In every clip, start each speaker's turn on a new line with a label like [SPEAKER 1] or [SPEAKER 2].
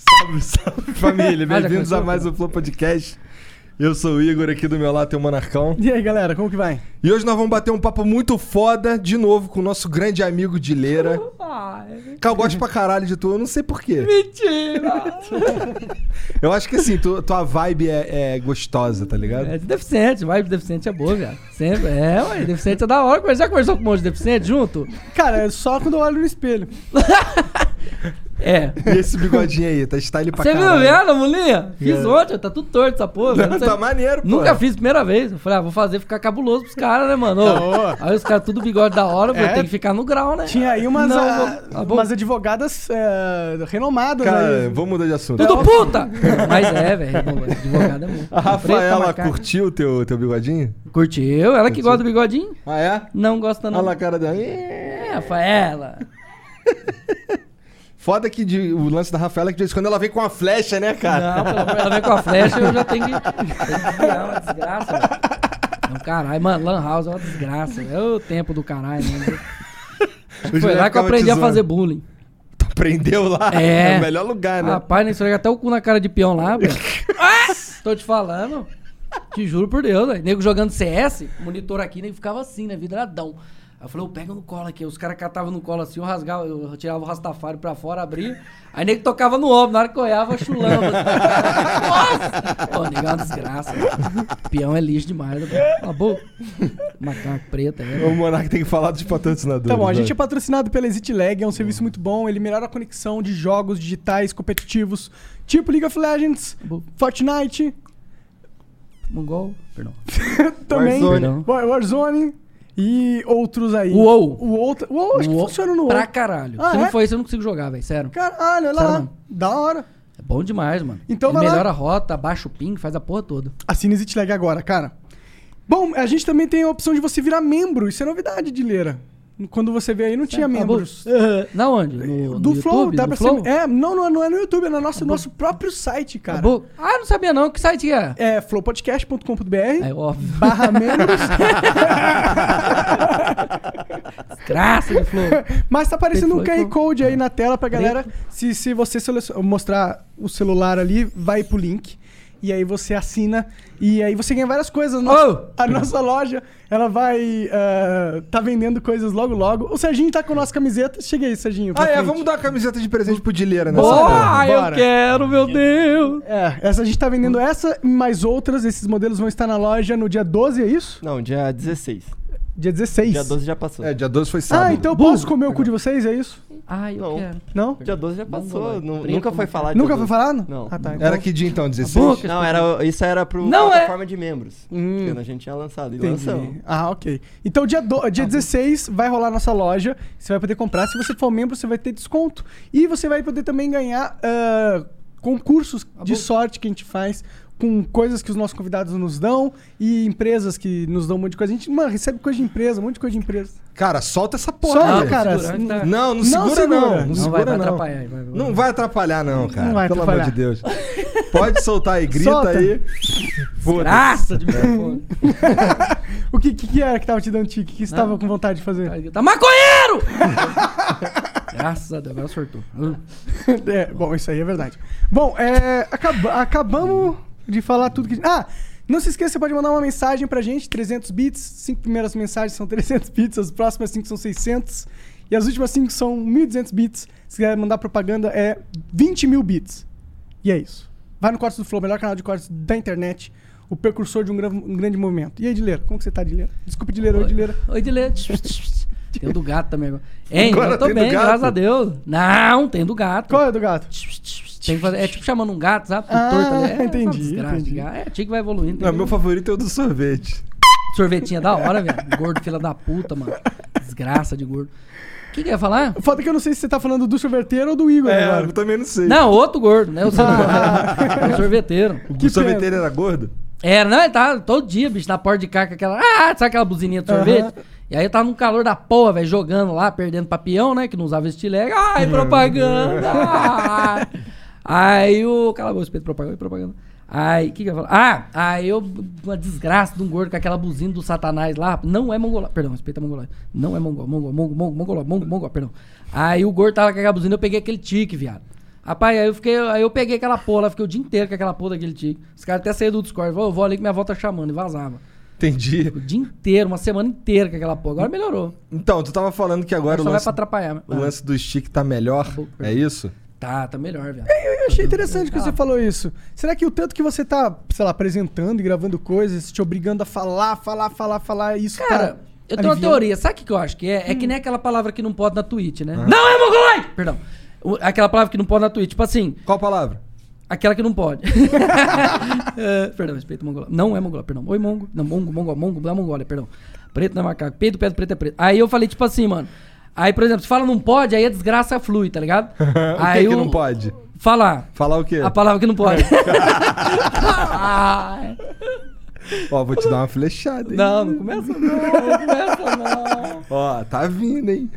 [SPEAKER 1] Salve, salve família,
[SPEAKER 2] já
[SPEAKER 1] bem-vindos a
[SPEAKER 2] começou?
[SPEAKER 1] mais um Flow Podcast. Eu sou o Igor, aqui do meu lado tem o Monarcão.
[SPEAKER 2] E aí, galera, como que vai?
[SPEAKER 1] E hoje nós vamos bater um papo muito foda, de novo, com o nosso grande amigo de Leira. Que eu gosto pra caralho de tu, eu não sei porquê.
[SPEAKER 2] Mentira!
[SPEAKER 1] Eu acho que assim, tu- tua vibe é, é gostosa, tá ligado?
[SPEAKER 2] É deficiente, vibe deficiente é boa, velho. Sempre. É, ué, deficiente é da hora. Mas Já conversou com um monte de deficiente junto?
[SPEAKER 3] Cara, é só quando eu olho no espelho.
[SPEAKER 2] É.
[SPEAKER 1] E esse bigodinho aí, tá style pra
[SPEAKER 2] Você viu
[SPEAKER 1] caralho.
[SPEAKER 2] vendo, molinha? Fiz
[SPEAKER 1] É.
[SPEAKER 2] ontem, tá tudo torto essa porra. velho. Não sei-
[SPEAKER 1] Tá maneiro, pô.
[SPEAKER 2] Nunca fiz primeira vez. Eu falei, ah, vou fazer ficar cabuloso pros caras, né, mano? Ô, Aí os caras tudo bigode da hora, vou
[SPEAKER 3] É.
[SPEAKER 2] ter que ficar no grau, né?
[SPEAKER 3] Tinha aí umas,
[SPEAKER 2] Não,
[SPEAKER 3] ah,
[SPEAKER 2] vou- ah, vou-
[SPEAKER 3] umas advogadas eh, renomadas.
[SPEAKER 1] Cara,
[SPEAKER 3] aí.
[SPEAKER 1] vamos mudar de assunto.
[SPEAKER 2] Tudo puta! Mas é, velho. Advogado é muito.
[SPEAKER 1] A Rafaela
[SPEAKER 2] Preto pra marcar.
[SPEAKER 1] curtiu o teu, teu bigodinho?
[SPEAKER 2] Curtiu? Ela que gosta do bigodinho?
[SPEAKER 1] Ah, é?
[SPEAKER 2] Não gosta, não.
[SPEAKER 1] Olha lá a cara dela.
[SPEAKER 2] É, Rafaela.
[SPEAKER 1] Foda que de- o lance da Rafaela é que de vez em quando ela vem com a flecha, né, cara?
[SPEAKER 2] Não, pelo amor, ela vem com a flecha eu já tenho que, tenho que desviar, uma desgraça, velho. Não, caralho, mano, Lan House é uma desgraça. velho. É o tempo do caralho, mano. Foi lá que eu aprendi a fazer bullying.
[SPEAKER 1] Aprendeu lá?
[SPEAKER 2] É. Ah,
[SPEAKER 1] É o melhor lugar, né?
[SPEAKER 2] Rapaz, nem esfrega até o cu na cara de peão lá, velho. Ah, Tô te falando. Te juro por Deus, velho. Nego jogando CS, monitor aqui, nego ficava assim, né? Vidradão. Aí eu falei, eu pego no colo aqui. Os caras catavam no colo assim, eu rasgava, eu tirava o rastafário pra fora, abria. Aí nego tocava no ombro, na hora que eu olhava, chulamba. Nossa! Ô, nego é uma desgraça. velho. Peão é lixo demais, né? velho? Cala a boca. Macaco preto, né?
[SPEAKER 1] É O Monark tem que falar dos patrocinadores.
[SPEAKER 3] Tá bom, a
[SPEAKER 1] vai.
[SPEAKER 3] gente é patrocinado pela Exit Lag, é um serviço muito bom, ele melhora a conexão de jogos digitais competitivos, tipo League of Legends,
[SPEAKER 2] Bom.
[SPEAKER 3] Fortnite,
[SPEAKER 2] Mongol? Perdão.
[SPEAKER 3] também
[SPEAKER 2] Warzone.
[SPEAKER 3] Warzone, Warzone e outros aí.
[SPEAKER 2] Uou.
[SPEAKER 3] O outro, uou, acho que funciona no
[SPEAKER 2] Pra
[SPEAKER 3] outro.
[SPEAKER 2] caralho.
[SPEAKER 3] Ah,
[SPEAKER 2] Se não
[SPEAKER 3] é?
[SPEAKER 2] for isso, eu não consigo jogar, velho. Sério.
[SPEAKER 3] Caralho, olha
[SPEAKER 2] Sério,
[SPEAKER 3] lá.
[SPEAKER 2] não.
[SPEAKER 3] Da hora.
[SPEAKER 2] É bom demais, mano.
[SPEAKER 3] Então
[SPEAKER 2] Ele
[SPEAKER 3] vai lá.
[SPEAKER 2] melhora a rota, abaixa o ping, faz a porra toda.
[SPEAKER 3] Assina Exit Lag agora, cara. Bom, a gente também tem a opção de você virar membro. Isso é novidade de Leira. Quando você veio aí, não tinha
[SPEAKER 2] Acabou.
[SPEAKER 3] membros.
[SPEAKER 2] Na onde? No,
[SPEAKER 3] É. Do
[SPEAKER 2] no
[SPEAKER 3] Flow,
[SPEAKER 2] YouTube?
[SPEAKER 3] dá
[SPEAKER 2] no
[SPEAKER 3] pra
[SPEAKER 2] Flow?
[SPEAKER 3] ser. É, não, não, não é no YouTube, é no nosso, nosso próprio site, cara.
[SPEAKER 2] Acabou? Ah, não sabia não. Que site que é?
[SPEAKER 3] É flowpodcast.com.br.
[SPEAKER 2] É óbvio.
[SPEAKER 3] Barra membros,
[SPEAKER 2] Desgraça de Flow.
[SPEAKER 3] mas tá aparecendo um
[SPEAKER 2] Tem Flow,
[SPEAKER 3] QR Code aí na tela pra galera.
[SPEAKER 2] Preto.
[SPEAKER 3] Se, se você selecion- mostrar o celular ali, vai pro link. E aí você assina. E aí você ganha várias coisas. A nossa-
[SPEAKER 2] Oh!
[SPEAKER 3] A nossa loja, ela vai. ah, tá vendendo coisas logo logo. O Serginho tá com a nossa camiseta. Chega aí, Serginho. pra
[SPEAKER 1] Ah, é,
[SPEAKER 3] frente.
[SPEAKER 1] vamos dar uma camiseta de presente pro Dileira né? nessa hora.
[SPEAKER 2] Boa, eu
[SPEAKER 3] bora.
[SPEAKER 2] quero, meu Deus.
[SPEAKER 3] É, essa a gente tá vendendo essa e mais outras. Esses modelos vão estar na loja no dia 12, é isso?
[SPEAKER 4] Não, dia 16.
[SPEAKER 3] Dia 16.
[SPEAKER 4] Dia 12 já passou.
[SPEAKER 1] É, dia 12 foi sábado.
[SPEAKER 3] Ah, então eu posso comer o cu de vocês, é isso?
[SPEAKER 2] Ai, eu
[SPEAKER 4] Não.
[SPEAKER 2] quero.
[SPEAKER 3] Não?
[SPEAKER 4] Dia 12 já
[SPEAKER 2] lá,
[SPEAKER 4] passou. nu-
[SPEAKER 2] treta,
[SPEAKER 4] nunca foi
[SPEAKER 2] mano.
[SPEAKER 4] falar
[SPEAKER 3] Nunca
[SPEAKER 4] dia
[SPEAKER 3] foi
[SPEAKER 4] 12.
[SPEAKER 3] falado?
[SPEAKER 4] Não.
[SPEAKER 3] Ah, tá.
[SPEAKER 1] Era que dia então? 16?
[SPEAKER 2] boca.
[SPEAKER 4] Não, era, isso era pro
[SPEAKER 2] Não é.
[SPEAKER 4] plataforma de membros.
[SPEAKER 3] Hum.
[SPEAKER 4] Quando a gente tinha lançado. E
[SPEAKER 3] Entendi.
[SPEAKER 4] lançamos.
[SPEAKER 3] Ah, ok. Então, dia, do, dia 16 vai rolar nossa loja. Você vai poder comprar. Se você for membro, você vai ter desconto. E você vai poder também ganhar ah, concursos de sorte que a gente faz com coisas que os nossos convidados nos dão e empresas que nos dão um monte de coisa. A gente, mano, recebe coisa de empresa, um monte de coisa de empresa.
[SPEAKER 1] Cara, solta essa porra.
[SPEAKER 3] Só,
[SPEAKER 1] aí.
[SPEAKER 3] cara. assim,
[SPEAKER 2] segura, tá.
[SPEAKER 3] n-
[SPEAKER 1] Não, não
[SPEAKER 3] Não
[SPEAKER 1] segura não.
[SPEAKER 3] segura.
[SPEAKER 1] Não,
[SPEAKER 3] Não
[SPEAKER 2] Não vai,
[SPEAKER 1] segura
[SPEAKER 2] vai
[SPEAKER 1] não.
[SPEAKER 2] atrapalhar. Vai, vai.
[SPEAKER 1] Não vai atrapalhar não, cara.
[SPEAKER 3] vai
[SPEAKER 1] Pelo amor de
[SPEAKER 3] atrapalhar.
[SPEAKER 1] Deus. Pode soltar aí, grita
[SPEAKER 3] Solta.
[SPEAKER 1] aí. Foda-se.
[SPEAKER 2] Desgraça de microfone.
[SPEAKER 3] O que, que, que era que tava te dando tique? O que você tava com vontade de fazer?
[SPEAKER 2] Tá maconheiro! Graças a Deus, agora sortou.
[SPEAKER 3] É, bom, isso aí é verdade. Bom, é, acaba- acabamos de falar tudo que. Ah! Não se esqueça, você pode mandar uma mensagem pra gente, 300 bits. Cinco primeiras mensagens são 300 bits, as próximas cinco são 600. E as últimas cinco são 1.200 bits. Se quiser mandar propaganda, é 20 mil bits. E é isso. Vai no Cortes do Flow, melhor canal de cortes da internet. O precursor de um, gran- um grande movimento. E aí, Dileira? Como que você tá, Dileira? Desculpa, Dileira. Oi, Dileira.
[SPEAKER 2] Oi, Dilete. Tem o do gato também agora. Hein,
[SPEAKER 1] Agora
[SPEAKER 2] eu tô
[SPEAKER 1] tem do
[SPEAKER 2] bem,
[SPEAKER 1] gato?
[SPEAKER 2] graças a Deus. Não, tem do gato.
[SPEAKER 3] Qual é o do gato?
[SPEAKER 2] Tem que fazer- é tipo chamando um gato, sabe? Com
[SPEAKER 3] Ah,
[SPEAKER 2] torta, né? É, uma
[SPEAKER 3] entendi,
[SPEAKER 2] desgraça de
[SPEAKER 3] entendi.
[SPEAKER 2] gato. É, tinha que vai evoluindo.
[SPEAKER 1] Não,
[SPEAKER 2] entendeu?
[SPEAKER 1] meu favorito é o do sorvete.
[SPEAKER 2] Sorvetinha da hora, velho. Gordo, filha da puta, mano. Desgraça de gordo. O que, que eu ia falar?
[SPEAKER 3] O fato é que eu não sei se você tá falando do sorveteiro ou do Igor
[SPEAKER 1] É,
[SPEAKER 3] agora.
[SPEAKER 1] eu também não sei.
[SPEAKER 2] Não, outro gordo, né? O sorveteiro. o sorveteiro.
[SPEAKER 1] O
[SPEAKER 3] que
[SPEAKER 1] sorveteiro
[SPEAKER 3] pena.
[SPEAKER 1] era gordo?
[SPEAKER 2] Era, É, não, ele tava todo dia, bicho, na porta de cá com aquela. Ah, sabe aquela buzininha de sorvete? E aí eu tava num calor da porra, velho, jogando lá, perdendo papião, né? Que não usava estilega. Ai, propaganda! ai. aí o. Cala a boca, espeto propaganda, propaganda. Aí, o que, que eu ia falar? Ah, aí eu. Uma desgraça de um gordo com aquela buzina do satanás lá. Não é mongolá. Perdão, respeita mongolá. Não é mongol, mongol, mongol, mongol, mongol, mongol, mongol, perdão. Aí o gordo tava com aquela buzina, eu peguei aquele tique, viado.
[SPEAKER 5] Rapaz, aí eu, fiquei, aí eu peguei aquela porra, lá, fiquei o dia inteiro com aquela porra daquele tique. Os caras até saíram do Discord, "Vô, eu vou ali que minha avó tá chamando e vazava.
[SPEAKER 1] Entendi.
[SPEAKER 5] O dia inteiro, uma semana inteira com aquela porra. Agora melhorou.
[SPEAKER 1] Então, tu tava falando que agora
[SPEAKER 5] Só
[SPEAKER 1] o
[SPEAKER 5] vai
[SPEAKER 1] lance,
[SPEAKER 5] pra atrapalhar. né? mas-
[SPEAKER 1] o lance do stick tá melhor. É isso?
[SPEAKER 5] Tá, tá melhor, velho.
[SPEAKER 3] Eu achei interessante que
[SPEAKER 5] Ah.
[SPEAKER 3] você falou isso. Será que o tanto que você tá, sei lá, apresentando e gravando coisas, te obrigando a falar, falar, falar, falar, isso
[SPEAKER 5] Cara,
[SPEAKER 3] tá
[SPEAKER 5] eu tenho uma
[SPEAKER 3] aliviando?
[SPEAKER 5] teoria. Sabe o que que eu acho que é? É que nem aquela palavra que não pode na Twitch, né? Não
[SPEAKER 3] Ah,
[SPEAKER 5] é mongoloide! Perdão. O- Aquela palavra que não pode na Twitch. Tipo assim,
[SPEAKER 1] Qual palavra?
[SPEAKER 5] aquela que não pode. É, perdão, respeito mongol. Não é mongol, perdão. Oi, mongo. Não, mongo, mongol, mongo da Mongólia, perdão. Preto não é macaco. Peito, pedro, preto é preto. Aí eu falei, tipo assim, mano. Aí, por exemplo, se fala não pode, aí a desgraça flui, tá ligado?
[SPEAKER 1] O que é que não pode?
[SPEAKER 5] Falar.
[SPEAKER 1] Falar o quê?
[SPEAKER 5] A palavra que não pode.
[SPEAKER 3] É.
[SPEAKER 5] Ai.
[SPEAKER 1] Ó, vou te dar uma flechada, hein?
[SPEAKER 5] Não, não começa não, não começa não.
[SPEAKER 1] Ó, tá vindo, hein?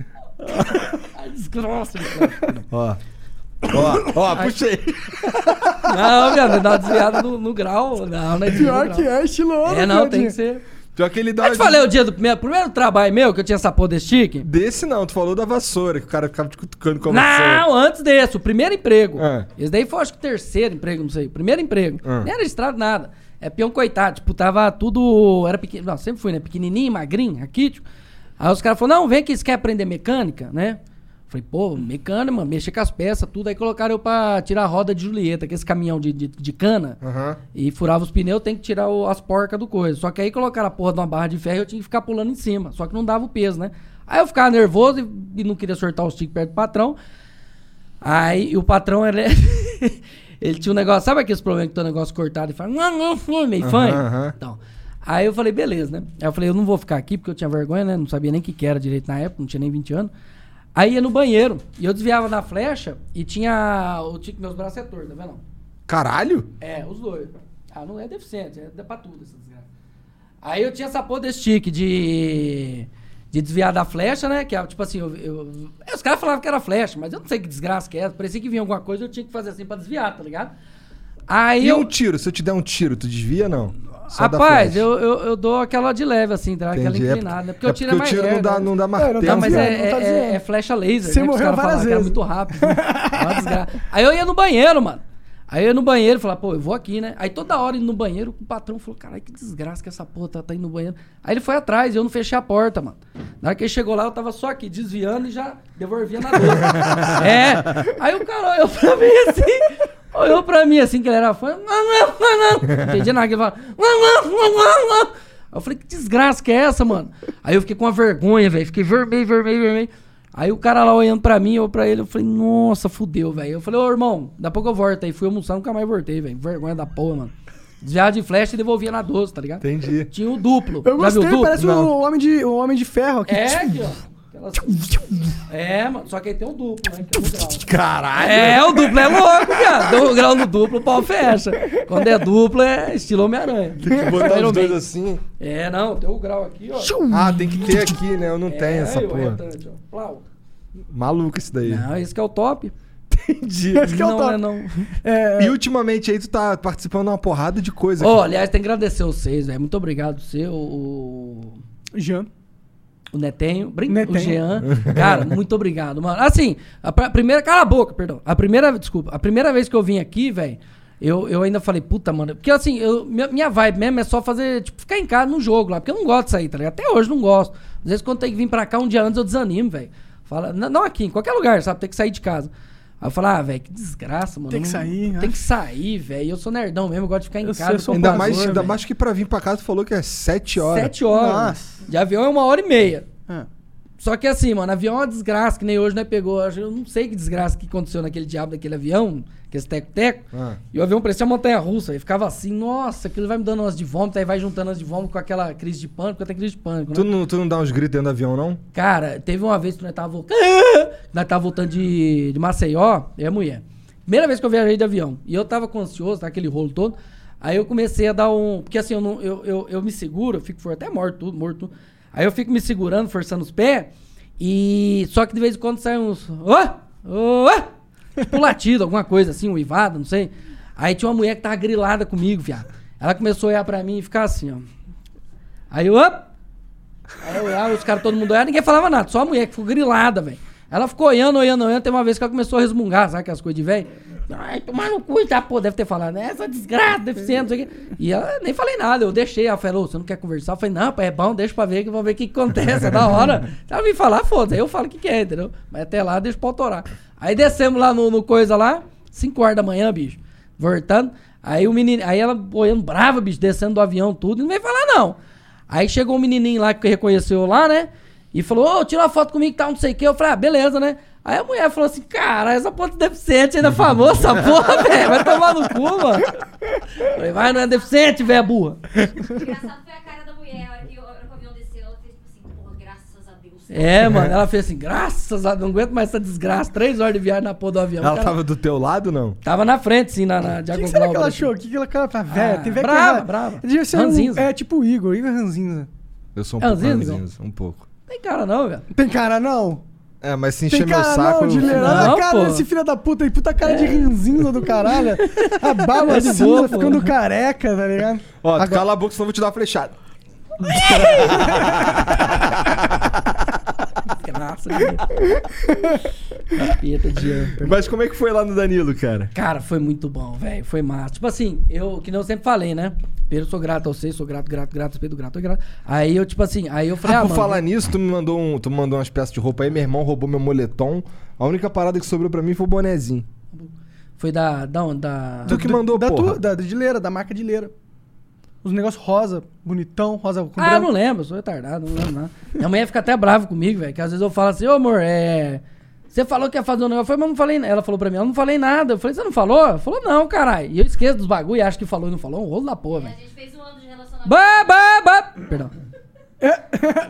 [SPEAKER 5] Ai, desgraça, cara.
[SPEAKER 1] Ó. Ó, ó, puxei.
[SPEAKER 5] Não, viado, dá uma desviada no, no grau. Não, não é
[SPEAKER 3] Pior que é estiloso.
[SPEAKER 5] É, não,
[SPEAKER 3] tadinho.
[SPEAKER 5] tem que ser.
[SPEAKER 1] Pior que ele dá
[SPEAKER 5] Eu
[SPEAKER 1] uma-
[SPEAKER 5] te falei o dia do primeiro, primeiro trabalho meu que eu tinha essa porra desse chique.
[SPEAKER 1] Desse não, tu falou da vassoura, que o cara ficava te cutucando com a vassoura.
[SPEAKER 5] Não, Ah, antes desse, o primeiro emprego.
[SPEAKER 1] É.
[SPEAKER 5] Esse daí foi acho que o terceiro emprego, não sei. o Primeiro emprego.
[SPEAKER 1] É.
[SPEAKER 5] Nem era estrado nada. É peão coitado. Tipo, tava tudo. Era pequeno. Não, sempre fui, né? Pequenininho, magrinho, aqui. Tipo. Aí os caras falaram: não, vem aqui, você quer aprender mecânica, né? Falei, pô, mecânica, mano, mexer com as peças, tudo. Aí colocaram eu pra tirar a roda de Julieta, que é esse caminhão de, de, de cana.
[SPEAKER 1] Aham.
[SPEAKER 5] E furava os pneus, tem que tirar o- as porcas do coisa. Só que aí colocaram a porra de uma barra de ferro e eu tinha que ficar pulando em cima. Só que não dava o peso, né? Aí eu ficava nervoso e, e não queria soltar o stick perto do patrão. Aí e o patrão, ele, ele tinha um negócio, sabe aqueles problemas que tem um negócio cortado e fala, não, não, fui", meio fanho?
[SPEAKER 1] aham.
[SPEAKER 5] Então, aí eu falei, beleza, né? Aí eu falei, eu não vou ficar aqui porque eu tinha vergonha, né? Não sabia nem o que, que era direito na época, não tinha nem 20 anos. Aí ia no banheiro e eu desviava da flecha e tinha. O tique, meus braços é torto, tá vendo?
[SPEAKER 1] Caralho?
[SPEAKER 5] É, os dois. Ah, não é deficiente, é pra tudo essa desgraça. Aí eu tinha essa porra desse tique de. De desviar da flecha, né? Que é tipo assim, eu, eu- é, os caras falavam que era flecha, mas eu não sei que desgraça que é. Parecia que vinha alguma coisa, eu tinha que fazer assim pra desviar, tá ligado? Aí
[SPEAKER 1] E
[SPEAKER 5] eu.
[SPEAKER 1] um tiro? Se eu te der um tiro, tu desvia não? Só dá
[SPEAKER 5] Rapaz,
[SPEAKER 1] flash.
[SPEAKER 5] eu, eu, eu dou aquela de leve, assim, tá? aquela
[SPEAKER 1] Entendi. É
[SPEAKER 5] inclinada. né? Porque
[SPEAKER 1] é
[SPEAKER 5] eu tiro é mais
[SPEAKER 1] o tiro
[SPEAKER 5] leve,
[SPEAKER 1] não dá,
[SPEAKER 5] né?
[SPEAKER 1] não dá
[SPEAKER 3] não
[SPEAKER 1] martelo. né?
[SPEAKER 3] dá,
[SPEAKER 5] Não, mas
[SPEAKER 3] zoando,
[SPEAKER 5] é,
[SPEAKER 3] não tá
[SPEAKER 5] é-
[SPEAKER 3] zoando.
[SPEAKER 5] é flecha laser.
[SPEAKER 3] Você
[SPEAKER 5] né, que os caras
[SPEAKER 3] morreu várias
[SPEAKER 5] falavam que era
[SPEAKER 3] vezes.
[SPEAKER 5] muito rápido. né? É Uma desgraça. Aí eu ia no banheiro, mano. Aí eu ia no banheiro e falava, pô, eu vou aqui, né? Aí toda hora indo no banheiro, o patrão falou, caralho, que desgraça que essa porra tá, tá indo no banheiro. Aí ele foi atrás e eu não fechei a porta, mano. Na hora que ele chegou lá, eu tava só aqui, desviando e já devolvia na dor. é. Aí o cara olhou pra mim assim, olhou pra mim assim, que ele era fã. Entendi nada que ele falava. Aí eu falei, que desgraça que é essa, mano? Aí eu fiquei com uma vergonha, velho. Fiquei vermelho, vermelho, vermelho. Aí o cara lá olhando pra mim, eu pra ele, eu falei, nossa, fudeu, velho. Eu falei, ô irmão, daqui a pouco eu volto. Aí fui almoçar, nunca mais voltei, velho. Vergonha da porra, mano. Desviava de flecha e devolvia na 12, tá ligado?
[SPEAKER 1] Entendi.
[SPEAKER 5] Tinha o duplo.
[SPEAKER 3] Eu
[SPEAKER 5] o
[SPEAKER 3] gostei,
[SPEAKER 5] duplo?
[SPEAKER 3] parece
[SPEAKER 1] Não.
[SPEAKER 3] o homem, de, o homem de ferro aqui.
[SPEAKER 5] É, aqui, ó. Aquelas- É, mano, só que aí tem o duplo, né? Que é o grau.
[SPEAKER 1] Caralho!
[SPEAKER 5] É, o duplo é louco, viado. Dou um grau no duplo, o pau fecha. Quando é duplo, é estilo Homem-Aranha.
[SPEAKER 1] Tem que botar
[SPEAKER 5] Iron
[SPEAKER 1] os dois
[SPEAKER 5] Man.
[SPEAKER 1] assim.
[SPEAKER 5] É, não, tem o grau aqui, ó.
[SPEAKER 1] Ah, tem que ter aqui, né? Eu não tenho essa
[SPEAKER 5] aí, o
[SPEAKER 1] porra.
[SPEAKER 5] retante, ó. Plau.
[SPEAKER 1] Maluco isso daí.
[SPEAKER 5] Não, esse que é o top.
[SPEAKER 1] Entendi.
[SPEAKER 3] Esse que é o
[SPEAKER 5] não
[SPEAKER 3] top.
[SPEAKER 5] é não.
[SPEAKER 1] E ultimamente aí tu tá participando de uma porrada de coisa.
[SPEAKER 5] Ó,
[SPEAKER 1] aqui.
[SPEAKER 5] aliás, tem que agradecer vocês, velho. Muito obrigado, você, o,
[SPEAKER 3] Jean.
[SPEAKER 5] o Netenho, brin- o
[SPEAKER 3] Netenho.
[SPEAKER 5] Jean. Cara, muito obrigado, mano. Assim, a pra- primeira. Cala a boca, perdão. A primeira. Desculpa. A primeira vez que eu vim aqui, velho. Eu, eu ainda falei, puta, mano. Porque assim, eu, minha, minha vibe mesmo é só fazer, tipo, ficar em casa no jogo lá. Porque eu não gosto de sair, tá ligado? Até hoje não gosto. Às vezes quando tem que vir pra cá um dia antes eu desanimo, velho. Fala, n- não aqui, em qualquer lugar, sabe? Tem que sair de casa. Aí eu falo, ah, velho, que desgraça, mano.
[SPEAKER 3] Tem que
[SPEAKER 5] Não-
[SPEAKER 3] sair, né?
[SPEAKER 5] Tem que sair, velho. Eu sou nerdão mesmo, eu gosto de ficar em
[SPEAKER 3] Eu sei,
[SPEAKER 5] casa.
[SPEAKER 3] eu sou
[SPEAKER 5] com
[SPEAKER 1] ainda
[SPEAKER 5] prazer,
[SPEAKER 1] mais, ainda
[SPEAKER 5] velho.
[SPEAKER 1] mais que pra vir pra casa tu falou que é sete horas.
[SPEAKER 5] Sete horas.
[SPEAKER 3] Nossa.
[SPEAKER 5] De avião é uma hora e meia.
[SPEAKER 3] Ah.
[SPEAKER 5] Só que assim, mano, avião é uma desgraça, que nem hoje, né? Pegou. Acho- Eu não sei que desgraça que aconteceu naquele diabo daquele avião, que esse teco-teco.
[SPEAKER 1] Ah.
[SPEAKER 5] E o avião parecia uma montanha russa. E ficava assim, nossa, aquilo vai me dando umas de vômito, aí vai juntando as de vômito com aquela crise de pânico, até crise de pânico. né?
[SPEAKER 1] Tu não, tu não dá uns gritos dentro do avião, não?
[SPEAKER 5] Cara, teve uma vez que nós tava voltando. Nós tava voltando de, de Maceió, eu e a mulher. Primeira vez que eu viajei de avião. E eu tava com ansioso, tá, aquele rolo todo. Aí eu comecei a dar um. Porque assim, eu, não, eu, eu, eu me seguro, eu fico for até morto, tudo, morto. tudo. Aí eu fico me segurando, forçando os pés. E. Só que de vez em quando sai uns. Ô! Ô! ô", Tipo um latido, alguma coisa assim, um ivado, não sei. Aí tinha uma mulher que tava grilada comigo, viado. Ela começou a olhar pra mim e ficar assim, ó.
[SPEAKER 2] É,
[SPEAKER 5] Aí eu. "Op!" Aí eu olhava, os caras, todo mundo olhava, ninguém falava nada, só a mulher que ficou grilada, velho. Aí
[SPEAKER 2] Ela ficou olhando, olhando, olhando. Teve uma vez que ela começou a resmungar, sabe aquelas coisas de velho? Ai, tomar no cu, tá? Pô, deve ter falado, né? Essa desgraça, deficiente, não sei o quê. E ela nem falei nada, eu deixei. Ela falou, "Ô, você não quer conversar? Eu falei, não, pô, é bom, deixa pra ver, que eu vou ver o que, que acontece, é da hora. Se ela me falar, foda, aí eu falo o que, que é, entendeu? Mas até lá, deixa pra autorar. Aí descemos lá no, no coisa lá, 5 horas da manhã, bicho, voltando. Aí o menino, aí ela olhando brava, bicho, descendo do avião, tudo, e não veio falar, não. Aí chegou um menininho lá que reconheceu lá, né? E falou, ô, tira uma foto comigo que tá, não sei o que. Eu falei, ah,
[SPEAKER 5] é
[SPEAKER 3] um
[SPEAKER 2] beleza, né? Aí a mulher falou assim, cara, essa porra de deficiente ainda é famosa, essa porra, velho. Vai tomar no cu, mano. Eu Falei, vai, não é deficiente, velho, burra.
[SPEAKER 6] Engraçado foi a cara da mulher, a hora que o, a hora que o avião desceu, ela fez tipo assim, porra, graças a Deus.
[SPEAKER 2] É, mano, ela fez assim, graças a Deus, não aguento mais essa desgraça. Três horas de viagem na porra do avião.
[SPEAKER 1] Ela
[SPEAKER 2] Cara,
[SPEAKER 1] tava do teu lado, não?
[SPEAKER 2] tava na frente, sim, na, na
[SPEAKER 3] O que,
[SPEAKER 2] Diagonal.
[SPEAKER 3] que será que ela
[SPEAKER 2] Brasil.
[SPEAKER 3] achou? O que, que ela cara, ah, velho,
[SPEAKER 2] Ah,
[SPEAKER 3] teve aquela.
[SPEAKER 2] brava, brava.
[SPEAKER 3] Devia ser um,
[SPEAKER 2] Ranzinza.
[SPEAKER 3] É tipo o Igor, Igor Ranzinza.
[SPEAKER 1] Eu sou um
[SPEAKER 2] É,
[SPEAKER 1] pouco
[SPEAKER 2] Zizo?
[SPEAKER 1] ranzinza, um pouco.
[SPEAKER 2] Tem cara não, velho.
[SPEAKER 3] Tem cara, não?
[SPEAKER 1] É, mas se encher
[SPEAKER 3] Tem
[SPEAKER 1] meu
[SPEAKER 3] cara,
[SPEAKER 1] saco...
[SPEAKER 3] não, de
[SPEAKER 1] eu-
[SPEAKER 3] Olha a
[SPEAKER 2] Não,
[SPEAKER 3] cara
[SPEAKER 2] pô.
[SPEAKER 3] desse filho da puta aí, puta cara
[SPEAKER 5] É.
[SPEAKER 3] de ranzinza do caralho. A
[SPEAKER 2] É
[SPEAKER 3] barba
[SPEAKER 2] de
[SPEAKER 3] cinza
[SPEAKER 2] boa, pô.
[SPEAKER 3] tá ficando careca, tá ligado?
[SPEAKER 1] Ó, tu
[SPEAKER 3] Agora-
[SPEAKER 1] cala a boca, senão eu vou te dar uma flechada.
[SPEAKER 2] Desgraça, velho. Capeta né? de ano.
[SPEAKER 1] Mas como é que foi lá no Danilo, cara?
[SPEAKER 2] Cara, foi muito bom, velho. Foi massa. Tipo assim, eu, que nem eu sempre falei, né? Pedro, eu sou grato a você, sou grato, grato, grato, Pedro, grato, grato. Aí eu, tipo assim, aí eu falei,
[SPEAKER 1] Ah,
[SPEAKER 2] ah,
[SPEAKER 1] por
[SPEAKER 2] mano.
[SPEAKER 1] falar nisso, tu me mandou um, tu me mandou umas peças de roupa aí, meu irmão roubou meu moletom. A única parada que sobrou pra mim foi o bonezinho.
[SPEAKER 2] Foi da. Da onde? Da.
[SPEAKER 1] Tu que mandou,
[SPEAKER 3] da,
[SPEAKER 1] porra.
[SPEAKER 3] tua- da, da de leira, da marca de leira. Os negócios rosa, bonitão, rosa com
[SPEAKER 2] Ah, eu
[SPEAKER 3] branco.
[SPEAKER 2] não lembro, eu sou retardado, não lembro nada. Minha mulher fica até brava comigo, velho. Que às vezes eu falo assim, ô amor, é. Você falou que ia fazer um negócio, eu falei, mas não falei. Ela falou pra mim, eu não falei nada. Eu falei, você não falou? Ela falou, não, caralho. E eu esqueço dos bagulho e acho que falou e não falou. Um rolo da porra,
[SPEAKER 6] A
[SPEAKER 2] velho.
[SPEAKER 6] gente fez um ano de relacionamento.
[SPEAKER 2] Ba, ba, ba. Perdão.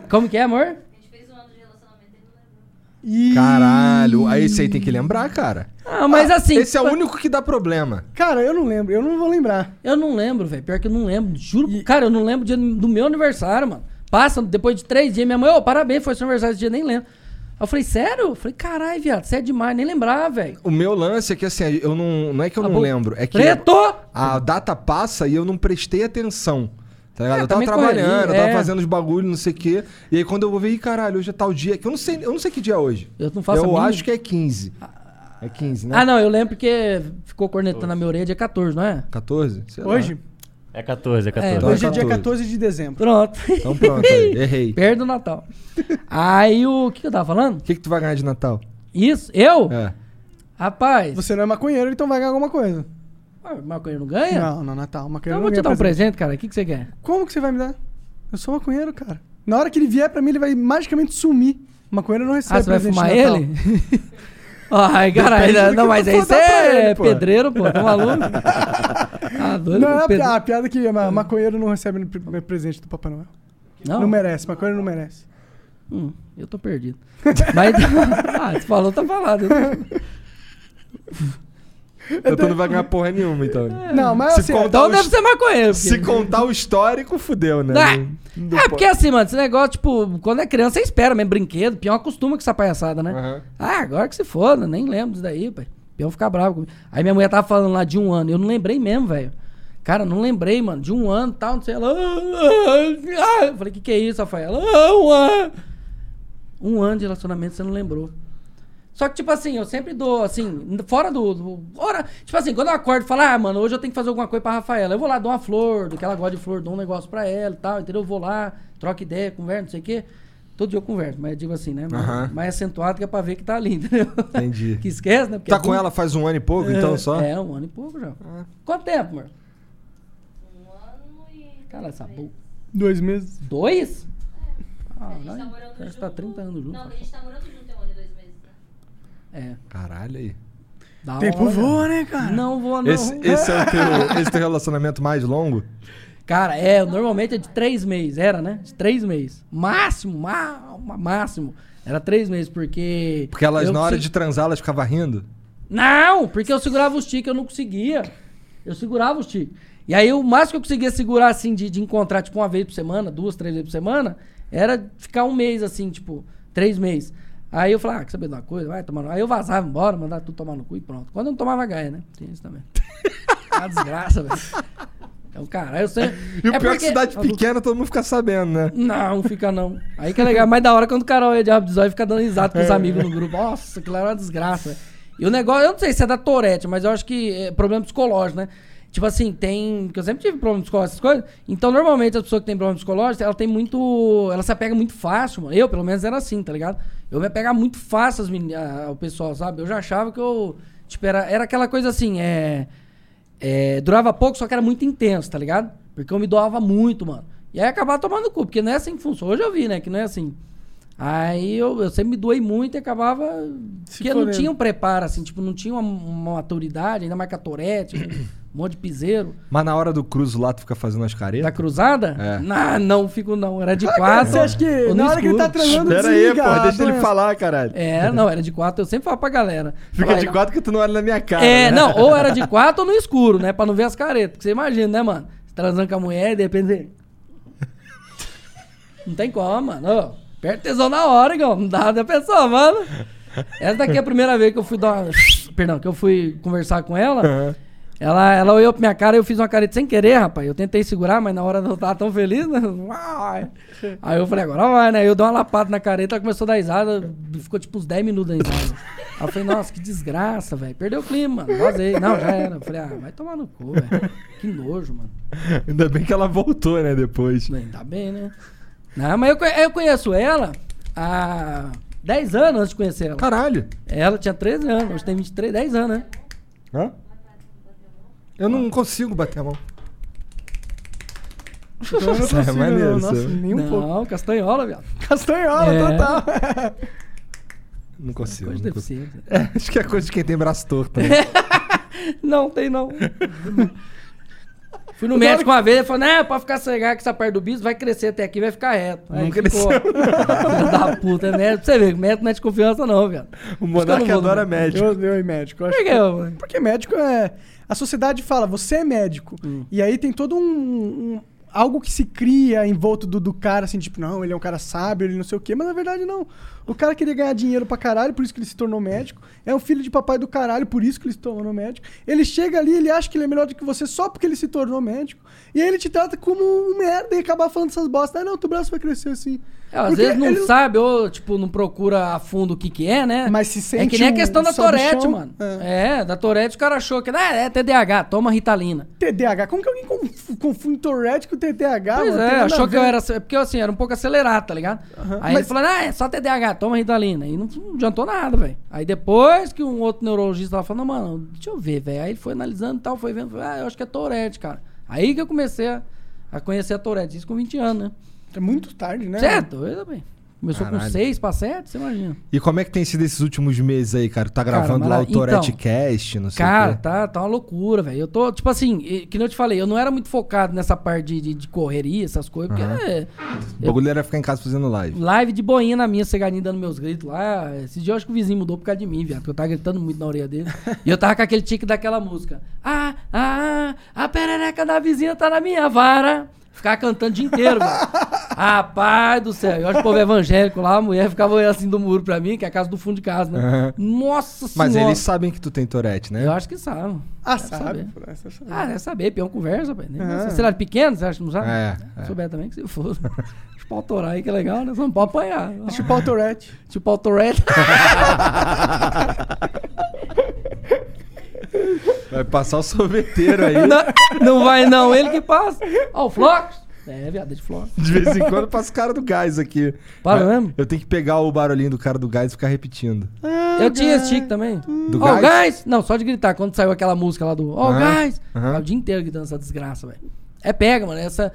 [SPEAKER 2] Como que é, amor?
[SPEAKER 6] A gente fez um ano de relacionamento, ele não lembrou.
[SPEAKER 3] Ih,
[SPEAKER 2] Hum.
[SPEAKER 1] Caralho, aí esse aí tem que lembrar, cara.
[SPEAKER 2] Ah, mas assim.
[SPEAKER 1] Esse é o
[SPEAKER 2] tipo-
[SPEAKER 1] único que dá problema.
[SPEAKER 3] Cara, eu não lembro, eu não vou lembrar.
[SPEAKER 2] Eu não lembro, velho. Pior que eu não lembro. Juro. Cara, eu não lembro o dia do meu aniversário, mano. Passa, depois de três dias, minha mãe, ô, parabéns, foi seu aniversário esse dia, nem lembro. Aí Eu falei, sério? Eu falei, caralho, viado, você é demais, nem lembrar, velho.
[SPEAKER 1] O meu lance é que assim, eu não. Não é que eu
[SPEAKER 2] Tá
[SPEAKER 1] não
[SPEAKER 2] bom.
[SPEAKER 1] lembro, é que
[SPEAKER 2] Preto!
[SPEAKER 1] a data passa e eu não prestei atenção. Tá ligado?
[SPEAKER 2] É,
[SPEAKER 1] eu tava
[SPEAKER 2] também correria,
[SPEAKER 1] trabalhando, eu tava
[SPEAKER 2] é.
[SPEAKER 1] fazendo os bagulhos, não sei o quê. E aí quando eu vou ver, ih, caralho, hoje é tal dia. Que eu não sei, eu não sei que dia é hoje.
[SPEAKER 2] Eu não faço a
[SPEAKER 1] Eu
[SPEAKER 2] mínima.
[SPEAKER 1] acho que é 15. É 15, né?
[SPEAKER 2] Ah, não, eu lembro porque ficou cornetando na minha orelha dia 14, não é?
[SPEAKER 1] 14? Sei lá.
[SPEAKER 3] Hoje?
[SPEAKER 7] É 14, é 14.
[SPEAKER 2] Então
[SPEAKER 3] Hoje é dia
[SPEAKER 1] 14.
[SPEAKER 3] 14 de dezembro.
[SPEAKER 2] Pronto.
[SPEAKER 1] Então pronto, aí, errei.
[SPEAKER 2] Perto do Natal. Aí o que, que eu tava falando?
[SPEAKER 1] O que, que tu vai ganhar de Natal?
[SPEAKER 2] Isso? Eu?
[SPEAKER 1] É.
[SPEAKER 2] Rapaz,
[SPEAKER 3] Você não é maconheiro, então vai ganhar alguma coisa.
[SPEAKER 2] ah, o maconheiro não ganha?
[SPEAKER 3] Não, não, Natal, maconheiro
[SPEAKER 2] Então eu
[SPEAKER 3] não
[SPEAKER 2] vou te
[SPEAKER 3] ganha
[SPEAKER 2] dar um
[SPEAKER 3] presente.
[SPEAKER 2] presente, cara. O que, que você quer?
[SPEAKER 3] Como que você vai me dar? Eu sou maconheiro, cara. Na hora que ele vier pra mim, ele vai magicamente sumir. Maconheiro não recebe
[SPEAKER 2] Ah, você vai
[SPEAKER 3] presente de
[SPEAKER 2] fumar
[SPEAKER 3] Natal.
[SPEAKER 2] ele? Ai, caralho,
[SPEAKER 3] Depende do
[SPEAKER 2] não,
[SPEAKER 3] que
[SPEAKER 2] mas
[SPEAKER 3] tu
[SPEAKER 2] aí
[SPEAKER 3] for
[SPEAKER 2] você
[SPEAKER 3] dar pra
[SPEAKER 2] é
[SPEAKER 3] ele, pô.
[SPEAKER 2] pedreiro, pô, tá maluco? Ah, doido.
[SPEAKER 3] Não, é a,
[SPEAKER 2] pedre-
[SPEAKER 3] piada, a piada que ma- maconheiro não recebe no pre- presente do Papai Noel.
[SPEAKER 2] não,
[SPEAKER 3] Não merece, maconheiro não merece.
[SPEAKER 2] Hum, eu tô perdido. Mas, ah, você falou, tá falado.
[SPEAKER 1] Então tu não vai ganhar porra nenhuma, então.
[SPEAKER 3] Não, mas
[SPEAKER 1] Se
[SPEAKER 3] assim,
[SPEAKER 1] contar-
[SPEAKER 2] Então deve ser maconheiro.
[SPEAKER 1] Se
[SPEAKER 2] porque-
[SPEAKER 1] contar o histórico, fudeu, né?
[SPEAKER 2] Ah,
[SPEAKER 1] Não- não
[SPEAKER 2] é,
[SPEAKER 1] pode.
[SPEAKER 2] porque assim, mano, esse negócio, tipo, quando é criança, você espera mesmo, brinquedo, peão acostuma com essa palhaçada,
[SPEAKER 3] É.
[SPEAKER 2] né?
[SPEAKER 1] Aham.
[SPEAKER 2] Ah, agora que se foda, nem lembro disso daí, pai. Peão ficar bravo comigo. Aí minha mulher tava falando lá de um ano, eu não lembrei mesmo, velho. Cara, eu não lembrei, mano, de um ano e tal, não sei lá. Ah, ah. Eu falei, que que é isso, Rafaela? Ah, um ano. Um ano de relacionamento, você não lembrou. Só que, tipo assim, eu sempre dou, assim, fora do. do- hora, tipo assim, quando eu acordo e falo, ah, mano, hoje eu tenho que fazer alguma coisa pra Rafaela. Eu vou lá, dou uma flor, do que ela gosta de flor, dou um negócio pra ela e tal, entendeu? Eu vou lá, troco ideia, converso, não sei o quê. Todo dia eu converso, mas eu digo assim, né? Mais,
[SPEAKER 1] Aham.
[SPEAKER 2] mais acentuado que é pra ver que tá ali, entendeu?
[SPEAKER 1] Entendi.
[SPEAKER 2] Que esquece, né? Porque
[SPEAKER 1] Tá
[SPEAKER 2] é
[SPEAKER 1] com
[SPEAKER 2] bom.
[SPEAKER 1] ela faz um ano e pouco, então só?
[SPEAKER 2] É, um ano e pouco já. Quanto tempo, amor?
[SPEAKER 6] Um ano e.
[SPEAKER 2] Cala essa boca.
[SPEAKER 3] dois meses.
[SPEAKER 2] Dois? Ah,
[SPEAKER 6] A gente tá
[SPEAKER 2] não.
[SPEAKER 6] morando
[SPEAKER 2] Parece
[SPEAKER 6] junto.
[SPEAKER 2] que tá 30 anos junto.
[SPEAKER 6] Não, a gente tá morando junto tem um ano e dois meses. né?
[SPEAKER 2] É.
[SPEAKER 1] Caralho aí.
[SPEAKER 2] Da
[SPEAKER 3] Tempo
[SPEAKER 2] hora.
[SPEAKER 3] voa, né, cara?
[SPEAKER 2] Não vou, não.
[SPEAKER 1] Esse, esse é o teu, esse teu relacionamento mais longo?
[SPEAKER 2] Cara, é, normalmente é de três meses, era, né? De três meses. Máximo, ma- ma- máximo. Era três meses, porque.
[SPEAKER 1] Porque elas,
[SPEAKER 2] eu
[SPEAKER 1] na hora
[SPEAKER 2] se-
[SPEAKER 1] de transar, elas ficavam rindo?
[SPEAKER 2] Não, porque eu segurava os tiques, eu não conseguia. Eu segurava os tiques. E aí o máximo que eu conseguia segurar, assim, de, de encontrar, tipo, uma vez por semana, duas, três vezes por semana, era ficar um mês, assim, tipo, três meses. Aí eu falava, ah, quer saber de uma coisa? Vai tomar no... Aí eu vazava embora, mandava tudo tomar no cu e pronto. Quando eu não tomava gaia, né? Tinha isso também. Uma desgraça, É velho. Então, cara, eu sei.
[SPEAKER 1] E o pior
[SPEAKER 2] é
[SPEAKER 1] é que
[SPEAKER 2] porque-
[SPEAKER 1] cidade pequena todo mundo fica sabendo, né?
[SPEAKER 2] Não, fica não. Aí que é legal. Mas da hora quando o Carol é de Rabzói fica dando risada com os amigos no grupo. Nossa, que lá era uma desgraça. né? E o negócio, eu não sei se é da Torete, mas eu acho que é problema psicológico, né? Tipo assim, tem. Porque eu sempre tive problema psicológico, essas coisas. Então, normalmente, a pessoa que tem problema psicológico, ela tem muito. Ela se apega muito fácil, mano. Eu, pelo menos, era assim, tá ligado? Eu me apegava muito fácil às meni- a- ao pessoal, sabe? Eu já achava que eu. Tipo, era, era aquela coisa assim, é. É, durava pouco, só que era muito intenso, tá ligado? Porque eu me doava muito, mano. E aí acabava tomando cu, porque não é assim que funciona. Hoje eu vi, né, que não é assim. Aí eu, eu sempre me doei muito é e acabava.
[SPEAKER 3] Se
[SPEAKER 2] porque eu não
[SPEAKER 3] fodendo.
[SPEAKER 2] tinha um preparo, assim, tipo, não tinha uma, uma maturidade, ainda mais com a Torete, um monte de piseiro.
[SPEAKER 1] Mas na hora do cruzo lá, tu fica fazendo as caretas?
[SPEAKER 2] Da cruzada?
[SPEAKER 1] É.
[SPEAKER 2] Não, não fico não. Era de
[SPEAKER 3] Cara,
[SPEAKER 2] quatro.
[SPEAKER 3] você acha que
[SPEAKER 2] eu
[SPEAKER 3] na
[SPEAKER 2] não
[SPEAKER 3] hora que ele tá
[SPEAKER 2] escuto.
[SPEAKER 3] treinando,
[SPEAKER 4] Pera aí,
[SPEAKER 3] desliga
[SPEAKER 4] pô,
[SPEAKER 3] a
[SPEAKER 4] deixa ele
[SPEAKER 3] doença?
[SPEAKER 4] falar, caralho.
[SPEAKER 2] É, não, era de quatro. Eu sempre falo pra galera.
[SPEAKER 4] Fica
[SPEAKER 2] Fala,
[SPEAKER 4] de quatro que tu não olha na minha cara.
[SPEAKER 2] É,
[SPEAKER 4] né?
[SPEAKER 2] não, ou era de quatro ou no escuro, né? Pra não ver as caretas. Porque você imagina, né, mano? Você transando com a mulher e de repente. você- Não tem como, mano. Ô, perde tesão na hora, igual. Não dá da pessoa, mano. Essa daqui é a primeira vez que eu fui dar uma. Perdão, que eu fui conversar com ela. Ela, ela olhou pra minha cara e eu fiz uma careta sem querer, rapaz. Eu tentei segurar, mas na hora eu tava tão feliz, né? Uau. Aí eu falei, agora vai, né? Eu dei uma lapada na careta, ela começou a dar risada, ficou tipo uns 10 minutos da risada. Aí eu falei, nossa, que desgraça, velho. Perdeu o clima, mano. Vazei. Não, já era. Eu falei, ah, vai tomar no cu, velho. Que nojo, mano.
[SPEAKER 1] Ainda bem que ela voltou, né, depois.
[SPEAKER 2] Bem, tá bem, né? Não, mas eu, conhe- eu conheço ela há 10 anos antes de conhecer ela.
[SPEAKER 1] Caralho.
[SPEAKER 2] Ela tinha 13 anos, hoje tem 23, 10 anos, né?
[SPEAKER 1] Hã? Eu não consigo bater a mão.
[SPEAKER 3] Eu não
[SPEAKER 1] Nossa, é
[SPEAKER 3] consigo,
[SPEAKER 1] maneiro
[SPEAKER 3] não.
[SPEAKER 1] isso.
[SPEAKER 3] Nossa, nem um pouco.
[SPEAKER 2] Não, castanhola, viado.
[SPEAKER 3] Castanhola,
[SPEAKER 2] É.
[SPEAKER 3] total.
[SPEAKER 1] Não consigo.
[SPEAKER 2] Coisa
[SPEAKER 1] Não consigo.
[SPEAKER 2] deficiente.
[SPEAKER 1] É, acho que é coisa de quem tem braço torto. Né?
[SPEAKER 2] Não, tem não. Fui no médico uma vez, ele falou, né, pra ficar cegado que essa parte do bicho vai crescer até aqui, vai ficar reto. Aí
[SPEAKER 1] Não
[SPEAKER 2] ficou.
[SPEAKER 1] cresceu.
[SPEAKER 2] Filho da puta, é médico. Pra Você vê, médico não é de confiança não, velho.
[SPEAKER 1] O
[SPEAKER 2] Eu
[SPEAKER 1] Monark
[SPEAKER 2] não vou
[SPEAKER 1] adora
[SPEAKER 2] no-
[SPEAKER 1] médico.
[SPEAKER 3] Eu odeio médico. eu acho
[SPEAKER 4] É,
[SPEAKER 2] Por que,
[SPEAKER 3] que-
[SPEAKER 2] mano?
[SPEAKER 3] Porque médico é. A sociedade fala, você é médico. E aí tem todo um. um- algo que se cria em volta do, do cara, assim, tipo, não, ele é um cara sábio, ele não sei o quê, mas na verdade não. O cara queria ganhar dinheiro pra caralho, por isso que ele se tornou médico. É um filho de papai do caralho, por isso que ele se tornou médico. Ele chega ali, ele acha que ele é melhor do que você só porque ele se tornou médico. E aí ele te trata como um merda e acaba falando essas bostas. Ah, não, teu braço vai crescer assim.
[SPEAKER 2] É, às
[SPEAKER 3] Porque
[SPEAKER 2] vezes não
[SPEAKER 3] ele-
[SPEAKER 2] sabe, ou tipo, não procura a fundo o que que é, né?
[SPEAKER 3] Mas se
[SPEAKER 2] É
[SPEAKER 3] sente
[SPEAKER 2] que nem a
[SPEAKER 3] um
[SPEAKER 2] questão da
[SPEAKER 3] sabichão,
[SPEAKER 2] Torete, mano. É. da Torete o cara achou que, ah, é TDAH, toma Ritalina.
[SPEAKER 3] TDAH. Como que alguém conf- confunde Tourette com TDAH?
[SPEAKER 2] Pois
[SPEAKER 3] mano? Tem
[SPEAKER 2] é,
[SPEAKER 3] nada a
[SPEAKER 2] achou que
[SPEAKER 3] ver.
[SPEAKER 2] eu era. ace- Porque eu, assim, era um pouco acelerado, tá ligado? Aí ele
[SPEAKER 3] mas-
[SPEAKER 2] falou, ah, é só TDAH, toma Ritalina. E não, não adiantou nada, velho. Aí depois que um outro neurologista tava falando, mano, deixa eu ver, velho. Aí ele foi analisando e tal, foi vendo, falou, ah, eu acho que é Tourette, cara. Aí que eu comecei a, a conhecer a Tourette, isso com 20 anos, né?
[SPEAKER 3] É muito tarde, né?
[SPEAKER 2] Você é doido, velho. Começou com
[SPEAKER 1] Caralho.
[SPEAKER 2] 6 pra 7, você imagina.
[SPEAKER 1] E como é que tem sido esses últimos meses aí, cara? Tu tá
[SPEAKER 2] Cara,
[SPEAKER 1] gravando lá o
[SPEAKER 2] mara-
[SPEAKER 1] Tourette
[SPEAKER 2] então,
[SPEAKER 1] Cast, não sei
[SPEAKER 2] Cara,
[SPEAKER 1] o quê.
[SPEAKER 2] tá, tá uma loucura, velho. Eu tô, tipo assim, e- que nem eu te falei, eu não era muito focado nessa parte de, de, de correria, essas coisas, porque
[SPEAKER 1] Aham.
[SPEAKER 2] é,
[SPEAKER 1] O bagulho era ficar em casa fazendo live.
[SPEAKER 2] Live de boinha na minha, cegadinha dando meus gritos lá. Esse dia eu acho que o vizinho mudou por causa de mim, viado. Porque eu tava gritando muito na orelha dele. E eu tava com aquele tique daquela música. Ah, ah, a perereca da vizinha tá na minha vara. Ficava cantando o dia inteiro, velho. Rapaz do céu. Eu acho que o povo evangélico lá, a mulher ficava olhando assim do muro pra mim, que é a casa do fundo de casa, né? Nossa
[SPEAKER 1] Mas
[SPEAKER 2] senhora.
[SPEAKER 1] eles sabem que tu tem Tourette, né?
[SPEAKER 2] Eu acho que sabe.
[SPEAKER 3] Ah,
[SPEAKER 2] Deve
[SPEAKER 3] sabe.
[SPEAKER 2] saber.
[SPEAKER 3] pô, essa sabe.
[SPEAKER 2] Ah, deve saber, peão conversa, velho. Nem-
[SPEAKER 3] Ah.
[SPEAKER 2] Sei lá, de pequeno, você acha que não sabe?
[SPEAKER 1] É,
[SPEAKER 2] Se
[SPEAKER 1] é.
[SPEAKER 2] souber também que se foda. Deixa eu autorar aí, que é legal, né? Só não pode apanhar.
[SPEAKER 3] Chupar o Tourette.
[SPEAKER 2] Tipo o Tourette.
[SPEAKER 1] Vai passar o sorveteiro aí.
[SPEAKER 2] não, não vai não, ele que passa. Ó, o Flox. É, viado, é de Flox.
[SPEAKER 1] De vez em quando passa o cara do gás aqui.
[SPEAKER 2] Para
[SPEAKER 1] Mas
[SPEAKER 2] mesmo?
[SPEAKER 1] Eu tenho que pegar o barulhinho do cara do gás e ficar repetindo.
[SPEAKER 2] Eu tinha esse tique também.
[SPEAKER 1] Do
[SPEAKER 2] Ó, o
[SPEAKER 1] gás?
[SPEAKER 2] gás! Não, só de gritar. Quando saiu aquela música lá do Ó, o
[SPEAKER 1] Aham,
[SPEAKER 2] gás!
[SPEAKER 1] aham.
[SPEAKER 2] Ficava o dia inteiro gritando essa desgraça, velho. É pega, mano. Essa...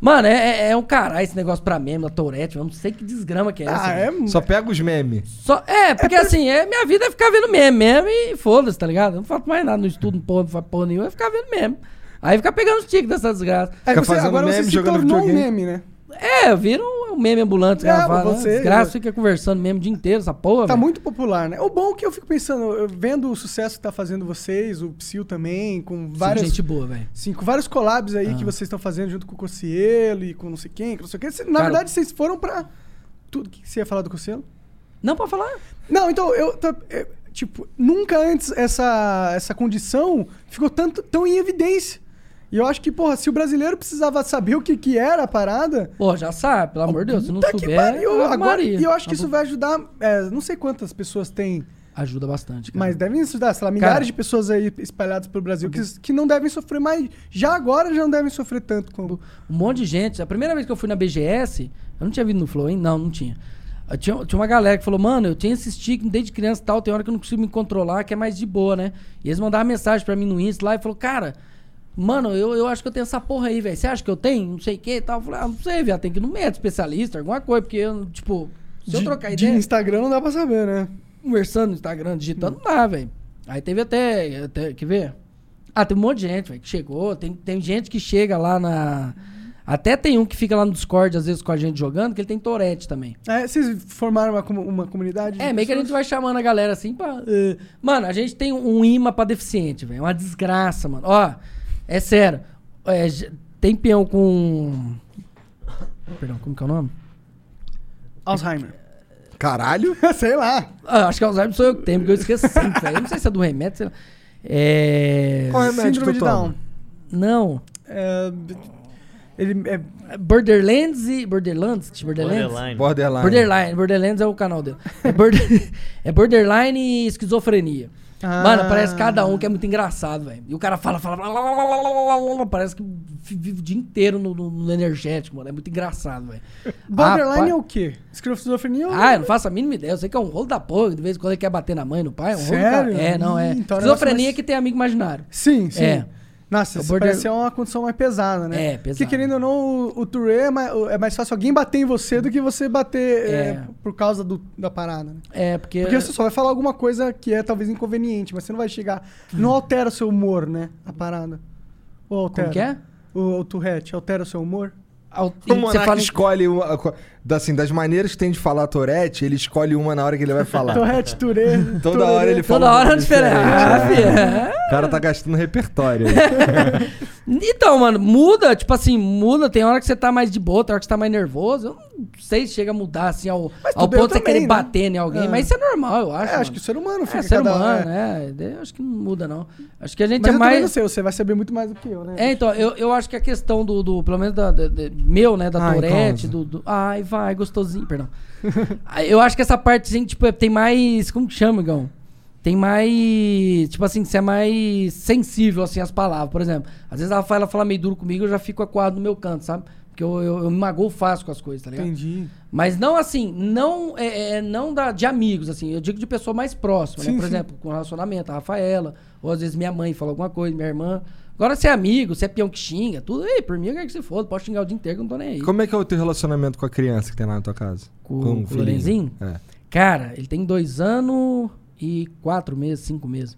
[SPEAKER 2] Mano, é, é- é um caralho esse negócio pra meme, a Tourette. Eu não sei que desgrama que é essa.
[SPEAKER 3] Ah,
[SPEAKER 2] velho.
[SPEAKER 3] é?
[SPEAKER 1] Só pega os memes.
[SPEAKER 2] Só- é, porque assim, é, minha vida é ficar vendo meme mesmo e foda-se, tá ligado? Eu não faço mais nada no estudo, não porra, não faço porra nenhuma, é ficar vendo meme. Aí ficar pegando os tiques dessa desgraça.
[SPEAKER 3] É,
[SPEAKER 1] Fica
[SPEAKER 3] você,
[SPEAKER 1] fazendo
[SPEAKER 3] agora
[SPEAKER 1] meme,
[SPEAKER 3] você se
[SPEAKER 1] jogando
[SPEAKER 3] tornou um
[SPEAKER 1] videogame.
[SPEAKER 3] meme, né?
[SPEAKER 2] É, viram um meme ambulante
[SPEAKER 3] É,
[SPEAKER 2] gravado.
[SPEAKER 3] você-
[SPEAKER 2] Né? Desgraça, fica conversando mesmo o dia inteiro, essa porra.
[SPEAKER 3] Tá
[SPEAKER 2] velho.
[SPEAKER 3] muito popular, né? O bom é que eu fico pensando, eu vendo o sucesso que tá fazendo vocês, o Psyu também, com
[SPEAKER 2] Sim,
[SPEAKER 3] várias...
[SPEAKER 2] gente boa, Ah. velho.
[SPEAKER 3] Sim, com vários collabs aí que vocês estão fazendo junto com o Cocielo e com não sei quem, com não sei quem. Na
[SPEAKER 2] Cara-
[SPEAKER 3] verdade, vocês foram pra... Tudo que você ia falar do Cocielo?
[SPEAKER 2] Não, pode falar?
[SPEAKER 3] Não, então, eu... tô- é, Tipo, nunca antes essa, essa condição ficou tanto, tão em evidência. E eu acho que, porra, se o brasileiro precisava saber o que, que era a parada,
[SPEAKER 5] Pô, já sabe, pelo amor de Deus. Se não
[SPEAKER 3] Puta que
[SPEAKER 5] souber, Tá
[SPEAKER 3] pariu!
[SPEAKER 5] Ave
[SPEAKER 3] Agora,
[SPEAKER 5] Maria.
[SPEAKER 3] e eu acho que isso vai ajudar. é, não sei quantas pessoas tem,
[SPEAKER 5] ajuda bastante. Cara.
[SPEAKER 3] mas devem ajudar, sei lá, milhares
[SPEAKER 5] Cara. Uhum.
[SPEAKER 3] de pessoas aí espalhadas pelo Brasil que, que não devem sofrer mais. Já agora já não devem sofrer tanto quando.
[SPEAKER 5] Um monte de gente. A primeira vez que eu fui na BGS, eu não tinha vindo no Flow, hein? Não, não tinha. Eu tinha, tinha uma galera que falou, mano, eu tinha esse estigma desde criança e tal, tem hora que eu não consigo me controlar, que é mais de boa, né? E eles mandaram mensagem pra mim no Insta lá e falou, cara, mano, eu, eu acho que eu tenho essa porra aí, velho. Você acha que eu tenho? Não sei o que e tal. Eu falei, ah, não sei, viado, tem que ir no médico, especialista, alguma coisa, porque eu, tipo, se eu
[SPEAKER 3] de-
[SPEAKER 5] trocar
[SPEAKER 3] de
[SPEAKER 5] ideia
[SPEAKER 3] Instagram não dá pra saber, né?
[SPEAKER 5] conversando no Instagram, digitando não dá, velho. Aí teve até, até. Quer ver? Ah, tem um monte de gente, velho, que chegou. Tem, tem gente que chega lá na. Até tem um que fica lá no Discord, às vezes, com a gente jogando, que ele tem Torete também.
[SPEAKER 3] É, vocês formaram uma, comu- uma comunidade? de
[SPEAKER 5] É, meio que a gente
[SPEAKER 3] pessoas?
[SPEAKER 5] vai chamando a galera assim pra. eh, Mano, a gente tem um imã pra deficiente, velho. É uma desgraça, mano. Ó, é sério. É, j- tem peão com. Perdão, como que é o nome?
[SPEAKER 3] Alzheimer.
[SPEAKER 1] Caralho?
[SPEAKER 3] Sei lá.
[SPEAKER 5] Ah, acho que Alzheimer sou eu que tenho, porque eu esqueço sempre, velho. Eu não sei se é do remédio, sei lá. É.
[SPEAKER 1] Qual remédio
[SPEAKER 3] Síndrome
[SPEAKER 1] que
[SPEAKER 3] de
[SPEAKER 1] tu toma?
[SPEAKER 3] Down.
[SPEAKER 5] Não.
[SPEAKER 3] É, b- ele é.
[SPEAKER 5] Borderlands e. Borderlands? Borderlands?
[SPEAKER 2] Borderline.
[SPEAKER 1] Borderline.
[SPEAKER 5] Borderline. Borderlands é o canal dele. É, border- é Borderline e Esquizofrenia.
[SPEAKER 3] Ah.
[SPEAKER 5] Mano, parece cada um que é muito engraçado, velho. E o cara fala, fala, blá, blá, blá, blá, blá, blá, blá, parece que vi- vive o dia inteiro no, no- no energético, mano. É muito engraçado, velho.
[SPEAKER 3] Borderline é
[SPEAKER 5] é
[SPEAKER 3] o quê? Esquizofrenia ou.
[SPEAKER 5] Ah, eu não faço a mínima ideia. Eu sei que é um rolo da porra. De vez em quando ele quer bater na mãe, no pai. É um rolo do
[SPEAKER 3] Sério?
[SPEAKER 5] cara- É, não, é.
[SPEAKER 3] Ih, então é um negócio
[SPEAKER 5] Esquizofrenia
[SPEAKER 3] mais-
[SPEAKER 5] que tem amigo imaginário.
[SPEAKER 3] Sim, sim.
[SPEAKER 5] É.
[SPEAKER 3] Nossa,
[SPEAKER 5] O
[SPEAKER 3] isso
[SPEAKER 5] border-
[SPEAKER 3] parece ser uma condição mais pesada, né?
[SPEAKER 5] É, pesado.
[SPEAKER 3] Porque querendo ou não, o, o Touré é mais, é mais fácil alguém bater em você do que você bater é,
[SPEAKER 5] É.
[SPEAKER 3] por causa do- da parada, né?
[SPEAKER 5] É, porque.
[SPEAKER 3] Porque você só vai falar alguma coisa que é talvez inconveniente, mas você não vai chegar. Não altera o seu humor, né? A parada. Ou altera?
[SPEAKER 5] Como que é?
[SPEAKER 3] O, o Tourette altera o seu humor?
[SPEAKER 5] Ao-
[SPEAKER 1] O
[SPEAKER 5] e você
[SPEAKER 1] Monark
[SPEAKER 5] fala em-
[SPEAKER 1] escolhe uma, co- da- assim, das maneiras que tem de falar Tourette, ele escolhe uma na hora que ele vai falar.
[SPEAKER 3] Tourette, Touré.
[SPEAKER 1] Toda hora ele fala.
[SPEAKER 5] Toda
[SPEAKER 1] uma
[SPEAKER 5] hora um
[SPEAKER 1] coisa
[SPEAKER 5] diferente. Ah,
[SPEAKER 1] né?
[SPEAKER 5] fi,
[SPEAKER 1] O cara tá gastando repertório.
[SPEAKER 5] Então, mano, muda, tipo assim, muda. Tem hora que você tá mais de boa, tem hora que você tá mais nervoso. Eu não sei se chega a mudar, assim, ao,
[SPEAKER 3] Mas
[SPEAKER 5] ao
[SPEAKER 3] tudo bem,
[SPEAKER 5] ponto de
[SPEAKER 3] eu
[SPEAKER 5] você querer
[SPEAKER 3] também, né?
[SPEAKER 5] bater em alguém.
[SPEAKER 3] É.
[SPEAKER 5] Mas isso é normal, eu acho.
[SPEAKER 3] É, acho que o
[SPEAKER 5] isso
[SPEAKER 3] ser humano fica
[SPEAKER 5] é ser
[SPEAKER 3] cada-
[SPEAKER 5] humano,
[SPEAKER 3] é.
[SPEAKER 5] né? Daí eu acho que não muda, não. Acho que a gente
[SPEAKER 3] Mas
[SPEAKER 5] é
[SPEAKER 3] eu também não
[SPEAKER 5] mais.
[SPEAKER 3] sei, você vai saber muito mais do que eu, né?
[SPEAKER 5] É, então, eu, eu acho que a questão do, do pelo menos da, da- da- meu, né, da
[SPEAKER 1] Ai,
[SPEAKER 5] Tourette,
[SPEAKER 1] goza.
[SPEAKER 5] do, do- Ai, vai, gostosinho, perdão. Ah, eu acho que essa parte, assim, tipo, é- tem mais. Como que chama, Igão? Tem mais. Tipo assim, você é mais sensível, assim, às palavras. Por exemplo, às vezes a Rafaela fala meio duro comigo, eu já fico acuado no meu canto, sabe? Porque eu, eu, eu me magoo fácil com as coisas, tá ligado?
[SPEAKER 3] Entendi.
[SPEAKER 5] Mas não assim, não é, é, não da, de amigos, assim, eu digo de pessoa mais próxima, né?
[SPEAKER 3] Sim,
[SPEAKER 5] Por
[SPEAKER 3] sim.
[SPEAKER 5] exemplo, com relacionamento, a Rafaela, ou às vezes minha mãe fala alguma coisa, minha irmã. Agora se é amigo, se é peão que xinga, tudo, ei, por mim eu quero que você foda, pode xingar o dia inteiro que eu não tô nem aí.
[SPEAKER 1] Como é que é o teu relacionamento com a criança que tem lá na tua casa?
[SPEAKER 5] Com-
[SPEAKER 1] o
[SPEAKER 5] com o
[SPEAKER 1] filhinho?
[SPEAKER 5] Lorenzinho?
[SPEAKER 1] É.
[SPEAKER 5] Cara, ele tem dois anos e quatro meses, cinco meses.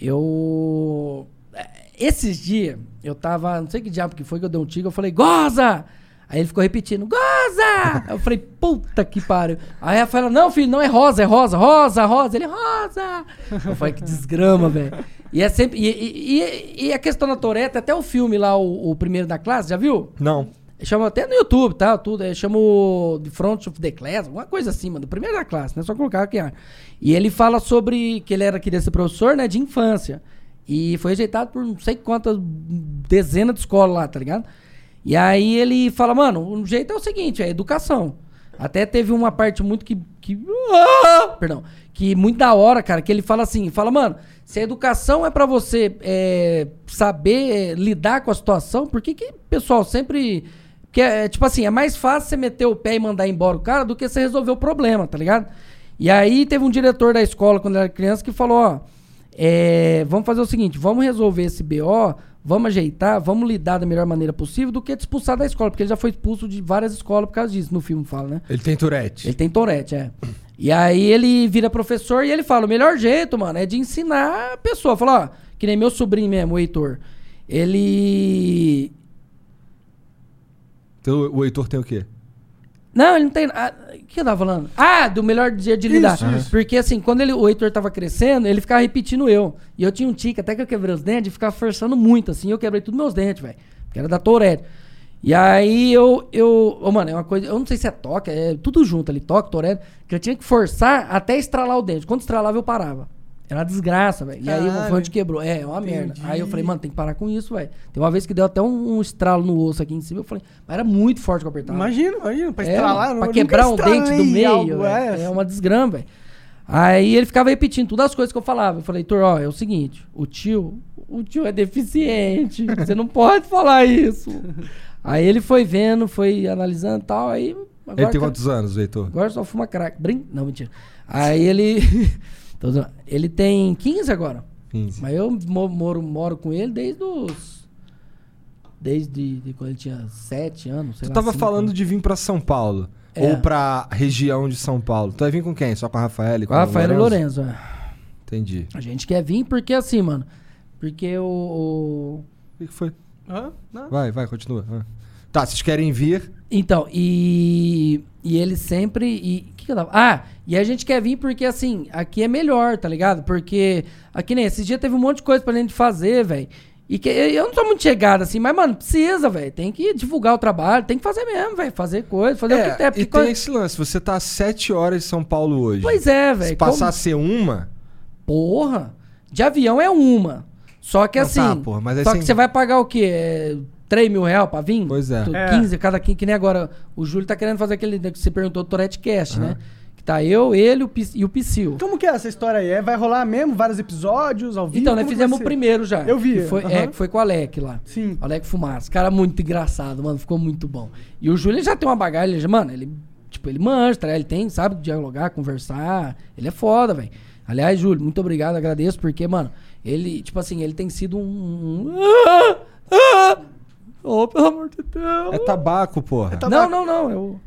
[SPEAKER 5] Eu. eh, Esses dias, eu tava. Não sei que diabo que foi que eu dei um tigo, eu falei, goza! Aí ele ficou repetindo, goza! eu falei, puta que pariu. Aí ela fala, não, filho, não é rosa, é rosa, rosa, rosa. Ele, rosa! Eu falei, que desgrama, velho. E é sempre. E, e- e- e a questão da Toreta, até o filme lá, o- o primeiro da classe, já viu?
[SPEAKER 1] Não.
[SPEAKER 5] Chama até no YouTube, tá? Tudo, é, chama o The Front of the Class, alguma coisa assim, mano. Primeiro da classe, né? Só colocar quem acha. E ele fala sobre que ele era queria ser professor, né? De infância. E foi rejeitado por não sei quantas dezenas de escolas lá, tá ligado? E aí ele fala, mano, o jeito é o seguinte, é educação. Até teve uma parte muito que. que Ah! perdão. Que muito da hora, cara, que ele fala assim: fala, mano, se a educação é pra você é, saber é, lidar com a situação, por que que o pessoal sempre. Que é, tipo assim, é mais fácil você meter o pé e mandar embora o cara do que você resolver o problema, tá ligado? E aí teve um diretor da escola, quando ele era criança, que falou: ó, é, vamos fazer o seguinte, vamos resolver esse BO, vamos ajeitar, vamos lidar da melhor maneira possível do que te expulsar da escola, porque ele já foi expulso de várias escolas por causa disso, no filme fala, né?
[SPEAKER 1] Ele tem Tourette.
[SPEAKER 5] Ele tem Tourette, é. E aí ele vira professor e ele fala: o melhor jeito, mano, é de ensinar a pessoa. Falar, ó, que nem meu sobrinho mesmo, o Heitor. Ele.
[SPEAKER 1] Teu- Então, o Heitor tem o quê?
[SPEAKER 5] Não, ele não tem. ah, O que eu tava falando? Ah, do melhor dia de lidar. Porque assim, quando ele, o Heitor tava crescendo, ele ficava repetindo eu. E eu tinha um tique, até que eu quebrei os dentes, ficava forçando muito, assim. Eu quebrei todos meus dentes, velho. Porque era da Tourette. E aí eu. eu ô, mano, é uma coisa. Eu não sei se é toque, é tudo junto ali, toque, Tourette. Que eu tinha que forçar até estralar o dente. Quando estralava, eu parava. Era uma desgraça, velho. E aí
[SPEAKER 3] Caralho.
[SPEAKER 5] foi onde quebrou. É, é uma merda. Aí eu falei, mano, tem que parar com isso, velho. Tem uma vez que deu até um, um estralo no osso aqui em cima, eu falei, mas era muito forte que eu apertava.
[SPEAKER 3] Imagina, imagina, pra
[SPEAKER 5] É,
[SPEAKER 3] estralar. eu
[SPEAKER 5] pra
[SPEAKER 3] nunca
[SPEAKER 5] quebrar um dente do
[SPEAKER 3] estralei
[SPEAKER 5] meio.
[SPEAKER 3] algo,
[SPEAKER 5] velho.
[SPEAKER 3] é.
[SPEAKER 5] é uma desgrama, velho. Aí ele ficava repetindo todas as coisas que eu falava. Eu falei, Heitor, ó, é o seguinte, o tio, o tio é deficiente, você não pode falar isso. Aí ele foi vendo, foi analisando e tal, aí... agora
[SPEAKER 1] Ele tem
[SPEAKER 5] tá-
[SPEAKER 1] quantos anos, Heitor?
[SPEAKER 5] Agora só fuma crack. Brin... Não, mentira. Aí ele. Tô zoando. ele tem 15 agora.
[SPEAKER 1] 15.
[SPEAKER 5] Mas eu mo- moro, moro com ele desde os. Desde de quando ele tinha 7 anos. Sei
[SPEAKER 1] Tu
[SPEAKER 5] lá, assim.
[SPEAKER 1] tava
[SPEAKER 5] cinco.
[SPEAKER 1] falando de vir pra São Paulo.
[SPEAKER 5] É.
[SPEAKER 1] Ou pra região de São Paulo. Tu vai vir com quem? Só com a Rafaela e
[SPEAKER 5] Com a Rafaela
[SPEAKER 1] Lourenço?
[SPEAKER 5] Lourenço, é.
[SPEAKER 1] Entendi.
[SPEAKER 5] A gente quer vir porque assim, mano. Porque o. o-
[SPEAKER 1] O que que foi?
[SPEAKER 3] Hã? Não.
[SPEAKER 1] Vai, vai, continua. Ah. Tá, vocês querem vir?
[SPEAKER 5] Então, e. E ele sempre. E. o que, que eu tava? Ah, e a gente quer vir porque, assim, aqui é melhor, tá ligado? Porque. Aqui nem. Esses dias teve um monte de coisa pra gente fazer, velho. E que, eu não sou muito chegado assim, mas, mano, precisa, velho. Tem que divulgar o trabalho, tem que fazer mesmo, velho. Fazer coisa, fazer o que tem.
[SPEAKER 1] É,
[SPEAKER 5] porque
[SPEAKER 1] e
[SPEAKER 5] coisa-
[SPEAKER 1] tem esse lance. Você tá às 7 horas em São Paulo hoje.
[SPEAKER 5] Pois é, velho.
[SPEAKER 1] Se
[SPEAKER 5] como-
[SPEAKER 1] passar a ser uma,
[SPEAKER 5] Porra! De avião é uma. Só que
[SPEAKER 1] Não,
[SPEAKER 5] assim.
[SPEAKER 1] tá, porra, mas aí
[SPEAKER 5] só
[SPEAKER 1] sem-
[SPEAKER 5] que você vai pagar o quê? É, 3 mil reais pra vir?
[SPEAKER 1] Pois é.
[SPEAKER 5] Tu-
[SPEAKER 3] É.
[SPEAKER 5] 15, cada quem, que nem agora. O Júlio tá querendo fazer aquele que você perguntou do Tourette Cast, né? Que tá eu, ele o Pis- e o Psyu.
[SPEAKER 3] Como que é essa história aí? É, Vai rolar mesmo vários episódios ao vivo?
[SPEAKER 5] Então, nós
[SPEAKER 3] Como que
[SPEAKER 5] fizemos o
[SPEAKER 3] vai ser?
[SPEAKER 5] primeiro já.
[SPEAKER 3] Eu vi,
[SPEAKER 5] Que foi, É,
[SPEAKER 3] aham.
[SPEAKER 5] que foi com o Alec lá.
[SPEAKER 3] Sim.
[SPEAKER 5] O Alec Fumaça. Cara muito engraçado, mano. Ficou muito bom. E o Júlio ele já tem uma bagagem, ele já- mano, ele, tipo, ele manja, tá ligado? ele tem, sabe, dialogar, conversar. Ele é foda, velho. Aliás, Júlio, muito obrigado, agradeço, porque, mano, ele, tipo assim, ele tem sido um. um- Ah! Ah! Oh, pelo amor de Deus!
[SPEAKER 1] é tabaco, porra.
[SPEAKER 3] Tá
[SPEAKER 5] Não, não, não. Eu...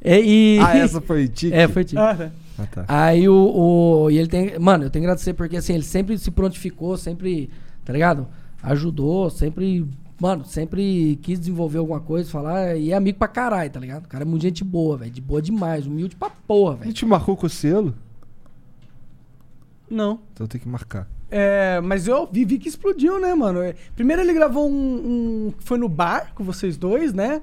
[SPEAKER 5] É, e...
[SPEAKER 1] Ah, essa foi tique?
[SPEAKER 5] É, foi tipo.
[SPEAKER 3] Ah, tá.
[SPEAKER 1] Ah, tá.
[SPEAKER 5] Aí o, o- E ele tem. Mano, eu tenho que agradecer porque assim, ele sempre se prontificou, sempre. Tá ligado? Ajudou, sempre. Mano, sempre quis desenvolver alguma coisa, falar. E é amigo pra caralho, tá ligado? O cara é muito gente boa, velho. De boa demais, humilde pra porra,
[SPEAKER 1] Ele
[SPEAKER 5] velho.
[SPEAKER 1] te marcou com o selo?
[SPEAKER 3] Não.
[SPEAKER 1] Então tem que marcar.
[SPEAKER 3] É, mas eu vi, vi que explodiu, né, mano? É, Primeiro ele gravou um, um- Foi no bar com vocês dois, né?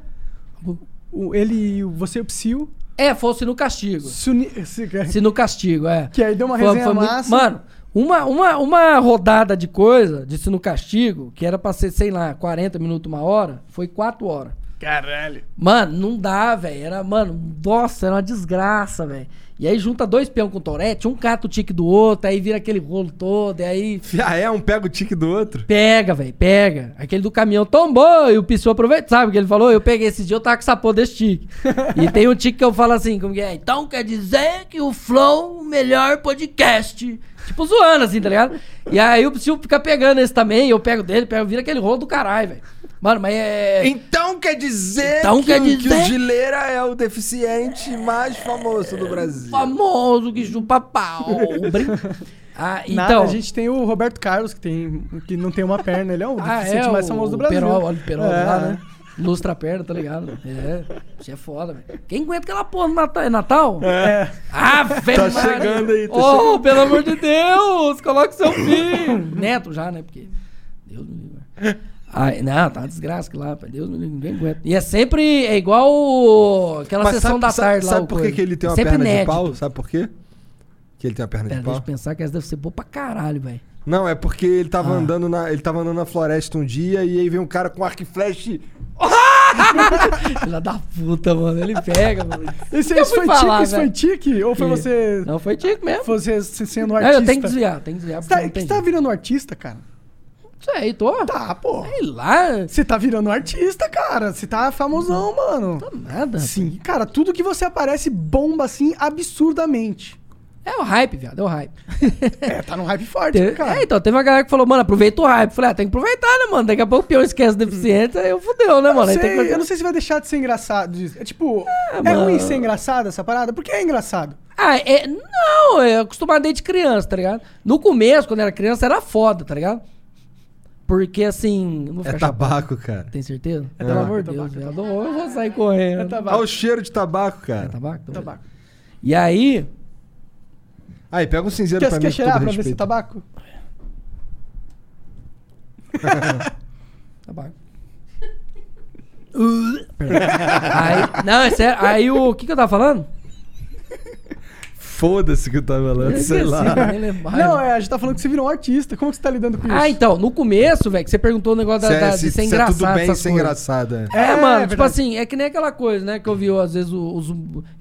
[SPEAKER 3] O- o- ele e o- você e o Psyu.
[SPEAKER 5] É, fosse no castigo.
[SPEAKER 3] se uni- se-
[SPEAKER 5] Se no castigo, é.
[SPEAKER 3] Que aí deu uma
[SPEAKER 5] Foi-
[SPEAKER 3] resenha
[SPEAKER 5] foi muito-
[SPEAKER 3] massa.
[SPEAKER 5] Mano, uma, uma, uma rodada de coisa, de se no castigo, que era pra ser, sei lá, 40 minutos, uma hora, foi 4 horas.
[SPEAKER 3] Caralho.
[SPEAKER 5] Mano, não dá, velho. Era, mano, nossa, era uma desgraça, velho. E aí junta dois peão com torete, um cata o tique do outro, aí vira aquele rolo todo, e aí
[SPEAKER 1] Ah, é? Um pega o tique do outro?
[SPEAKER 5] pega, velho, pega. Aquele do caminhão tombou e o piscou aproveita. Sabe o que ele falou? Eu peguei esse dia, eu tava com essa porra desse tique. e tem um tique que eu falo assim, como que é? Então quer dizer que o Flow, o melhor podcast. Tipo, zoando assim, tá ligado? E aí o Psyu fica pegando esse também, eu pego dele, pego, vira aquele rolo do caralho, velho. Mano, mas é.
[SPEAKER 1] Então quer dizer,
[SPEAKER 5] Então
[SPEAKER 1] que,
[SPEAKER 5] quer
[SPEAKER 1] o- que
[SPEAKER 5] dizer-
[SPEAKER 1] o Gileira é o deficiente mais famoso do Brasil.
[SPEAKER 5] famoso que chupa pau. Brin- Ah,
[SPEAKER 3] Nada,
[SPEAKER 5] então.
[SPEAKER 3] a gente tem o Roberto Carlos, que, tem, que não tem uma perna, ele é o
[SPEAKER 5] ah,
[SPEAKER 3] deficiente
[SPEAKER 5] é,
[SPEAKER 3] mais
[SPEAKER 5] o
[SPEAKER 3] famoso do Brasil.
[SPEAKER 5] Perol, olha o Perol
[SPEAKER 3] É,
[SPEAKER 5] lá, né? Lustra a perna, tá ligado? É, isso é foda, velho. Quem aguenta aquela porra no Natal? É Natal?
[SPEAKER 3] É.
[SPEAKER 5] Ah, velho!
[SPEAKER 1] Tá chegando aí, tá
[SPEAKER 5] oh, pelo amor de Deus! Coloca seu filho! Neto já, né? Porque. Deus me livre. Ai, não, tá uma desgraça que lá, pai. Deus me livre, ninguém aguenta. E é sempre. É igual o- aquela
[SPEAKER 1] Mas
[SPEAKER 5] sessão
[SPEAKER 1] sabe-
[SPEAKER 5] da
[SPEAKER 1] sabe-
[SPEAKER 5] tarde lá.
[SPEAKER 1] Sabe
[SPEAKER 5] o
[SPEAKER 1] por que
[SPEAKER 5] coisa.
[SPEAKER 1] que ele tem uma
[SPEAKER 5] Sempre
[SPEAKER 1] perna de
[SPEAKER 5] inédito.
[SPEAKER 1] pau? Sabe por quê? Que ele tem uma perna
[SPEAKER 5] Pera,
[SPEAKER 1] de
[SPEAKER 5] deixa
[SPEAKER 1] pau?
[SPEAKER 5] eu pensar que essa deve ser boa pra caralho, velho.
[SPEAKER 1] Não, é porque ele tava,
[SPEAKER 5] Ah.
[SPEAKER 1] andando na, ele tava andando na floresta um dia e aí vem um cara com arco e flecha.
[SPEAKER 5] Filha da puta, mano. Ele pega, mano.
[SPEAKER 3] Esse,
[SPEAKER 5] Eu
[SPEAKER 3] esse
[SPEAKER 5] fui
[SPEAKER 3] foi
[SPEAKER 5] falar,
[SPEAKER 3] tique, esse foi
[SPEAKER 5] velho.
[SPEAKER 3] tique? Ou foi
[SPEAKER 5] Que-
[SPEAKER 3] você,
[SPEAKER 5] Não, foi Tico mesmo.
[SPEAKER 3] você se- sendo
[SPEAKER 5] Ah,
[SPEAKER 3] artista?
[SPEAKER 5] eu tenho que desviar, tenho que desviar.
[SPEAKER 3] Você
[SPEAKER 5] porque
[SPEAKER 3] tá,
[SPEAKER 5] não
[SPEAKER 3] que
[SPEAKER 5] tem
[SPEAKER 3] você tá
[SPEAKER 5] jeito.
[SPEAKER 3] virando artista, cara?
[SPEAKER 5] Sei, tô.
[SPEAKER 3] Tá, pô.
[SPEAKER 5] Sei lá,
[SPEAKER 3] Você tá virando artista, cara. Você tá famosão, mano.
[SPEAKER 5] tô nada.
[SPEAKER 3] Sim, cara, tudo que você aparece bomba assim absurdamente.
[SPEAKER 5] É o hype, viado, é o hype.
[SPEAKER 3] É, tá num hype forte,
[SPEAKER 5] Te-
[SPEAKER 3] cara.
[SPEAKER 5] É, então, teve uma galera que falou, mano, aproveita o hype. Falei, ah, tem que aproveitar, né, mano? Daqui a pouco o peão esquece deficiente, aí eu fudeu, né, mano?
[SPEAKER 3] eu,
[SPEAKER 5] Aí tem
[SPEAKER 3] sei-
[SPEAKER 5] que fazer- Ah,
[SPEAKER 3] eu não sei se vai deixar de ser engraçado. disso. É tipo, é,
[SPEAKER 5] mano.
[SPEAKER 3] ruim ser engraçado essa parada? Porque é engraçado.
[SPEAKER 5] Ah, é. Não, é acostumado desde criança, tá ligado? No começo, quando era criança, era foda, tá ligado? Porque assim. eu Não vou
[SPEAKER 1] É
[SPEAKER 5] ficar chapado.
[SPEAKER 1] tabaco, cara.
[SPEAKER 5] Tem certeza?
[SPEAKER 1] É
[SPEAKER 5] Pelo
[SPEAKER 2] Ah,
[SPEAKER 1] tabaco,
[SPEAKER 5] amor
[SPEAKER 1] é
[SPEAKER 5] de Deus, viado. Ou eu vou sair correndo.
[SPEAKER 3] Tá,
[SPEAKER 5] É
[SPEAKER 1] Olha o cheiro de tabaco, cara.
[SPEAKER 5] É tabaco?
[SPEAKER 3] Tabaco.
[SPEAKER 5] E aí,
[SPEAKER 1] Aí, pega um cinzeiro
[SPEAKER 3] Quer,
[SPEAKER 1] pra mim.
[SPEAKER 3] quer
[SPEAKER 1] com todo
[SPEAKER 3] cheirar pra ver se é
[SPEAKER 5] tá
[SPEAKER 1] respeito.
[SPEAKER 3] tabaco?
[SPEAKER 5] Tabaco. Uh, perdão. aí, não, é sério. Aí o que, que eu tava falando?
[SPEAKER 1] Foda-se que eu tava lá,
[SPEAKER 2] Eu
[SPEAKER 1] sei
[SPEAKER 2] esqueci,
[SPEAKER 1] lá.
[SPEAKER 2] nem lembrar.
[SPEAKER 3] Não, é, a gente tá falando que você virou um artista. Como que você tá lidando com isso?
[SPEAKER 2] Ah, então, no começo, velho, que você perguntou o negócio da,
[SPEAKER 1] Se é-
[SPEAKER 2] da-
[SPEAKER 1] se-
[SPEAKER 2] de
[SPEAKER 1] se
[SPEAKER 2] ser
[SPEAKER 1] é
[SPEAKER 2] engraçado.
[SPEAKER 1] tudo bem
[SPEAKER 2] essas
[SPEAKER 1] ser
[SPEAKER 2] coisas.
[SPEAKER 1] engraçado. é.
[SPEAKER 2] É,
[SPEAKER 3] É,
[SPEAKER 2] mano,
[SPEAKER 3] é
[SPEAKER 2] tipo
[SPEAKER 3] verdade.
[SPEAKER 2] assim, é que nem aquela coisa, né, que eu vi, às vezes, os.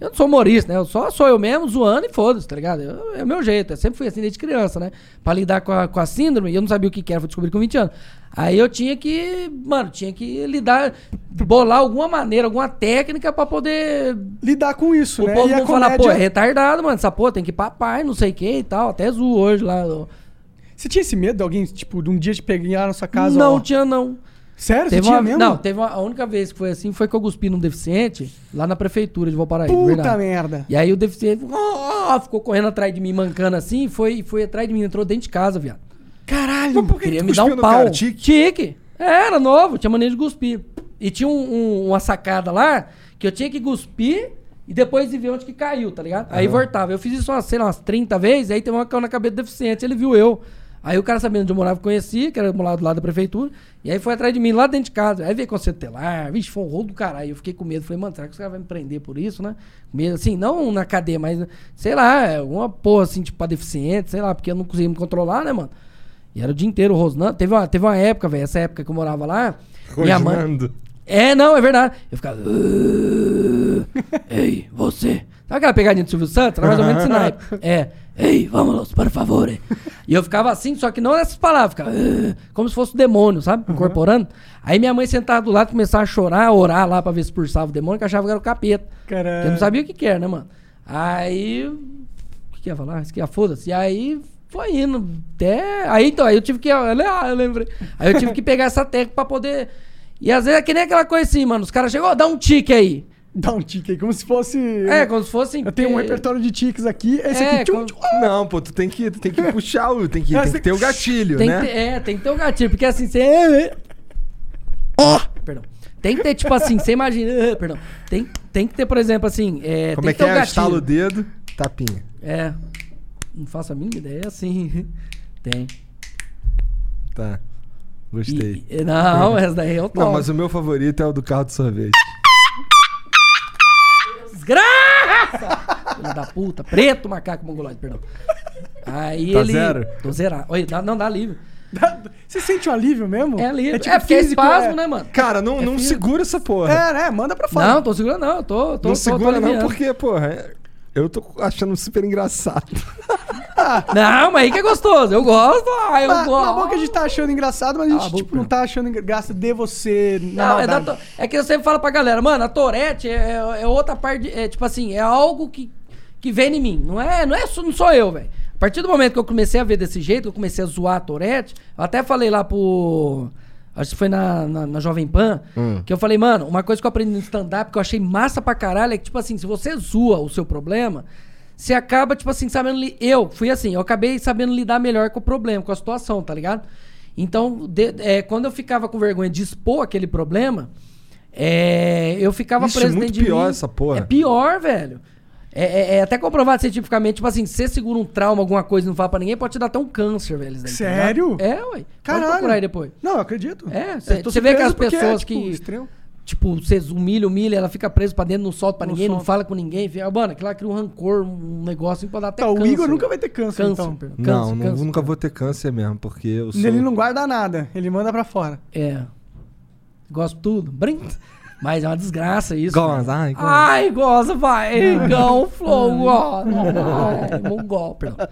[SPEAKER 2] Eu não sou humorista, né? Eu só sou eu mesmo zoando e foda-se, tá ligado? Eu- é o meu jeito. Eu sempre fui assim desde criança, né? Pra lidar com a, com a síndrome, e eu não sabia o que, que era, fui descobrir com 20 anos. Aí eu tinha que, mano, tinha que lidar, bolar alguma maneira, alguma técnica pra poder.
[SPEAKER 3] Lidar com isso,
[SPEAKER 2] O
[SPEAKER 3] né?
[SPEAKER 2] povo
[SPEAKER 3] a
[SPEAKER 2] não falar, pô, é retardado, mano, essa porra tem que ir pra pai, não sei o que e tal. Até zoo hoje lá. ó.
[SPEAKER 3] Você tinha esse medo de alguém, tipo, de um dia te pegar na sua casa?
[SPEAKER 2] não
[SPEAKER 3] ó?
[SPEAKER 2] tinha, não.
[SPEAKER 3] Sério? Você
[SPEAKER 2] Teve
[SPEAKER 3] tinha
[SPEAKER 2] uma,
[SPEAKER 3] mesmo?
[SPEAKER 2] não, é teve uma, a única vez que foi assim foi que eu cuspi num deficiente lá na prefeitura de Valparaíso.
[SPEAKER 3] Puta
[SPEAKER 2] verdade.
[SPEAKER 3] merda.
[SPEAKER 2] E aí o deficiente ficou, "Ah", ficou correndo atrás de mim, mancando assim, foi, foi atrás de mim, entrou dentro de casa, viado.
[SPEAKER 3] Caralho.
[SPEAKER 1] Mas por que
[SPEAKER 2] Queria
[SPEAKER 1] que
[SPEAKER 2] me dar
[SPEAKER 1] cuspiu
[SPEAKER 2] um
[SPEAKER 1] no
[SPEAKER 2] pau.
[SPEAKER 1] cara?
[SPEAKER 2] tique.
[SPEAKER 1] Tique?
[SPEAKER 2] É, Era novo, tinha maneira de cuspir. E tinha um- um- uma sacada lá que eu tinha que cuspir e depois de ver onde que caiu, tá ligado? Aí voltava. Eu fiz isso, umas, sei lá, umas 30 vezes, aí teve uma que caiu na cabeça do deficiente, ele viu eu. Aí o cara sabendo onde eu morava, conhecia, que era do lado, do lado da prefeitura, e aí foi atrás de mim, lá dentro de casa. Aí veio conselho telar, vixe, foi um rolo do caralho. Eu fiquei com medo, falei, mano, será que os caras vão me prender por isso, né? Com medo, assim, não na cadeia, mas, sei lá, alguma porra, assim, tipo, pra deficiente, sei lá, porque eu não conseguia me controlar, né, mano? E era o dia inteiro rosnando. Teve uma, teve uma época, velho, essa época que eu morava lá. Minha mãe.
[SPEAKER 1] Rosnando.
[SPEAKER 2] É, não, é verdade. Eu ficava. "Ah, Ei, você. Sabe aquela pegadinha do Silvio Santos? Era mais ou menos esse naipe. É. Ei, vamos, por favor. E eu ficava assim, só que não nessas palavras. Ficava, "Ah", como se fosse o demônio, sabe? Incorporando. Aí minha mãe sentava do lado, começava a chorar, a orar lá pra ver se expulsava o demônio, que achava que era o capeta.
[SPEAKER 3] Caralho.
[SPEAKER 2] Porque eu não sabia o que que era, né, mano? Aí. O que, que ia falar? Esquia, foda-se. E aí foi indo. Até. Aí então, aí eu tive que. Ah, eu lembrei. Aí eu tive que pegar essa técnica pra poder. E às vezes é que nem aquela coisa assim, mano. Os caras chegam, ó, dá um tique aí.
[SPEAKER 3] Dá um tique aí, como se fosse...
[SPEAKER 2] É, como se fosse.
[SPEAKER 3] Eu tenho um
[SPEAKER 2] eh,
[SPEAKER 3] repertório de tiques aqui. Esse
[SPEAKER 2] É,
[SPEAKER 3] aqui... um- tchum,
[SPEAKER 2] como-
[SPEAKER 3] tchum.
[SPEAKER 1] Não, pô, tu tem que, tu tem que puxar o. Tem que,
[SPEAKER 3] Ah,
[SPEAKER 1] tem
[SPEAKER 3] você-
[SPEAKER 1] que ter o gatilho,
[SPEAKER 2] Tem
[SPEAKER 1] né?
[SPEAKER 2] que ter, é, tem que ter um gatilho, porque assim, você. Ó! Perdão. Tem que ter, tipo assim, você imagina. Perdão. Tem, tem que ter, por exemplo, assim. É,
[SPEAKER 1] Como
[SPEAKER 2] tem
[SPEAKER 1] é
[SPEAKER 2] que
[SPEAKER 1] que
[SPEAKER 2] ter um
[SPEAKER 1] é?
[SPEAKER 2] gatilho.
[SPEAKER 1] Estala o dedo, tapinha.
[SPEAKER 2] É. Não faço a mínima ideia, é assim. Tem.
[SPEAKER 1] Tá.
[SPEAKER 2] E-
[SPEAKER 1] Gostei.
[SPEAKER 2] e- não, essa daí é o
[SPEAKER 1] Não,
[SPEAKER 2] top.
[SPEAKER 1] mas o meu favorito é o do carro de sorvete.
[SPEAKER 2] Desgraça! Filho da puta. Preto, macaco, mongoloide, perdão. Aí
[SPEAKER 1] Tá
[SPEAKER 2] ele...
[SPEAKER 1] zero?
[SPEAKER 2] Tô zerado. Olha, dá- não, dá livre.
[SPEAKER 3] Dá- Você sente um alívio mesmo?
[SPEAKER 2] É livre. É,
[SPEAKER 3] tipo
[SPEAKER 2] porque é
[SPEAKER 3] físico,
[SPEAKER 2] espasmo,
[SPEAKER 3] é.
[SPEAKER 2] né, mano?
[SPEAKER 1] Cara, não, não segura essa porra.
[SPEAKER 3] É, né? Manda pra fora.
[SPEAKER 2] Não, tô segurando não. Tô, tô,
[SPEAKER 1] não
[SPEAKER 2] tô,
[SPEAKER 1] segura
[SPEAKER 2] tô
[SPEAKER 1] não,
[SPEAKER 2] aliviando.
[SPEAKER 1] porque, porra, é- eu tô achando super engraçado.
[SPEAKER 2] Não, mas aí que é gostoso. Eu gosto. Ah, eu
[SPEAKER 3] Mas, mas é
[SPEAKER 2] gosto.
[SPEAKER 3] bom que a gente tá achando engraçado, mas a
[SPEAKER 2] Cala
[SPEAKER 3] gente,
[SPEAKER 2] a boca,
[SPEAKER 3] tipo, não tá achando engra- graça de você na
[SPEAKER 2] Não, é, da
[SPEAKER 3] maldade.
[SPEAKER 2] to- é que eu sempre falo pra galera, mano, a Torete é, é- é outra parte, de- é tipo assim, é algo que, que vem em mim. Não é, não é, só- não sou eu, velho. A partir do momento que eu comecei a ver desse jeito, que eu comecei a zoar a Torete, eu até falei lá pro. Acho que foi na, na, na Jovem Pan,
[SPEAKER 1] Hum.
[SPEAKER 2] que eu falei, mano, uma coisa que eu aprendi no stand-up que eu achei massa pra caralho é que, tipo assim, se você zoa o seu problema, você acaba, tipo assim, sabendo. li- Eu fui assim, eu acabei sabendo lidar melhor com o problema, com a situação, tá ligado? Então, de- é, quando eu ficava com vergonha de expor aquele problema, é, eu ficava
[SPEAKER 1] Ixi,
[SPEAKER 2] preso
[SPEAKER 1] muito
[SPEAKER 2] dentro de
[SPEAKER 1] pior
[SPEAKER 2] mim.
[SPEAKER 1] essa porra.
[SPEAKER 2] É pior, velho. É, é- é até comprovado cientificamente, tipo assim, se você segura um trauma, alguma coisa e não fala pra ninguém, pode te dar até um câncer, velho. isso daí, tá
[SPEAKER 3] Sério?
[SPEAKER 2] ligado? É, ué.
[SPEAKER 3] Caralho.
[SPEAKER 2] Pode procurar aí depois.
[SPEAKER 3] Não, eu acredito.
[SPEAKER 2] É,
[SPEAKER 3] Eu
[SPEAKER 2] cê-
[SPEAKER 3] tô
[SPEAKER 2] você vê
[SPEAKER 3] surpreso
[SPEAKER 2] aquelas
[SPEAKER 3] porque é,
[SPEAKER 2] pessoas
[SPEAKER 3] tipo,
[SPEAKER 2] que-
[SPEAKER 3] extremo.
[SPEAKER 2] Tipo, você humilha, humilha, ela fica presa pra dentro, não solta pra
[SPEAKER 3] Não
[SPEAKER 2] ninguém, não
[SPEAKER 3] solta.
[SPEAKER 2] fala com ninguém. Fica, mano, aquilo lá cria um rancor, um negócio assim, pode dar até
[SPEAKER 3] Tá, o
[SPEAKER 2] câncer.
[SPEAKER 3] Igor nunca vai ter câncer,
[SPEAKER 2] câncer.
[SPEAKER 3] então.
[SPEAKER 2] perdão. Câncer,
[SPEAKER 1] não, não-
[SPEAKER 2] câncer.
[SPEAKER 1] nunca vou ter câncer mesmo, porque eu sou...
[SPEAKER 3] Ele não guarda nada, ele manda pra fora.
[SPEAKER 2] É. Gosto tudo. Brinca. Mas é uma desgraça isso.
[SPEAKER 1] Goza,
[SPEAKER 2] velho.
[SPEAKER 1] ai, goza.
[SPEAKER 2] Ai, goza, vai. Ei, Gão, flow, goza. Ai, Mongol, perdão.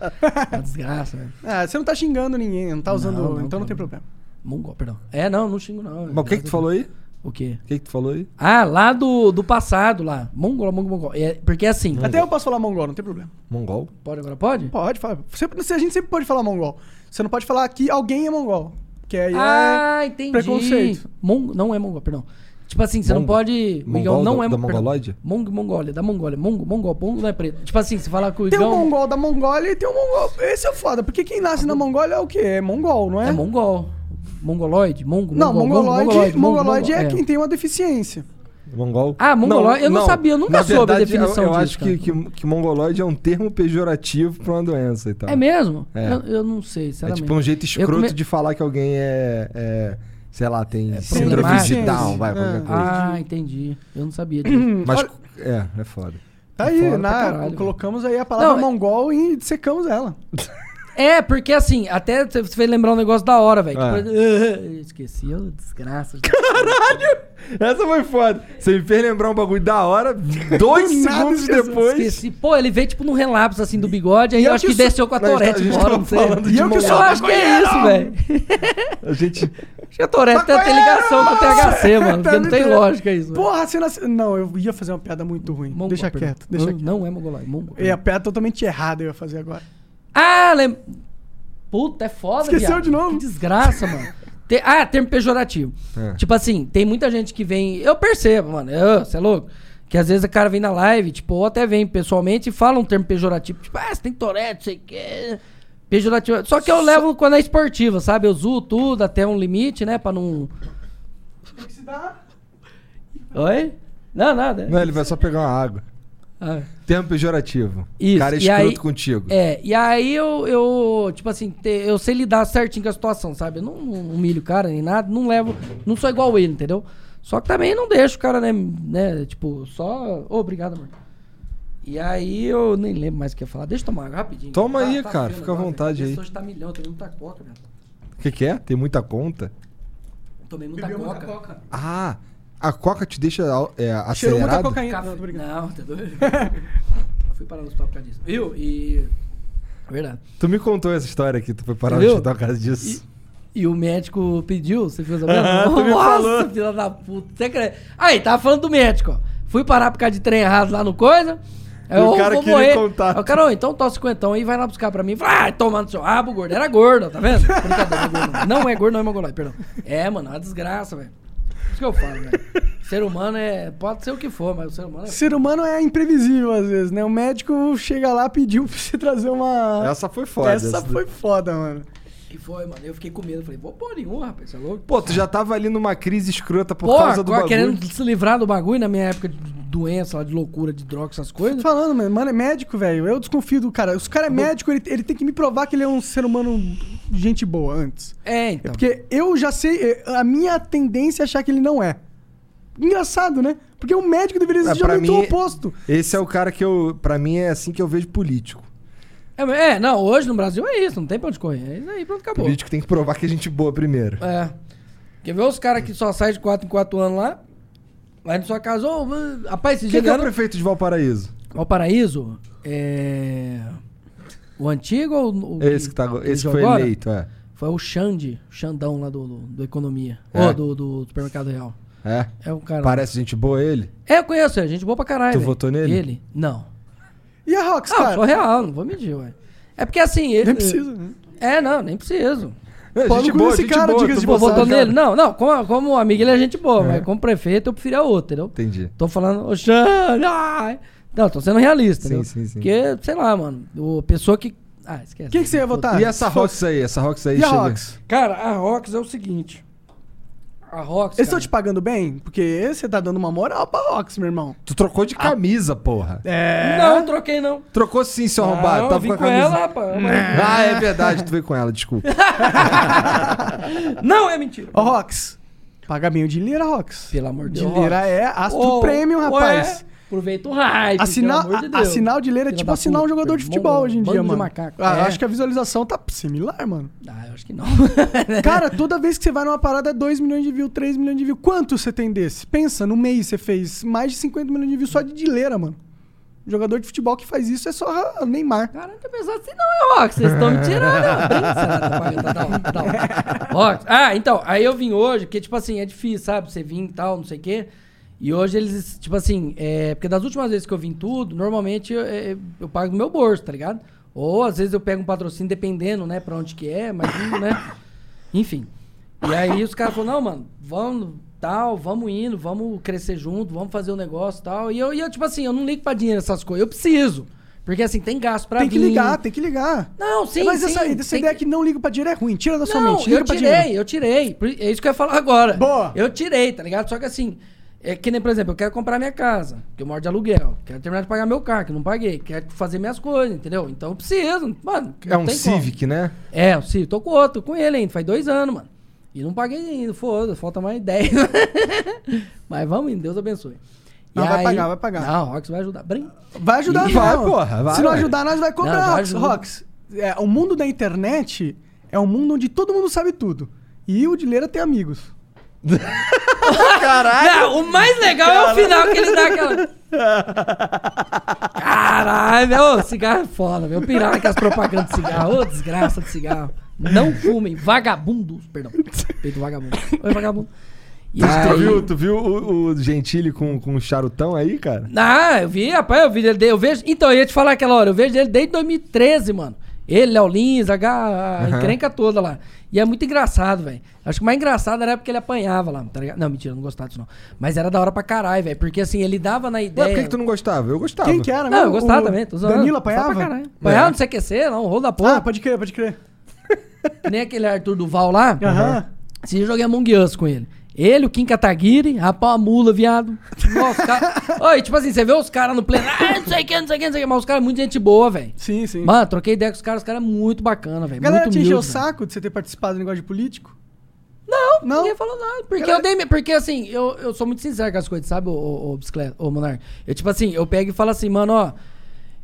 [SPEAKER 2] É uma desgraça, velho.
[SPEAKER 3] Ah, você não tá xingando ninguém, não tá usando.
[SPEAKER 2] Não, não,
[SPEAKER 3] então
[SPEAKER 2] cara.
[SPEAKER 3] não tem problema.
[SPEAKER 2] Mongol, perdão. É, não, não xingo, não.
[SPEAKER 1] Mas o que que tu falou aí?
[SPEAKER 2] O quê?
[SPEAKER 1] O que que tu falou aí?
[SPEAKER 2] Ah, lá do, do passado, lá. Mongol, mongol, mongol. É, porque assim...
[SPEAKER 3] Até eu posso falar mongol, não tem problema.
[SPEAKER 1] Mongol?
[SPEAKER 2] Pode agora, pode?
[SPEAKER 3] Pode, fala. Sempre, a gente sempre pode falar mongol. Você não pode falar que alguém é mongol. Que aí é-
[SPEAKER 2] Ah, entendi.
[SPEAKER 3] preconceito.
[SPEAKER 2] Mon- não é mongol, perdão. Tipo assim, você não
[SPEAKER 1] Mongo.
[SPEAKER 2] pode. O
[SPEAKER 1] Mongol
[SPEAKER 2] Igão não
[SPEAKER 1] da-
[SPEAKER 2] é
[SPEAKER 1] da
[SPEAKER 2] perdão.
[SPEAKER 1] Mongoloide?
[SPEAKER 2] Mong, Mongólia, da Mongólia. Mongo, Mongol, Pongo não é preto. Tipo assim, você fala com o
[SPEAKER 3] é. Tem o
[SPEAKER 2] Igão.
[SPEAKER 3] mongol da Mongólia e tem o mongol. Esse é foda, porque quem nasce na Mongólia é o quê? É mongol, não é?
[SPEAKER 2] É mongol. Mongoloide? Mongo,
[SPEAKER 3] Não,
[SPEAKER 2] mongol,
[SPEAKER 3] mongoloide,
[SPEAKER 2] mongo,
[SPEAKER 3] mongoloide,
[SPEAKER 2] mongo,
[SPEAKER 3] é,
[SPEAKER 2] mongol,
[SPEAKER 3] quem tem uma deficiência.
[SPEAKER 1] Mongol?
[SPEAKER 2] Ah, mongoloide. Eu não sabia, eu nunca
[SPEAKER 1] na
[SPEAKER 2] soube a
[SPEAKER 1] verdade,
[SPEAKER 2] definição
[SPEAKER 1] eu, eu
[SPEAKER 2] disso,
[SPEAKER 1] acho que,
[SPEAKER 2] cara.
[SPEAKER 1] que, que mongoloide é um termo pejorativo pra uma doença e tal.
[SPEAKER 2] É mesmo?
[SPEAKER 1] É.
[SPEAKER 2] Eu, eu não sei,
[SPEAKER 1] É
[SPEAKER 2] sinceramente.
[SPEAKER 1] tipo um jeito
[SPEAKER 2] Eu
[SPEAKER 1] escroto
[SPEAKER 2] come-
[SPEAKER 1] de falar que alguém é... é, sei lá, tem síndrome
[SPEAKER 2] problemático.
[SPEAKER 1] de Down, vai,
[SPEAKER 3] É.
[SPEAKER 1] qualquer coisa.
[SPEAKER 3] Uhum.
[SPEAKER 2] Ah, entendi. Eu não sabia disso.
[SPEAKER 1] Mas, é, é foda.
[SPEAKER 3] Tá
[SPEAKER 2] É
[SPEAKER 3] aí,
[SPEAKER 2] foda
[SPEAKER 3] na-
[SPEAKER 2] pra caralho,
[SPEAKER 3] colocamos aí a palavra
[SPEAKER 2] Não, é-
[SPEAKER 3] mongol e dissecamos ela.
[SPEAKER 2] É, porque assim, até você fez lembrar um negócio da hora, velho.
[SPEAKER 1] É.
[SPEAKER 2] Tipo, eu esqueci, ô desgraça.
[SPEAKER 1] Essa foi foda. Você me fez lembrar um bagulho da hora, dois
[SPEAKER 3] Do nada
[SPEAKER 1] segundos
[SPEAKER 3] esqueceu.
[SPEAKER 1] depois.
[SPEAKER 2] Esqueci. Pô, ele veio tipo num relapso assim do bigode, aí
[SPEAKER 1] E
[SPEAKER 2] eu
[SPEAKER 1] eu
[SPEAKER 2] acho
[SPEAKER 1] que
[SPEAKER 2] que,
[SPEAKER 1] sou-
[SPEAKER 2] desceu com a
[SPEAKER 1] Nós tá- a
[SPEAKER 2] Torete
[SPEAKER 1] gente
[SPEAKER 2] uma hora,
[SPEAKER 1] tava
[SPEAKER 2] não sei.
[SPEAKER 1] falando de
[SPEAKER 2] E eu que sou,
[SPEAKER 1] mongol.
[SPEAKER 2] acho que é isso, velho.
[SPEAKER 1] A gente.
[SPEAKER 2] Acho que a Torete deve ter ligação com o THC, mano, porque não tem lógica isso. velho.
[SPEAKER 3] Porra, você nasceu. Não, eu ia fazer uma piada muito ruim.
[SPEAKER 2] Mongol,
[SPEAKER 3] deixa
[SPEAKER 2] perdão.
[SPEAKER 3] quieto, deixa
[SPEAKER 2] não,
[SPEAKER 3] quieto.
[SPEAKER 2] Não é mongolai, é mongol.
[SPEAKER 3] E a piada totalmente errada eu ia fazer agora.
[SPEAKER 2] Ah, lem... Puta, é foda,
[SPEAKER 3] Esqueceu
[SPEAKER 2] viado.
[SPEAKER 3] de novo.
[SPEAKER 2] Que desgraça, mano. Te- Ah, termo pejorativo.
[SPEAKER 1] É.
[SPEAKER 2] Tipo assim, tem muita gente que vem... Eu percebo, mano. Você é louco? Que às vezes o cara vem na live, tipo, ou até vem pessoalmente e fala um termo pejorativo. Tipo, ah, você tem torete, sei o quê. Pejorativo. Só que eu levo quando é esportiva, sabe? Eu zoo tudo até um limite, né? Pra não... Oi? Não, nada.
[SPEAKER 1] Não, é- ele vai só pegar uma água.
[SPEAKER 2] Ah.
[SPEAKER 1] Tempo pejorativo.
[SPEAKER 2] Isso,
[SPEAKER 1] Cara
[SPEAKER 2] e
[SPEAKER 1] escroto
[SPEAKER 2] aí-
[SPEAKER 1] contigo.
[SPEAKER 2] É, e aí eu, eu tipo assim, te- eu sei lidar certinho com a situação, sabe? Eu não, não humilho o cara nem nada, não levo, não sou igual ele, entendeu? Só que também não deixo o cara, né, né tipo, só... Ô, obrigado, amor. E aí eu nem lembro mais o que eu ia falar. Deixa eu tomar água rapidinho. Tá,
[SPEAKER 1] Toma aí, cara, fica à
[SPEAKER 2] velho.
[SPEAKER 1] vontade aí.
[SPEAKER 2] Esse Hoje tá milhão, tomei muita coca, velho.
[SPEAKER 1] O que, que é? Tem muita conta?
[SPEAKER 2] Tomei muita coca.
[SPEAKER 1] Ah, a coca te deixa é, acelerado?
[SPEAKER 3] Cheirou muita cocaína.
[SPEAKER 2] Café-
[SPEAKER 3] Não, tô brincando.
[SPEAKER 2] Não, tá doido? Eu fui parar no hospital por causa disso. Viu? E... Verdade.
[SPEAKER 1] Tu me contou essa história aqui, tu foi parar no
[SPEAKER 2] Entendeu?
[SPEAKER 1] hospital por causa disso.
[SPEAKER 2] E o médico pediu, você fez a mesma?
[SPEAKER 1] Ah, tu me falou.
[SPEAKER 2] filha da puta. Você acredita? Aí, tava falando do médico, ó. Fui parar por causa de trem errado lá no coisa. Aí,
[SPEAKER 1] O
[SPEAKER 2] eu
[SPEAKER 1] cara
[SPEAKER 2] vou
[SPEAKER 1] queria
[SPEAKER 2] morrer.
[SPEAKER 1] contar.
[SPEAKER 2] Aí o cara, ô, então tosse cinquentão aí, vai lá buscar pra mim. Fala, ah, tomando seu rabo, gordo. Era gordo, tá vendo? Brincadeira, não é gordo, não. Não é gordo, não é mongolóide, perdão. É, mano, é uma desgraça, velho. Isso que eu falo, velho. Ser humano é. Pode ser o que for, mas o ser humano é.
[SPEAKER 3] Ser humano é imprevisível às vezes, né? O médico chega lá pediu pra você trazer uma.
[SPEAKER 1] Essa foi foda.
[SPEAKER 3] Essa foi foda, mano.
[SPEAKER 2] E foi, mano. Eu fiquei com medo. Falei, vou pôr nenhum, rapaz, você é louco.
[SPEAKER 1] Pô, tu já tava ali numa crise escrota por
[SPEAKER 2] Pô,
[SPEAKER 1] causa do bagulho.
[SPEAKER 2] agora querendo se livrar do bagulho na minha época de doença, lá, de loucura, de droga, essas
[SPEAKER 3] Tô
[SPEAKER 2] coisas.
[SPEAKER 3] falando, mano, mano, é médico, velho. Eu desconfio do cara. Se o cara é médico, ele, ele tem que me provar que ele é um ser humano de gente boa antes.
[SPEAKER 1] Tá
[SPEAKER 2] É,
[SPEAKER 3] É
[SPEAKER 2] então.
[SPEAKER 3] porque eu já sei, é, a minha tendência é achar que ele não é. Engraçado, né? Porque o médico deveria
[SPEAKER 1] Ah,
[SPEAKER 3] existir
[SPEAKER 1] pra
[SPEAKER 3] justamente o
[SPEAKER 1] mim-
[SPEAKER 3] oposto.
[SPEAKER 1] Esse é o cara que eu... Pra mim é assim que eu vejo político.
[SPEAKER 2] É, mas- é, não, hoje no Brasil é isso, não tem pra onde correr. É isso aí, pronto, acabou.
[SPEAKER 1] Político tem que provar que é gente boa primeiro.
[SPEAKER 2] É. Quer ver os caras que só saem de 4 em 4 anos lá? Vai na sua casa, ô, mano, rapaz, esse
[SPEAKER 1] Quem que é o
[SPEAKER 2] gigante.
[SPEAKER 1] prefeito de Valparaíso?
[SPEAKER 2] Ó, Paraíso, é. O antigo ou o.
[SPEAKER 1] Esse que, tá,
[SPEAKER 2] ele
[SPEAKER 1] esse que
[SPEAKER 2] jogou
[SPEAKER 1] foi
[SPEAKER 2] agora?
[SPEAKER 1] eleito, é.
[SPEAKER 2] Foi o Xande, Xandão lá do, do, do Economia.
[SPEAKER 1] É.
[SPEAKER 2] Ou do, do Supermercado Real.
[SPEAKER 1] É.
[SPEAKER 2] É um cara.
[SPEAKER 1] Parece gente boa ele?
[SPEAKER 2] É, eu conheço, é gente boa pra caralho.
[SPEAKER 1] Tu
[SPEAKER 2] velho.
[SPEAKER 1] votou nele?
[SPEAKER 2] Ele? Não.
[SPEAKER 3] E a
[SPEAKER 1] Ah,
[SPEAKER 3] Rox,
[SPEAKER 2] Não, eu
[SPEAKER 3] cara?
[SPEAKER 2] tá, sou real, não vou medir, ué. É porque assim. Ele,
[SPEAKER 3] Nem precisa, né?
[SPEAKER 2] É, não, nem preciso.
[SPEAKER 1] É,
[SPEAKER 3] Paulo
[SPEAKER 1] gente
[SPEAKER 3] Cunha,
[SPEAKER 1] boa,
[SPEAKER 3] esse
[SPEAKER 1] gente
[SPEAKER 3] cara,
[SPEAKER 1] boa.
[SPEAKER 3] diga-se
[SPEAKER 1] tu
[SPEAKER 3] de
[SPEAKER 2] Pô,
[SPEAKER 1] votou
[SPEAKER 2] votou
[SPEAKER 3] passagem,
[SPEAKER 1] nele?
[SPEAKER 2] nele? Não, não, como, como amigo ele é gente boa, mas como prefeito eu preferia outro, entendeu?
[SPEAKER 1] Entendi.
[SPEAKER 2] Tô falando, ô Xande, ai. Não, tô sendo realista,
[SPEAKER 1] Sim,
[SPEAKER 2] entendeu?
[SPEAKER 1] sim, sim.
[SPEAKER 5] é
[SPEAKER 2] Porque, sei lá, mano, o pessoa que... Ah, esquece.
[SPEAKER 3] Quem que você ia votar?
[SPEAKER 1] E essa Rox aí? Essa Rox aí
[SPEAKER 3] E a
[SPEAKER 1] chega-
[SPEAKER 3] Rox?
[SPEAKER 2] Cara, a Rox é o seguinte. é A Rox,
[SPEAKER 3] Eles estão
[SPEAKER 2] cara,
[SPEAKER 3] te pagando bem? Porque você tá dando uma moral pra Rox, meu irmão.
[SPEAKER 1] Tu trocou de camisa, porra.
[SPEAKER 3] É.
[SPEAKER 2] Não, troquei não.
[SPEAKER 1] Trocou sim, seu
[SPEAKER 2] não,
[SPEAKER 1] arrombado.
[SPEAKER 2] eu
[SPEAKER 1] Tava
[SPEAKER 2] vim
[SPEAKER 1] Ah, tá com
[SPEAKER 2] com,
[SPEAKER 1] a camisa.
[SPEAKER 2] ela, rapaz.
[SPEAKER 1] Ah, é verdade, tu veio com ela, desculpa.
[SPEAKER 2] Não, é mentira.
[SPEAKER 3] Ô, Rox, paga bem o de lira, Rox.
[SPEAKER 2] Pelo amor de Deus.
[SPEAKER 3] De lira é astro
[SPEAKER 2] Ô,
[SPEAKER 3] premium,
[SPEAKER 2] ué,
[SPEAKER 3] rapaz.
[SPEAKER 2] Aproveita o hype,
[SPEAKER 3] Assinar,
[SPEAKER 2] pelo amor de Deus.
[SPEAKER 3] assinar o de lira é
[SPEAKER 2] Filha
[SPEAKER 3] tipo
[SPEAKER 2] da
[SPEAKER 3] assinar um
[SPEAKER 2] puta,
[SPEAKER 3] jogador de
[SPEAKER 2] irmão,
[SPEAKER 3] futebol hoje em
[SPEAKER 2] bando
[SPEAKER 3] dia,
[SPEAKER 2] de
[SPEAKER 3] mano.
[SPEAKER 2] macaco.
[SPEAKER 3] Ah, eu
[SPEAKER 2] É.
[SPEAKER 3] Acho que a visualização tá similar, mano.
[SPEAKER 2] Ah, eu acho que não.
[SPEAKER 3] Cara, toda vez que você vai numa parada é 2 milhões de views, 3 milhões de views. Quanto você tem desse? Pensa, no mês você fez mais de 50 milhões de views só de dileira, mano. Jogador de futebol que faz isso é só o Neymar.
[SPEAKER 2] Caralho, tá pensando assim, não, é Rox, vocês estão me tirando. ó. Brinca, você tá pagando, tá, tá, tá. Rox. Ah, então, aí eu vim hoje, porque, tipo assim, é difícil, sabe? Você vir e tal, não sei o quê. E hoje eles, tipo assim, é, porque das últimas vezes que eu vim tudo, normalmente eu, é, eu pago do meu bolso, tá ligado? Ou às vezes eu pego um patrocínio, dependendo, né, pra onde que é, mas, hum, né? Enfim. E aí os caras falaram, não, mano, vamos, tal, vamos indo, vamos crescer junto, vamos fazer o negócio tal. E eu, e eu, tipo assim, eu não ligo pra dinheiro essas coisas, eu preciso. Porque assim, tem gasto pra
[SPEAKER 3] tem que
[SPEAKER 2] vir.
[SPEAKER 3] ligar, tem que ligar.
[SPEAKER 2] Não, sim,
[SPEAKER 3] Mas essa,
[SPEAKER 2] sim,
[SPEAKER 3] essa
[SPEAKER 2] tem
[SPEAKER 3] ideia
[SPEAKER 2] que-
[SPEAKER 3] que... não liga pra dinheiro é ruim. Tira da sua
[SPEAKER 2] Não,
[SPEAKER 3] mente. Liga
[SPEAKER 2] eu
[SPEAKER 3] pra dinheiro.
[SPEAKER 2] tirei, eu tirei. Por- É isso que eu ia falar agora.
[SPEAKER 3] Boa.
[SPEAKER 2] Eu tirei, tá ligado? Só que assim, é que nem, por exemplo, eu quero comprar minha casa, que eu moro de aluguel. Quero terminar de pagar meu carro, que eu não paguei. Quero fazer minhas coisas, entendeu? Então eu preciso, mano. não
[SPEAKER 1] É um
[SPEAKER 2] tem como.
[SPEAKER 1] Civic, né?
[SPEAKER 2] É, o Civic. Tô com outro, com ele ainda. Faz dois anos, mano. E não paguei ainda. Foda, falta mais 10. Mas vamos indo, Deus abençoe.
[SPEAKER 3] Não,
[SPEAKER 5] E
[SPEAKER 3] vai
[SPEAKER 5] aí-
[SPEAKER 3] pagar, vai pagar.
[SPEAKER 5] Não, Ah, o Rox vai ajudar. Brin...
[SPEAKER 3] Vai ajudar
[SPEAKER 1] Ih,
[SPEAKER 3] nós.
[SPEAKER 1] vai, porra, vai,
[SPEAKER 3] Se não
[SPEAKER 1] ué.
[SPEAKER 3] ajudar nós, vai
[SPEAKER 5] Não, já
[SPEAKER 3] cobrar, Rox.
[SPEAKER 5] ajuda.
[SPEAKER 3] Rox, é, o mundo da internet é um mundo onde todo mundo sabe tudo. E o Dileira tem amigos.
[SPEAKER 5] Ah, Não, o mais legal é o final que ele dá aquela. Ah, Caralho, meu, ô, cigarro é foda, meu. Pirar com as propagandas de cigarro. Ô, desgraça de cigarro. Não fumem, vagabundos. Perdão, peito vagabundo. Oi, vagabundo. E
[SPEAKER 1] Tu
[SPEAKER 5] aí-
[SPEAKER 1] viu, tu viu o, o Gentili com, com o charutão aí, cara?
[SPEAKER 5] Ah, eu vi, rapaz, eu vi dele. Eu vejo, então, eu ia te falar aquela hora, eu vejo dele desde 2013, mano. Ele, Léo Lins, a, a
[SPEAKER 1] Aham.
[SPEAKER 5] encrenca toda lá. E é muito engraçado, velho. Acho que o mais engraçado era porque ele apanhava lá, tá ligado? Não, mentira, eu não gostava disso não. Mas era da hora pra caralho, velho. Porque assim, ele dava na
[SPEAKER 1] Ué,
[SPEAKER 5] ideia.
[SPEAKER 1] por que, que tu não gostava? Eu gostava.
[SPEAKER 3] Quem que era,
[SPEAKER 5] Não,
[SPEAKER 3] mesmo?
[SPEAKER 5] eu gostava
[SPEAKER 3] O
[SPEAKER 5] também, tô zoando.
[SPEAKER 3] Danilo
[SPEAKER 5] Só pra
[SPEAKER 3] apanhava?
[SPEAKER 5] caralho. Apanhava,
[SPEAKER 1] É.
[SPEAKER 5] ah, não sei o que ser, não, rolo da porra.
[SPEAKER 3] Ah, pode crer, pode crer.
[SPEAKER 1] Ah.
[SPEAKER 5] Que Nem aquele Arthur Duval lá.
[SPEAKER 3] Aham.
[SPEAKER 5] Esse dia eu joguei Among Us com ele. Ele, o Kim Kataguiri, rapaz, a mula, viado. Nossa, os cara... Oi, tipo assim, você vê os caras no pleno. Ah, não sei o que, não sei o que, não sei o que. Mas os caras é muito gente boa, velho.
[SPEAKER 3] Sim, sim.
[SPEAKER 5] Mano, troquei ideia com os caras, os caras é muito bacana, velho.
[SPEAKER 3] Galera,
[SPEAKER 5] Muito
[SPEAKER 3] te encheu o
[SPEAKER 5] humilde, velho.
[SPEAKER 3] saco de você ter participado do negócio de político?
[SPEAKER 5] Não,
[SPEAKER 3] Não?
[SPEAKER 5] ninguém falou nada. Porque
[SPEAKER 3] Galera-
[SPEAKER 5] eu dei. minha- Porque assim, eu, eu sou muito sincero com as coisas, sabe, ô, ô, ô bicicleta, ô Monark? Eu, tipo assim, eu pego e falo assim, mano, ó.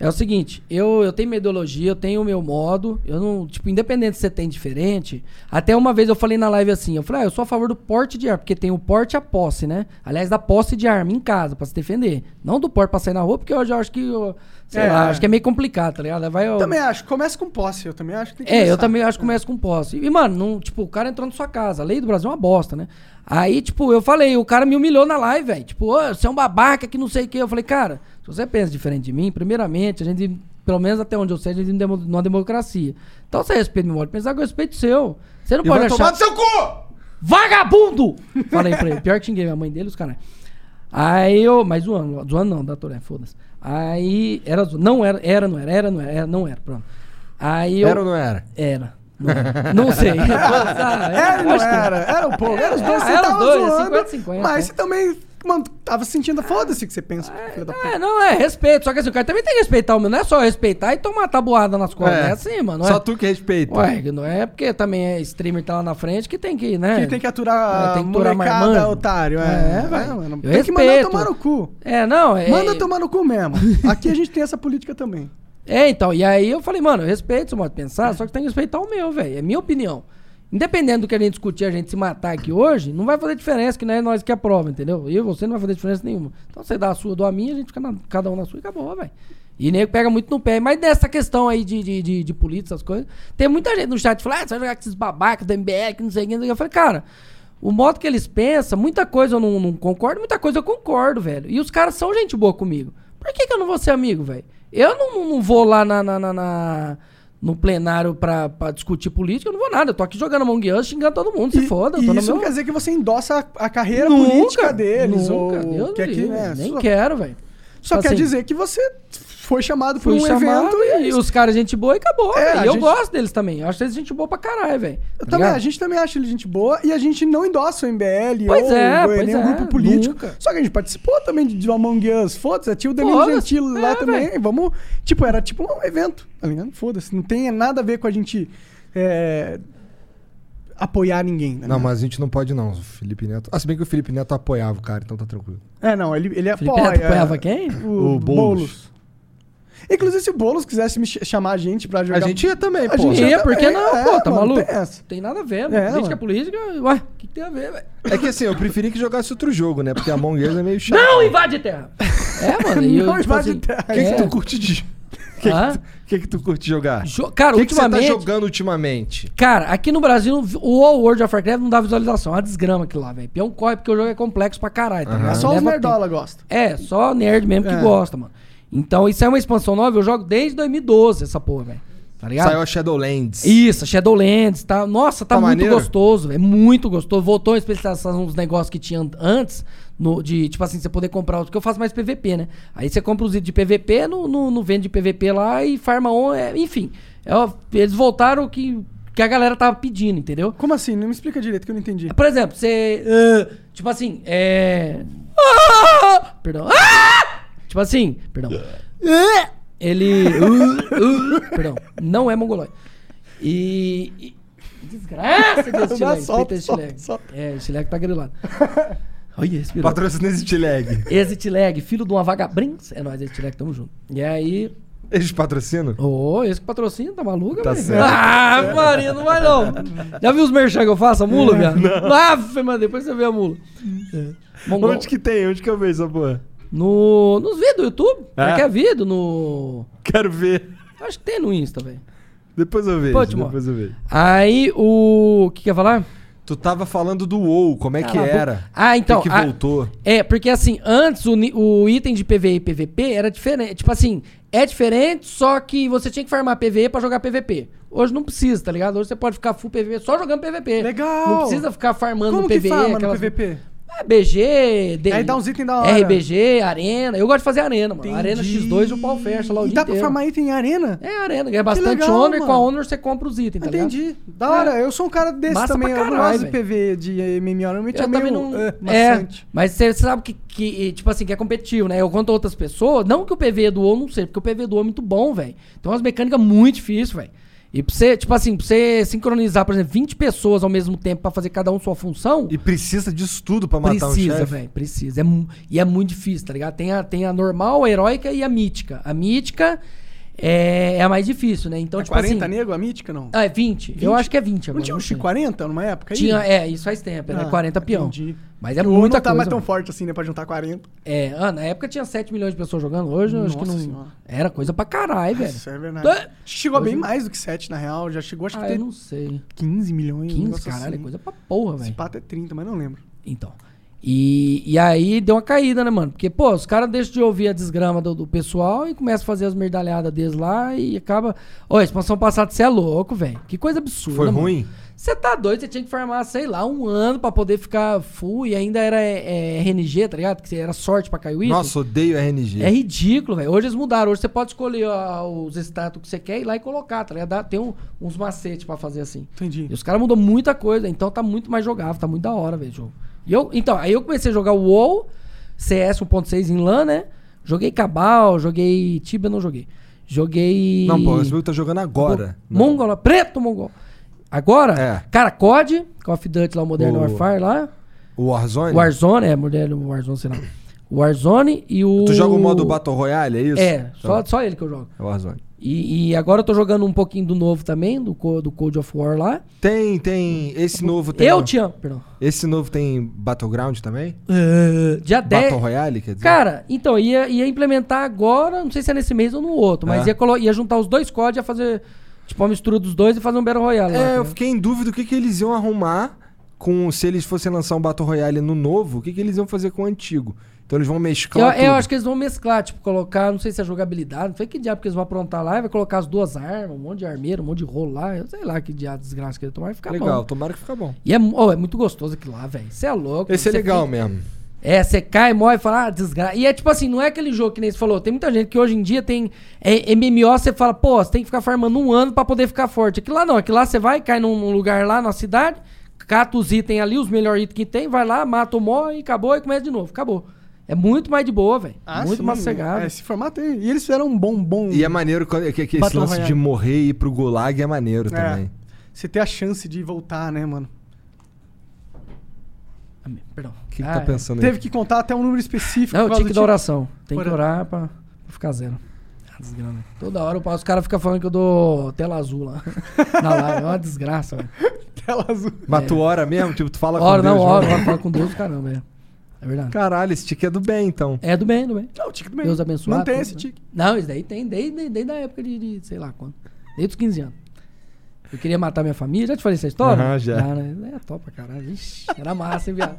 [SPEAKER 5] É o seguinte, eu, eu tenho minha ideologia, eu tenho o meu modo, eu não. Tipo, independente se você tem diferente. Até uma vez eu falei na live assim, eu falei, ah, eu sou a favor do porte de arma, porque tem o porte e a posse, né? Aliás, da posse de arma em casa, pra se defender. Não do porte pra sair na rua, porque hoje eu acho que. eu- sei
[SPEAKER 3] É.
[SPEAKER 5] lá, acho que é meio complicado, tá ligado? Vai, eu-
[SPEAKER 3] Também acho. Começa com posse, eu também acho que tem que
[SPEAKER 5] é, eu
[SPEAKER 3] começar.
[SPEAKER 5] também acho que começa com posse. E, mano, não, tipo, o cara entrou na sua casa. A lei do Brasil é uma bosta, né? Aí, tipo, eu falei, o cara me humilhou na live, velho. Tipo, "Ô, você é um babaca que não sei o quê. Eu falei, cara, se você pensa diferente de mim, primeiramente, a gente, pelo menos até onde eu sei, a gente não demo- não é uma democracia. Então você respeita meu modo de pensar, que eu respeito o seu. Você não
[SPEAKER 1] E
[SPEAKER 5] pode
[SPEAKER 1] vai tomar
[SPEAKER 5] achar.
[SPEAKER 1] no seu cu!
[SPEAKER 5] Vagabundo! Falei pra ele. Pior que xinguei a mãe dele, os caras. Aí eu. Mas zoando, zoando não, da Toré, foda-se. Aí. Era, zo- não era, era, não era, era, não era, era, não era, pronto. Aí eu.
[SPEAKER 1] Era ou não era?
[SPEAKER 5] Era. Não, era. Não sei. Ah,
[SPEAKER 3] É, Era, não
[SPEAKER 5] acho que
[SPEAKER 3] era. Era um pouco. Era os dois,
[SPEAKER 5] Ah,
[SPEAKER 3] você
[SPEAKER 5] era os
[SPEAKER 3] tava
[SPEAKER 5] dois, é
[SPEAKER 3] zoando.
[SPEAKER 5] 50-50,
[SPEAKER 3] mas
[SPEAKER 5] é.
[SPEAKER 3] você também, mano, tava sentindo, foda-se o que você pensa, filho da puta.
[SPEAKER 5] É, não, é respeito. Só que assim, o cara também tem que respeitar o meu. Não é só respeitar e tomar tabuada nas costas. É, assim, mano. não
[SPEAKER 1] Só
[SPEAKER 5] é...
[SPEAKER 1] tu que respeita.
[SPEAKER 5] Ué, não é porque também é streamer tá lá na frente que tem que, né?
[SPEAKER 3] Que tem que aturar
[SPEAKER 5] É,
[SPEAKER 3] a
[SPEAKER 5] tem que aturar mais
[SPEAKER 3] molecada,
[SPEAKER 5] mano.
[SPEAKER 3] otário. É,
[SPEAKER 5] É,
[SPEAKER 3] vai,
[SPEAKER 5] vai.
[SPEAKER 3] mano.
[SPEAKER 5] Eu
[SPEAKER 3] tem que mandar
[SPEAKER 5] respeito.
[SPEAKER 3] tomar no cu.
[SPEAKER 5] É, não, é.
[SPEAKER 3] Manda tomar no cu mesmo. Aqui a gente tem essa política também.
[SPEAKER 5] É, então, e aí eu falei, mano, eu respeito o seu modo de pensar, só que tem que respeitar o meu, velho. É minha opinião. Independente do que a gente discutir, a gente se matar aqui hoje, não vai fazer diferença, que não é nós que aprova, entendeu? Eu e você não vai fazer diferença nenhuma. Então você dá a sua, eu dou a minha, a gente fica na- cada um na sua e acabou, velho. E nego pega muito no pé. Mas dessa questão aí de, de, de, de política, essas coisas, tem muita gente no chat que fala, ah, você vai jogar com esses babacas do MBL, que não sei o que, não sei o que. Eu falei, cara, o modo que eles pensam, muita coisa eu não, não concordo, muita coisa eu concordo, velho. E os caras são gente boa comigo. Por que, que eu não vou ser amigo, velho? Eu não, não- não vou lá na, na- na- na- no plenário pra, pra discutir política, eu não vou nada. Eu tô aqui jogando Among Us, xingando todo mundo, se
[SPEAKER 3] E-
[SPEAKER 5] foda. Eu
[SPEAKER 3] e
[SPEAKER 5] tô
[SPEAKER 3] isso
[SPEAKER 5] no
[SPEAKER 3] não
[SPEAKER 5] meu...
[SPEAKER 3] quer dizer que você endossa a, a carreira política deles.
[SPEAKER 5] nunca,
[SPEAKER 3] ou
[SPEAKER 5] Deus
[SPEAKER 3] que
[SPEAKER 5] me
[SPEAKER 3] aqui,
[SPEAKER 5] livre,
[SPEAKER 3] né,
[SPEAKER 5] Nem
[SPEAKER 3] só-
[SPEAKER 5] quero, velho.
[SPEAKER 3] Só
[SPEAKER 5] Tipo
[SPEAKER 3] quer
[SPEAKER 5] assim,
[SPEAKER 3] dizer que você foi chamado por
[SPEAKER 5] Fui
[SPEAKER 3] um
[SPEAKER 5] chamado
[SPEAKER 3] evento e...
[SPEAKER 5] e os caras gente boa e acabou,
[SPEAKER 3] É,
[SPEAKER 5] velho.
[SPEAKER 3] a
[SPEAKER 5] E eu
[SPEAKER 3] gente-
[SPEAKER 5] gosto deles também. Eu acho eles gente boa pra caralho, velho.
[SPEAKER 3] Eu
[SPEAKER 5] Tá
[SPEAKER 3] também,
[SPEAKER 5] ligado?
[SPEAKER 3] a gente também acha ele gente boa e a gente não endossa o MBL
[SPEAKER 5] Pois
[SPEAKER 3] ou
[SPEAKER 5] é,
[SPEAKER 3] o-
[SPEAKER 5] pois
[SPEAKER 3] nenhum
[SPEAKER 5] é,
[SPEAKER 3] grupo político.
[SPEAKER 5] nunca.
[SPEAKER 3] Só que a gente participou também de, de Among Us. Foda-se, tinha o Danilo
[SPEAKER 5] Foda-se,
[SPEAKER 3] Gentili lá
[SPEAKER 5] é,
[SPEAKER 3] também. Vamos. Tipo, era tipo um evento, tá ligado? Foda-se. Não tem nada a ver com a gente é, apoiar ninguém. né?
[SPEAKER 1] Não, mas a gente não pode não, o Felipe Neto. Ah, se bem que o Felipe Neto apoiava o cara, então tá tranquilo.
[SPEAKER 3] É, não, ele, ele
[SPEAKER 5] Felipe
[SPEAKER 3] apoia. é.
[SPEAKER 5] Neto apoiava quem?
[SPEAKER 3] O,
[SPEAKER 1] O Boulos.
[SPEAKER 3] Boulos. Inclusive, se o Boulos quisesse me ch- chamar a gente pra jogar.
[SPEAKER 1] A gente ia também,
[SPEAKER 3] A
[SPEAKER 1] pô.
[SPEAKER 3] gente
[SPEAKER 5] Ia,
[SPEAKER 3] ia
[SPEAKER 5] por que
[SPEAKER 3] também,
[SPEAKER 5] não,
[SPEAKER 3] é,
[SPEAKER 5] pô? Tá
[SPEAKER 3] mano,
[SPEAKER 5] maluco?
[SPEAKER 3] tem essa.
[SPEAKER 5] Tem nada a ver, mano.
[SPEAKER 3] É,
[SPEAKER 5] Política é
[SPEAKER 3] mano.
[SPEAKER 5] política, ué, o que, que tem a ver, velho?
[SPEAKER 1] É que assim, eu preferia que jogasse outro jogo, né? Porque a Among Us é meio chato.
[SPEAKER 5] Não invade terra! É, mano. e eu,
[SPEAKER 3] Não
[SPEAKER 5] tipo
[SPEAKER 3] invade
[SPEAKER 5] assim,
[SPEAKER 3] terra.
[SPEAKER 1] O que,
[SPEAKER 5] é,
[SPEAKER 1] que tu curte de... O que,
[SPEAKER 5] Hã?
[SPEAKER 1] que, tu- que que tu curte jogar?
[SPEAKER 5] jo- Cara,
[SPEAKER 1] O que, que você tá
[SPEAKER 5] ultimamente.
[SPEAKER 1] jogando ultimamente?
[SPEAKER 5] Cara, aqui no Brasil, o World of Warcraft não dá visualização. É uma desgrama aquilo lá, velho. Peão corre porque o jogo é complexo pra caralho. Tá ligado?
[SPEAKER 3] É Só os
[SPEAKER 5] Leva tempo.
[SPEAKER 3] nerdola gostam.
[SPEAKER 5] É, só nerd mesmo que
[SPEAKER 3] É.
[SPEAKER 5] gosta, mano. Então, isso é uma expansão nova, eu jogo desde 2012 essa porra, velho. Tá ligado?
[SPEAKER 1] Saiu a Shadowlands.
[SPEAKER 5] Isso, Shadowlands, tá? Nossa, tá,
[SPEAKER 1] Tá
[SPEAKER 5] muito
[SPEAKER 1] maneiro?
[SPEAKER 5] gostoso, é muito gostoso. Voltou a especialização nos negócios que tinha an- antes, no, de, tipo assim, você poder comprar outro, que eu faço mais PVP, né? Aí você compra os itens de PVP, no, no, no vende de PVP lá e farma on, é, enfim. É, ó, eles voltaram o que, que a galera tava pedindo, entendeu?
[SPEAKER 3] Como assim? Não me explica direito que eu não entendi.
[SPEAKER 5] Por exemplo, você. ah, tipo assim, é. Ah! Perdão. Ah! Tipo assim, perdão. Ah! Ele. ah, ah, perdão. Não é mongoloide. E. e- Desgraça desse
[SPEAKER 3] Dá
[SPEAKER 5] estilegue.
[SPEAKER 3] solta,
[SPEAKER 5] Peita esse
[SPEAKER 3] solta,
[SPEAKER 5] estilegue.
[SPEAKER 3] solta.
[SPEAKER 5] É, o estilegue tá grilado.
[SPEAKER 2] Olha, respirou.
[SPEAKER 1] Patrocina esse T-Lag.
[SPEAKER 2] Exit Lag, filho de uma vagabrinz. É nóis, Exit Lag, tamo junto. E aí.
[SPEAKER 1] Eles patrocinam?
[SPEAKER 2] Ô, esse que patrocina, tá maluca,
[SPEAKER 1] Tá
[SPEAKER 2] velho?
[SPEAKER 1] certo.
[SPEAKER 2] Ah, Maria, não vai não. Já viu os merchan que eu faço, a mula, viado? Ah, mano, depois você vê a mula. É. Mongol.
[SPEAKER 1] Onde que tem? Onde que eu vejo essa porra?
[SPEAKER 2] No, nos vídeos do YouTube.
[SPEAKER 1] É?
[SPEAKER 2] Qualquer vídeo, no.
[SPEAKER 1] Quero ver.
[SPEAKER 2] Acho que tem no Insta, velho.
[SPEAKER 1] Depois eu vejo.
[SPEAKER 2] Pô, Timó.
[SPEAKER 1] depois eu vejo.
[SPEAKER 2] Aí o. O que quer falar?
[SPEAKER 1] Tu tava falando do WoW, como é que
[SPEAKER 2] Cala a boca.
[SPEAKER 1] era?
[SPEAKER 2] Ah, então.
[SPEAKER 1] Por que que
[SPEAKER 2] ah,
[SPEAKER 1] voltou?
[SPEAKER 2] É, porque assim, antes o, ni- o item de PVE e PVP era diferente. Tipo assim, é diferente, só que você tinha que farmar PVE pra jogar PVP. Hoje não precisa, tá ligado? Hoje você pode ficar full PVP só jogando PVP.
[SPEAKER 3] Legal!
[SPEAKER 2] Não precisa ficar farmando
[SPEAKER 3] Como
[SPEAKER 2] no
[SPEAKER 3] que
[SPEAKER 2] PVE.
[SPEAKER 3] farma
[SPEAKER 2] aquelas-
[SPEAKER 3] no PVP?
[SPEAKER 2] É, BG, D...
[SPEAKER 3] Aí dá uns itens da hora.
[SPEAKER 2] RBG, Arena. Eu gosto de fazer Arena, mano. Arena
[SPEAKER 3] Entendi.
[SPEAKER 2] X2 e o pau fecha lá o
[SPEAKER 3] E
[SPEAKER 2] dia
[SPEAKER 3] dá pra
[SPEAKER 2] inteiro.
[SPEAKER 3] farmar item em arena?
[SPEAKER 2] É, Arena. Ganha bastante
[SPEAKER 3] legal,
[SPEAKER 2] Honor e com a
[SPEAKER 3] mano.
[SPEAKER 2] Honor você compra os itens, tá ligado?
[SPEAKER 3] Entendi. Da hora. Eu sou um cara desse
[SPEAKER 2] Massa
[SPEAKER 3] também.
[SPEAKER 2] pra
[SPEAKER 3] eu não
[SPEAKER 2] caralho,
[SPEAKER 3] gosto de PV de MMO. Normalmente
[SPEAKER 2] Eu
[SPEAKER 3] é meio
[SPEAKER 2] também não.
[SPEAKER 3] ah,
[SPEAKER 2] é,
[SPEAKER 3] maçante.
[SPEAKER 2] mas você sabe que, que, tipo assim, que é competitivo, né? Eu conto outras pessoas, não que o PV do WoW não sei, porque o PV do WoW é muito bom, velho. Tem umas mecânicas muito difíceis, velho. E pra você, tipo assim, pra você sincronizar, por exemplo, 20 pessoas ao mesmo tempo pra fazer cada um sua função,
[SPEAKER 1] E precisa disso tudo pra
[SPEAKER 3] Ah, tá
[SPEAKER 1] matar um
[SPEAKER 2] precisa,
[SPEAKER 1] chefe?
[SPEAKER 2] velho, precisa. É mu- e é muito difícil, tá ligado? Tem a, tem a normal, a heróica e a mítica. A mítica é, é a mais difícil, né? Então,
[SPEAKER 3] É
[SPEAKER 2] tipo
[SPEAKER 3] 40
[SPEAKER 2] assim.
[SPEAKER 3] nego, a mítica, não?
[SPEAKER 2] Ah, é 20. Eu
[SPEAKER 3] 20?
[SPEAKER 2] acho que é 20 agora.
[SPEAKER 3] não tinha um
[SPEAKER 2] sei.
[SPEAKER 3] X40 numa época? aí?
[SPEAKER 2] Tinha, é, isso faz tempo, era
[SPEAKER 3] Ah,
[SPEAKER 2] 40 peão.
[SPEAKER 3] entendi.
[SPEAKER 2] Mas é
[SPEAKER 3] o WoW
[SPEAKER 2] muita
[SPEAKER 3] não tá
[SPEAKER 2] coisa.
[SPEAKER 3] mais tão
[SPEAKER 2] mano.
[SPEAKER 3] forte assim, né? Pra juntar 40.
[SPEAKER 2] É, ah, na época tinha 7 milhões de pessoas jogando, hoje eu acho que
[SPEAKER 3] Nossa
[SPEAKER 2] não.
[SPEAKER 3] Senhora.
[SPEAKER 2] Era coisa pra caralho, velho.
[SPEAKER 3] Isso é verdade. Acho que Chegou
[SPEAKER 2] Hoje-
[SPEAKER 3] bem mais do que 7, na real. Já chegou, acho que
[SPEAKER 2] Ah,
[SPEAKER 3] tem
[SPEAKER 2] eu não sei.
[SPEAKER 3] 15 milhões. um
[SPEAKER 2] 15,
[SPEAKER 3] negócio
[SPEAKER 2] caralho, é
[SPEAKER 3] assim.
[SPEAKER 2] coisa pra porra,
[SPEAKER 3] Esse
[SPEAKER 2] velho.
[SPEAKER 3] pato é 30, mas não lembro.
[SPEAKER 2] Então. E, e aí deu uma caída, né, mano? Porque, pô, os caras deixam de ouvir a desgrama do, do pessoal e começam a fazer as merdalhadas deles lá e acaba. Ô, a expansão passada, você é louco, velho. Que coisa absurda.
[SPEAKER 1] Foi
[SPEAKER 2] mano.
[SPEAKER 1] ruim?
[SPEAKER 2] Você tá doido, você tinha que farmar, sei lá, um ano pra poder ficar full e ainda era é, é, RNG, tá ligado? Que era sorte pra cair o item.
[SPEAKER 1] Nossa, odeio RNG.
[SPEAKER 2] É ridículo, velho. Hoje eles mudaram. Hoje você pode escolher ó, os status que você quer e ir lá e colocar, tá ligado? Dá- Tem um- uns macetes pra fazer assim.
[SPEAKER 3] Entendi.
[SPEAKER 2] E os caras mudou muita coisa, então tá muito mais jogável, tá muito da hora, velho, o jogo. E eu, então, aí eu comecei a jogar o WoW, CS 1.6 em LAN, né? Joguei Cabal, joguei Tibia, não joguei. Joguei...
[SPEAKER 1] Não, pô, esse jogo tá jogando agora. né?
[SPEAKER 2] Mongola, preto mongol. Agora,
[SPEAKER 1] É.
[SPEAKER 2] cara, COD, Call of Duty lá, o Modern
[SPEAKER 1] O-
[SPEAKER 2] Warfare lá.
[SPEAKER 1] O Warzone?
[SPEAKER 2] Warzone, é, Modern Warzone, sei lá. Warzone e o...
[SPEAKER 1] Tu joga o modo Battle Royale, é isso?
[SPEAKER 2] É, só,
[SPEAKER 1] Então,
[SPEAKER 2] só ele que eu jogo.
[SPEAKER 1] É Warzone.
[SPEAKER 2] E, e agora eu tô jogando um pouquinho do novo também, do, co- do Code of War lá.
[SPEAKER 1] Tem, tem. Esse novo tem.
[SPEAKER 2] eu te amo, perdão.
[SPEAKER 1] Esse novo tem Battleground também?
[SPEAKER 2] Dia 10.
[SPEAKER 1] Battle Royale, quer dizer?
[SPEAKER 2] Cara, então, ia, ia implementar agora, não sei se é nesse mês ou no outro, mas
[SPEAKER 1] É.
[SPEAKER 2] ia, colo- ia juntar os dois COD, ia fazer, tipo, uma mistura dos dois e fazer um Battle Royale.
[SPEAKER 1] É, eu
[SPEAKER 2] lá, tá ligado?
[SPEAKER 1] fiquei em dúvida o que, que eles iam arrumar com. Se eles fossem lançar um Battle Royale no novo, o que, que eles iam fazer com o antigo? Então eles vão
[SPEAKER 2] eu,
[SPEAKER 1] mesclar.
[SPEAKER 2] é, eu
[SPEAKER 1] tudo.
[SPEAKER 2] acho que eles vão mesclar, tipo, colocar, não sei se é jogabilidade, não sei que diabo que eles vão aprontar lá, e vai colocar as duas armas, um monte de armeiro, um monte de rolo lá, eu sei lá que diabo desgraça que ele tomar, vai ficar
[SPEAKER 1] Legal,
[SPEAKER 2] bom.
[SPEAKER 1] tomara que fica bom.
[SPEAKER 2] E é, mu- oh, é muito gostoso aquilo lá, velho. Você é louco.
[SPEAKER 1] Esse é
[SPEAKER 2] cê
[SPEAKER 1] legal
[SPEAKER 2] fica-
[SPEAKER 1] mesmo.
[SPEAKER 2] É, você cai, morre e fala, ah, desgraça. E é tipo assim, não é aquele jogo que nem você falou. Tem muita gente que hoje em dia tem é, MMO, você fala, pô, você tem que ficar farmando um ano pra poder ficar forte. Aqui lá não, aqui lá você vai, cai num, num lugar lá na cidade, cata os itens ali, os melhores itens que tem, vai lá, mata o mó e acabou e começa de novo. Acabou. É muito mais de boa, velho. muito mais sossegado.
[SPEAKER 3] É, esse formato aí. E eles fizeram um bom, bom.
[SPEAKER 1] E é maneiro quando- que, que esse
[SPEAKER 3] Battle
[SPEAKER 1] lance
[SPEAKER 3] Royale.
[SPEAKER 1] de morrer e ir pro Gulag é maneiro
[SPEAKER 3] É.
[SPEAKER 1] também.
[SPEAKER 3] Você ter a chance de voltar, né, mano?
[SPEAKER 2] Ah, meu, Perdão.
[SPEAKER 1] O que, que
[SPEAKER 2] Ah,
[SPEAKER 1] tá
[SPEAKER 2] é.
[SPEAKER 1] pensando aí?
[SPEAKER 3] Teve que contar até um número específico.
[SPEAKER 2] Não,
[SPEAKER 3] por
[SPEAKER 2] eu
[SPEAKER 3] causa
[SPEAKER 2] tinha que
[SPEAKER 3] do
[SPEAKER 2] dar
[SPEAKER 3] tipo-
[SPEAKER 2] oração. Tem que
[SPEAKER 3] Por-
[SPEAKER 2] orar pra, pra ficar zero. Ah, Desgrama. Toda hora eu passo, os caras ficam falando que eu dou tela azul lá. Na live. É uma desgraça, velho.
[SPEAKER 3] Tela azul.
[SPEAKER 1] Mas tu ora mesmo? Tipo, tu fala
[SPEAKER 2] Ora,
[SPEAKER 1] com
[SPEAKER 2] não,
[SPEAKER 1] Deus mesmo?
[SPEAKER 2] ora, ora, fala com Deus, caramba, é. É verdade.
[SPEAKER 1] Caralho, esse tique é do bem, então.
[SPEAKER 2] É do bem, do bem.
[SPEAKER 3] Não, o tique do bem.
[SPEAKER 2] Deus abençoe.
[SPEAKER 3] Não tem
[SPEAKER 2] tudo,
[SPEAKER 3] esse
[SPEAKER 2] né?
[SPEAKER 3] tique.
[SPEAKER 2] Não, isso daí tem desde, desde a época de, de sei lá quando. Desde os 15 anos. Eu queria matar minha família. Já te falei essa história?
[SPEAKER 1] Aham, já.
[SPEAKER 2] né? É top pra caralho. Ixi, era massa, hein, viado?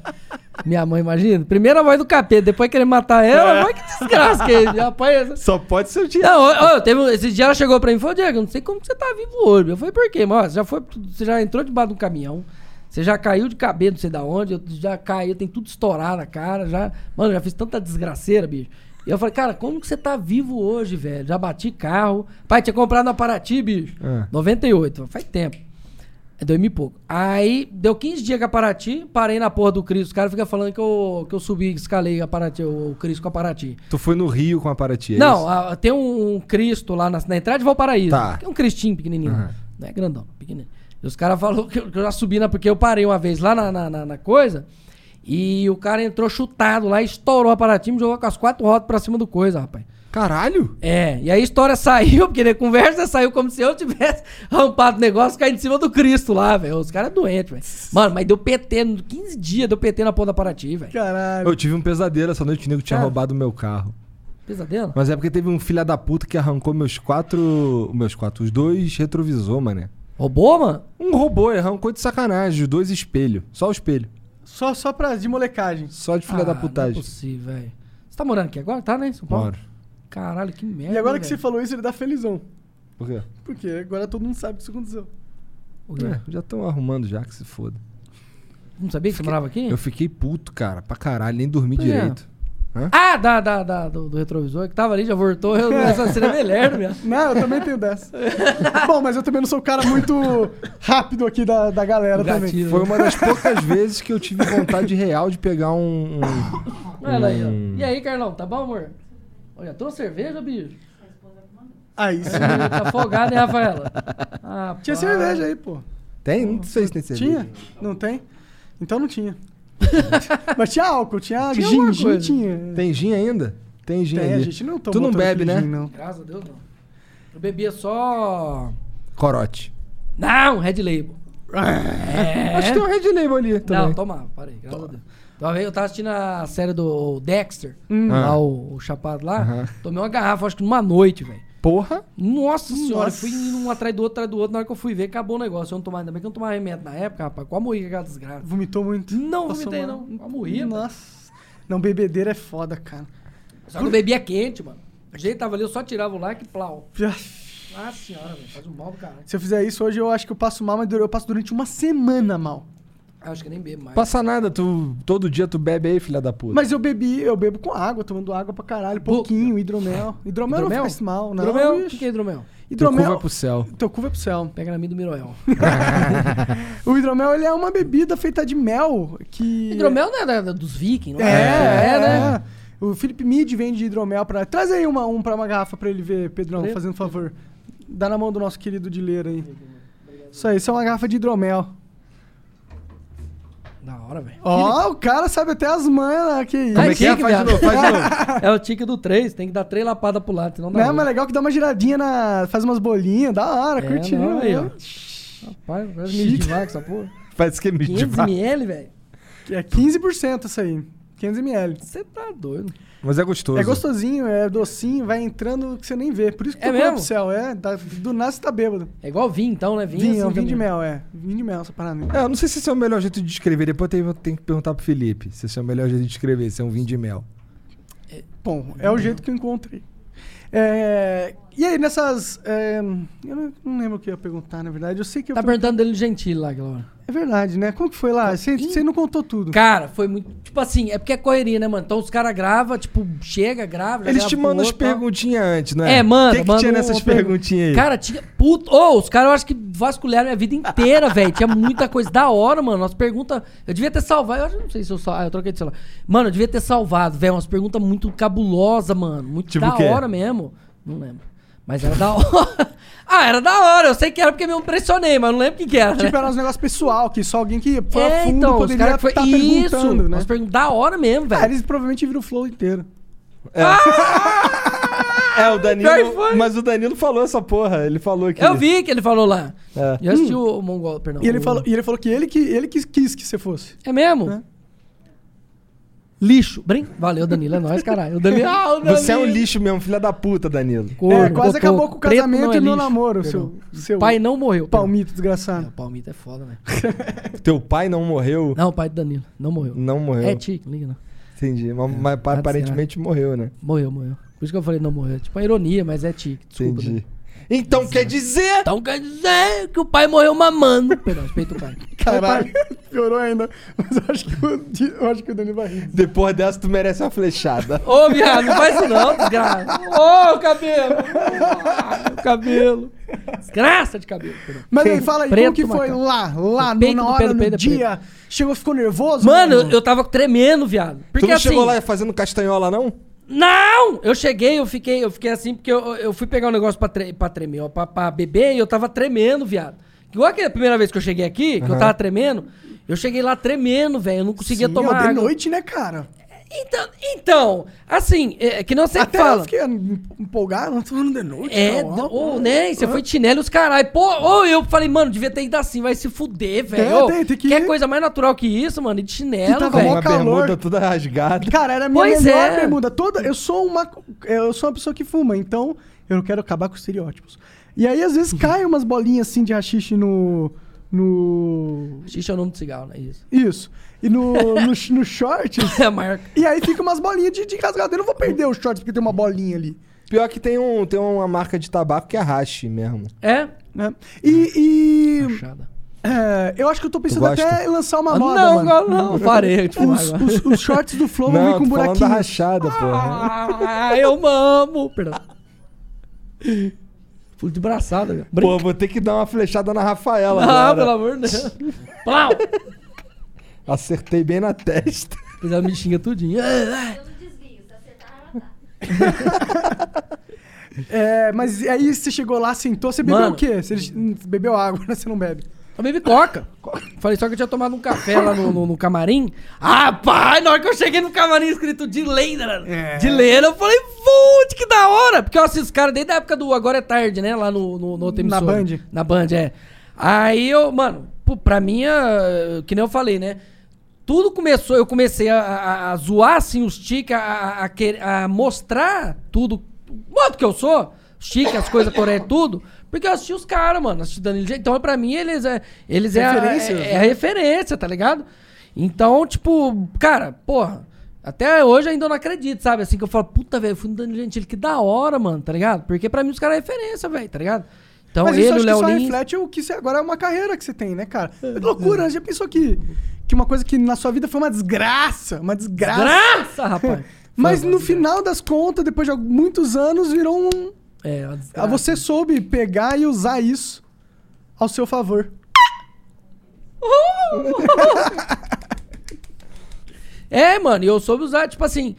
[SPEAKER 2] Minha mãe, imagina. Primeira voz do capeta, depois querer matar ela. Mas que desgraça que é. Rapaz, essa-
[SPEAKER 1] Ah. Só pode ser o dia.
[SPEAKER 2] não, ó, ó, teve, um- esse dia ela chegou pra mim e falou, Diego, eu não sei como que você tá vivo hoje. Eu falei, por quê? Mas, ó, você, já foi, você já entrou debaixo de um caminhão, você já caiu de cabeça, não sei da onde, eu já caí, tem tudo estourado na cara, já... Mano, eu já fiz tanta desgraceira, bicho. E eu falei, cara, como que você tá vivo hoje, velho? Já bati carro. Pai, tinha comprado na Paraty, bicho.
[SPEAKER 1] Ah.
[SPEAKER 2] 98, faz tempo. É dois mil e pouco. Aí, deu 15 dias com a Paraty, parei na porra do Cris. Os caras ficam falando que eu, que eu subi, escalei a Paraty, o, o Cris com a Paraty.
[SPEAKER 1] Tu foi no Rio com a Paraty, é
[SPEAKER 2] Não,
[SPEAKER 1] isso?
[SPEAKER 2] a- tem um Cristo lá na, na entrada de Valparaíso.
[SPEAKER 1] Tá.
[SPEAKER 2] Que É um cristinho pequenininho.
[SPEAKER 1] Aham.
[SPEAKER 2] Não é né? grandão, pequenininho. E os caras falaram que eu, que eu já subi, na, porque eu parei uma vez lá na, na, na- na coisa. E o cara entrou chutado lá, estourou a Paraty, jogou com as quatro rodas pra cima do coisa, rapaz.
[SPEAKER 1] Caralho!
[SPEAKER 2] É, e aí a história saiu, porque na conversa saiu como se eu tivesse rampado o negócio e caído em cima do Cristo lá, velho. Os caras é doentes, velho. Mano, mas deu PT, no- 15 dias deu PT na porra da Paraty, velho.
[SPEAKER 3] Caralho.
[SPEAKER 1] Eu tive um pesadelo essa noite, o nego tinha
[SPEAKER 2] Ah.
[SPEAKER 1] roubado meu carro.
[SPEAKER 2] Pesadelo?
[SPEAKER 1] Mas é porque teve um filha da puta que arrancou meus quatro. Meus quatro, os dois retrovisor, mané.
[SPEAKER 2] Roubou, mano?
[SPEAKER 1] Um robô, ele arrancou de sacanagem, os dois espelho. Só o espelho.
[SPEAKER 3] Só, só pra, de molecagem.
[SPEAKER 1] Só de filha
[SPEAKER 2] Ah,
[SPEAKER 1] da
[SPEAKER 2] Não é
[SPEAKER 1] putagem.
[SPEAKER 2] possível, velho. Você tá morando aqui agora? Tá, né? em São Paulo?
[SPEAKER 1] Moro.
[SPEAKER 2] Caralho, que merda.
[SPEAKER 3] E agora que
[SPEAKER 2] hein,
[SPEAKER 3] você
[SPEAKER 2] né, velho?
[SPEAKER 3] falou isso, ele dá felizão.
[SPEAKER 1] Por quê?
[SPEAKER 3] Porque agora todo mundo sabe que isso aconteceu.
[SPEAKER 2] O quê?
[SPEAKER 1] É, já estão arrumando já, que se foda.
[SPEAKER 2] Não sabia que você morava aqui?
[SPEAKER 1] Eu fiquei puto, cara, pra caralho, nem dormi
[SPEAKER 2] Por quê?
[SPEAKER 1] direito.
[SPEAKER 2] Ah, da, da, da- do, do retrovisor que tava ali, já voltou. Eu, essa cena é melhor, meu.
[SPEAKER 3] Não, eu também tenho dessa. Bom, mas eu também não sou o cara muito rápido aqui da, da galera
[SPEAKER 2] O
[SPEAKER 3] também.
[SPEAKER 2] gatilho.
[SPEAKER 1] Foi uma das poucas vezes que eu tive vontade real de pegar um. um-
[SPEAKER 2] Olha ela aí, ó. E aí, Carlão, tá bom, amor? Olha, trouxe cerveja, bicho?
[SPEAKER 3] Aí sim.
[SPEAKER 2] Ih, tá folgado, hein, Rafaela? Ah,
[SPEAKER 3] Ah, Tinha
[SPEAKER 2] pá.
[SPEAKER 3] cerveja aí, pô.
[SPEAKER 1] Tem? Não sei se tem cerveja.
[SPEAKER 3] Tinha? Não tem? Então não tinha. mas tinha álcool, tinha,
[SPEAKER 2] Tinha
[SPEAKER 3] gin,
[SPEAKER 2] alguma
[SPEAKER 3] gin
[SPEAKER 2] coisa.
[SPEAKER 3] tinha.
[SPEAKER 1] Tem gin ainda? Tem gin
[SPEAKER 3] Tem, a
[SPEAKER 1] ali.
[SPEAKER 3] gente não tomou
[SPEAKER 1] Tu não
[SPEAKER 3] tanto
[SPEAKER 1] bebe, né?
[SPEAKER 3] gin, não.
[SPEAKER 2] Graças a Deus, não. Eu bebia só...
[SPEAKER 1] Corote.
[SPEAKER 2] Não, Red Label. É.
[SPEAKER 1] Acho que tem um Red Label ali também.
[SPEAKER 2] Não, tomava, parei, graças a Deus. Uma vez eu tava assistindo a série do Dexter,
[SPEAKER 1] Ah.
[SPEAKER 2] lá o, o Chapado lá.
[SPEAKER 1] Aham.
[SPEAKER 2] Tomei uma garrafa, acho que numa noite, velho.
[SPEAKER 1] Porra!
[SPEAKER 2] Nossa senhora,
[SPEAKER 3] Nossa.
[SPEAKER 2] fui indo um atrás do outro, atrás do outro. Na hora que eu fui ver, acabou o negócio. Eu não tomava, ainda bem que eu não tomava remédio na época, rapaz. Quase morri com aquela desgraça.
[SPEAKER 3] Vomitou muito.
[SPEAKER 2] Não
[SPEAKER 3] Passou
[SPEAKER 2] vomitei,
[SPEAKER 3] mal.
[SPEAKER 2] não. Quase morri. velho.
[SPEAKER 3] Nossa. Não, bebedeira é foda, cara.
[SPEAKER 2] Só que eu bebia quente, mano. O jeito tava ali, eu só tirava o lá que plau. Nossa senhora, velho, faz um mal do caralho.
[SPEAKER 3] Se eu fizer isso hoje, eu acho que eu passo mal, mas dura- eu passo durante uma semana mal.
[SPEAKER 2] Ah, Acho que eu nem bebo mais.
[SPEAKER 1] Passa nada, tu todo dia tu bebe aí, filha da puta.
[SPEAKER 3] Mas eu bebi, eu bebo com água, tomando água pra caralho,
[SPEAKER 2] Bu-
[SPEAKER 3] pouquinho, hidromel. Hidromel, não
[SPEAKER 2] Hidromel?
[SPEAKER 3] faz mal, não.
[SPEAKER 2] hidromel? O
[SPEAKER 3] bicho.
[SPEAKER 2] que que é hidromel?
[SPEAKER 1] Teu cu
[SPEAKER 3] hidromel.
[SPEAKER 1] vai pro céu.
[SPEAKER 3] Teu cu vai pro céu.
[SPEAKER 2] Pega na mim do Miroel.
[SPEAKER 3] O hidromel, ele é uma bebida feita de mel, que...
[SPEAKER 2] hidromel não é da- da- dos vikings, não
[SPEAKER 3] É,
[SPEAKER 2] é?
[SPEAKER 3] é,
[SPEAKER 2] É, né?
[SPEAKER 3] né? O Felipe Mid vende hidromel pra... Traz aí uma, um pra uma garrafa pra ele ver, Pedrão,
[SPEAKER 2] Pre-
[SPEAKER 3] fazendo um favor. Dá na mão do nosso querido Dileira aí. Isso aí, isso é uma garrafa de hidromel.
[SPEAKER 2] Da hora, velho.
[SPEAKER 3] Ó, o cara sabe até as manas, que isso.
[SPEAKER 1] Como
[SPEAKER 2] Ai,
[SPEAKER 1] é que é?
[SPEAKER 2] que
[SPEAKER 1] Faz de
[SPEAKER 2] viado.
[SPEAKER 1] novo, faz de novo.
[SPEAKER 2] É o tique do 3, tem que dar três lapadas pro lado, senão dá.
[SPEAKER 3] Não,
[SPEAKER 2] ruim.
[SPEAKER 3] mas é legal que dá uma giradinha na... Faz umas bolinhas, da hora,
[SPEAKER 2] É,
[SPEAKER 3] curtindo.
[SPEAKER 2] não, aí, ó.
[SPEAKER 3] né?
[SPEAKER 2] Rapaz, parece meio de vaca essa porra.
[SPEAKER 1] Parece que é
[SPEAKER 2] 500ml, velho?
[SPEAKER 3] É 15% isso aí. 500ml.
[SPEAKER 2] Você tá doido.
[SPEAKER 1] Mas é gostoso.
[SPEAKER 3] É gostosinho, é docinho, vai entrando que você nem vê. Por isso que
[SPEAKER 2] É
[SPEAKER 3] tu cura
[SPEAKER 2] mesmo?
[SPEAKER 3] pro céu, é. Dá- do nada você tá bêbado.
[SPEAKER 2] É igual vinho, então, né? Vinho,
[SPEAKER 3] Vinho,
[SPEAKER 2] assim
[SPEAKER 3] vinho de
[SPEAKER 2] também.
[SPEAKER 3] mel, é. Vinho de mel, essa parada.
[SPEAKER 1] É, eu não sei se esse é o melhor jeito de descrever. Depois eu tenho, tenho que perguntar pro Felipe se esse é o melhor jeito de descrever, se é um vinho de mel.
[SPEAKER 3] Bom, é o jeito que eu encontrei. É, e aí, nessas. é, eu não, não lembro o que eu ia perguntar, na verdade. Eu sei que eu.
[SPEAKER 2] Tá perguntando dele gentil lá, aquela hora.
[SPEAKER 3] É verdade, né? Como que foi lá? Você você não contou tudo.
[SPEAKER 2] Cara, foi muito. Tipo assim, é porque é correria, né, mano? Então os caras gravam, tipo, chega, grava. já
[SPEAKER 1] Eles
[SPEAKER 2] grava
[SPEAKER 1] te
[SPEAKER 2] pro
[SPEAKER 1] mandam as
[SPEAKER 2] outro, tal.
[SPEAKER 1] perguntinhas antes, não é?
[SPEAKER 2] É, manda,
[SPEAKER 1] O que, que
[SPEAKER 2] manda
[SPEAKER 1] tinha
[SPEAKER 2] um-
[SPEAKER 1] nessas
[SPEAKER 2] uma pergunta.
[SPEAKER 1] perguntinhas aí?
[SPEAKER 2] Cara, tinha. Puto. Ô, os caras eu acho que vasculharam minha vida inteira, velho. Tinha muita coisa da hora, mano. As perguntas. Eu devia ter salvado. Eu acho- não sei se eu sal... Ah, eu troquei de celular. Mano, eu devia ter salvado, velho. Umas perguntas muito cabulosas, mano. Muito
[SPEAKER 1] Tipo
[SPEAKER 2] da
[SPEAKER 1] o quê?
[SPEAKER 2] hora mesmo. Não lembro. Mas era da hora. ah, era da hora. Eu sei que era porque me impressionei, mas eu não lembro o que, que era. né?
[SPEAKER 3] Tipo, era uns negócios pessoal, que só alguém que foi a
[SPEAKER 2] É,
[SPEAKER 3] fundo
[SPEAKER 2] então, os
[SPEAKER 3] poderia
[SPEAKER 2] caras
[SPEAKER 3] estar
[SPEAKER 2] que foi.
[SPEAKER 3] perguntando,
[SPEAKER 2] Isso!
[SPEAKER 3] né?
[SPEAKER 2] Nós perguntamos da hora mesmo,
[SPEAKER 3] Ah,
[SPEAKER 2] velho.
[SPEAKER 3] eles provavelmente viram o flow inteiro.
[SPEAKER 1] É, o
[SPEAKER 2] Ah! Pior que
[SPEAKER 1] Danilo.
[SPEAKER 2] foi.
[SPEAKER 1] Mas o Danilo falou essa porra. Ele falou que.
[SPEAKER 2] Eu vi que ele falou lá.
[SPEAKER 1] É.
[SPEAKER 2] Eu assisti
[SPEAKER 3] Hum.
[SPEAKER 2] o Mongol, perdão.
[SPEAKER 3] E ele
[SPEAKER 2] o-
[SPEAKER 3] falou, e ele falou que ele que ele que quis que você fosse.
[SPEAKER 2] É mesmo?
[SPEAKER 3] É.
[SPEAKER 2] Lixo. Brin... Valeu, Danilo. É nóis, caralho. O Danilo. Ah, o
[SPEAKER 1] Você é um
[SPEAKER 2] Danilo.
[SPEAKER 1] lixo mesmo, filha da puta, Danilo.
[SPEAKER 2] Corno,
[SPEAKER 3] é, quase
[SPEAKER 2] botou.
[SPEAKER 3] acabou com o
[SPEAKER 2] Preto
[SPEAKER 3] casamento
[SPEAKER 2] não é
[SPEAKER 3] e meu
[SPEAKER 2] lixo.
[SPEAKER 3] namoro,
[SPEAKER 2] Perdão.
[SPEAKER 3] seu, seu
[SPEAKER 2] Pai não morreu.
[SPEAKER 3] palmito
[SPEAKER 2] É, o
[SPEAKER 3] desgraçado.
[SPEAKER 2] palmito é foda, velho.
[SPEAKER 1] Teu pai não morreu.
[SPEAKER 2] Não, o pai do Danilo. Não morreu.
[SPEAKER 1] Não morreu.
[SPEAKER 2] É tá tique, liga não.
[SPEAKER 1] Entendi. Mas, mas
[SPEAKER 2] pode ser.
[SPEAKER 1] aparentemente morreu, né?
[SPEAKER 2] Morreu, morreu. Por isso que eu falei não morreu. Tipo, uma ironia, mas é tique. Desculpa.
[SPEAKER 1] Entendi.
[SPEAKER 2] Danilo. Tá
[SPEAKER 1] Então quer dizer.
[SPEAKER 2] Então quer dizer que o pai morreu mamando. Perdão, respeita o pai.
[SPEAKER 3] Caralho, piorou ainda. Mas eu acho que o, eu acho que o Danilo vai rir.
[SPEAKER 1] Depois dessa, tu merece uma flechada.
[SPEAKER 2] Ô, viado, não faz isso não, desgraça. Ô, cabelo. Ô, meu cabelo. Desgraça de cabelo. perdão.
[SPEAKER 3] Mas aí fala aí,
[SPEAKER 2] Preto,
[SPEAKER 3] como que foi
[SPEAKER 2] macaco.
[SPEAKER 3] lá, lá,
[SPEAKER 2] O peito
[SPEAKER 3] na
[SPEAKER 2] do
[SPEAKER 3] hora,
[SPEAKER 2] Pedro
[SPEAKER 3] no
[SPEAKER 2] Pedro é
[SPEAKER 3] dia? Chegou, ficou nervoso?
[SPEAKER 2] Mano, eu, eu tava tremendo, viado. Porque
[SPEAKER 1] tu não
[SPEAKER 2] assim,
[SPEAKER 1] chegou lá fazendo castanhola, não?
[SPEAKER 2] Não! Eu cheguei, eu fiquei, eu fiquei assim, porque eu, eu fui pegar um negócio pra, tre pra tremer, ó, pra, pra beber, e eu tava tremendo, viado. Igual aquela primeira vez que eu cheguei aqui, que eu tava tremendo, eu cheguei lá tremendo, velho. Eu não conseguia
[SPEAKER 3] Sim,
[SPEAKER 2] tomar
[SPEAKER 3] ó, de
[SPEAKER 2] água.
[SPEAKER 3] noite, né, cara?
[SPEAKER 2] Então, então, assim, é, que não sempre
[SPEAKER 3] Até
[SPEAKER 2] fala.
[SPEAKER 3] eu fiquei empolgado, não tô falando de noite. tá
[SPEAKER 2] É,
[SPEAKER 3] não, ó.
[SPEAKER 2] ou, né? e Você foi de chinelo e os caralho. Pô, ou eu falei, mano, devia ter ido assim, vai se fuder, velho. Ô,
[SPEAKER 3] É, tem- tem que
[SPEAKER 2] Quer
[SPEAKER 3] ir.
[SPEAKER 2] coisa mais natural que isso, mano? E de chinelo,
[SPEAKER 3] tava
[SPEAKER 1] Com
[SPEAKER 3] mó
[SPEAKER 2] velho.
[SPEAKER 1] uma
[SPEAKER 3] calor.
[SPEAKER 1] bermuda toda rasgada.
[SPEAKER 3] Cara, era a minha
[SPEAKER 2] Pois
[SPEAKER 3] melhor
[SPEAKER 2] é.
[SPEAKER 3] bermuda. Toda, eu sou uma eu sou uma pessoa que fuma, então eu não quero acabar com os estereótipos. E aí às vezes caem umas bolinhas assim de rachixe no no
[SPEAKER 2] Xixi é o nome do cigarro, não é isso?
[SPEAKER 3] isso. E no no, sh- no assim, shorts.
[SPEAKER 2] É a marca.
[SPEAKER 3] E aí fica umas bolinhas de, de rasgado. Eu não vou perder os shorts porque tem uma bolinha ali.
[SPEAKER 1] Pior que tem, um, tem uma marca de tabaco que é hash mesmo.
[SPEAKER 2] É?
[SPEAKER 3] Né? E, e,
[SPEAKER 2] Fachada.
[SPEAKER 3] é, eu acho que eu tô pensando
[SPEAKER 1] gosta?
[SPEAKER 3] até em lançar uma
[SPEAKER 2] Ah,
[SPEAKER 3] moda,
[SPEAKER 2] não,
[SPEAKER 3] mano.
[SPEAKER 2] agora não. Parei de fumar
[SPEAKER 3] Os,
[SPEAKER 2] agora.
[SPEAKER 3] os- os shorts do Flow vão vir
[SPEAKER 1] Não,
[SPEAKER 3] com um
[SPEAKER 1] tô falando da
[SPEAKER 3] buraquinho.
[SPEAKER 1] rachada, porra.
[SPEAKER 2] Ah, eu amo. Perdão. Fui de braçada, velho.
[SPEAKER 1] Pô, vou ter que dar uma flechada na Rafaela
[SPEAKER 2] Ah,
[SPEAKER 1] agora.
[SPEAKER 2] pelo amor de Deus. Plau!
[SPEAKER 1] Acertei bem na testa.
[SPEAKER 2] Ela me xinga tudinho. Ah, ah.
[SPEAKER 6] Eu não desvio, se acertar, tá. arrasar.
[SPEAKER 3] É, mas aí você chegou lá, sentou, você bebeu
[SPEAKER 2] Mano. Então
[SPEAKER 3] o quê? Você bebeu água, né? Você não bebe.
[SPEAKER 2] Eu bebi coca. Falei só que eu tinha tomado um café lá no, no- no camarim. Ah, pai, na hora que eu cheguei no camarim escrito de Leira,
[SPEAKER 3] É.
[SPEAKER 2] de Leira, eu falei, putz, que da hora. Porque eu assisto os caras desde a época do Agora é Tarde, né? Lá no, no, no outro
[SPEAKER 3] Na
[SPEAKER 2] emissora.
[SPEAKER 3] Band.
[SPEAKER 2] Na Band, é. Aí eu, mano, pô, pra mim, é, que nem eu falei, né? Tudo começou, eu comecei a, a- a zoar, assim, os tiques, a, a- a querer- a mostrar tudo, o modo que eu sou, os tiques, as coisas, coreia, tudo, porque eu assisti os caras, mano, assisti Danilo Gentili. Então, pra mim, eles é, eles é, a-
[SPEAKER 3] Referências, né?
[SPEAKER 2] é, é a referência, tá ligado? Então, tipo, cara, porra, até hoje ainda eu não acredito, sabe? Assim que eu falo, puta, velho, eu fui no Danilo Gentili, que da hora, mano, tá ligado? Porque pra mim os caras é referência, velho, tá ligado? Então,
[SPEAKER 3] Mas isso
[SPEAKER 2] ele, o
[SPEAKER 3] acho que
[SPEAKER 2] Léo
[SPEAKER 3] só
[SPEAKER 2] Lins...
[SPEAKER 3] reflete o que você agora é uma carreira que você tem, né, cara? É loucura, né? já pensou que, que uma coisa que na sua vida foi uma desgraça, uma desgraça.
[SPEAKER 2] Graça, rapaz!
[SPEAKER 3] Mas
[SPEAKER 2] Foi,
[SPEAKER 3] no
[SPEAKER 2] mano.
[SPEAKER 3] final das contas, depois de muitos anos, virou um.
[SPEAKER 2] É, uma
[SPEAKER 3] Ah,
[SPEAKER 2] desgraça.
[SPEAKER 3] Você soube pegar e usar isso ao seu favor.
[SPEAKER 2] É, mano, e eu soube usar, tipo assim.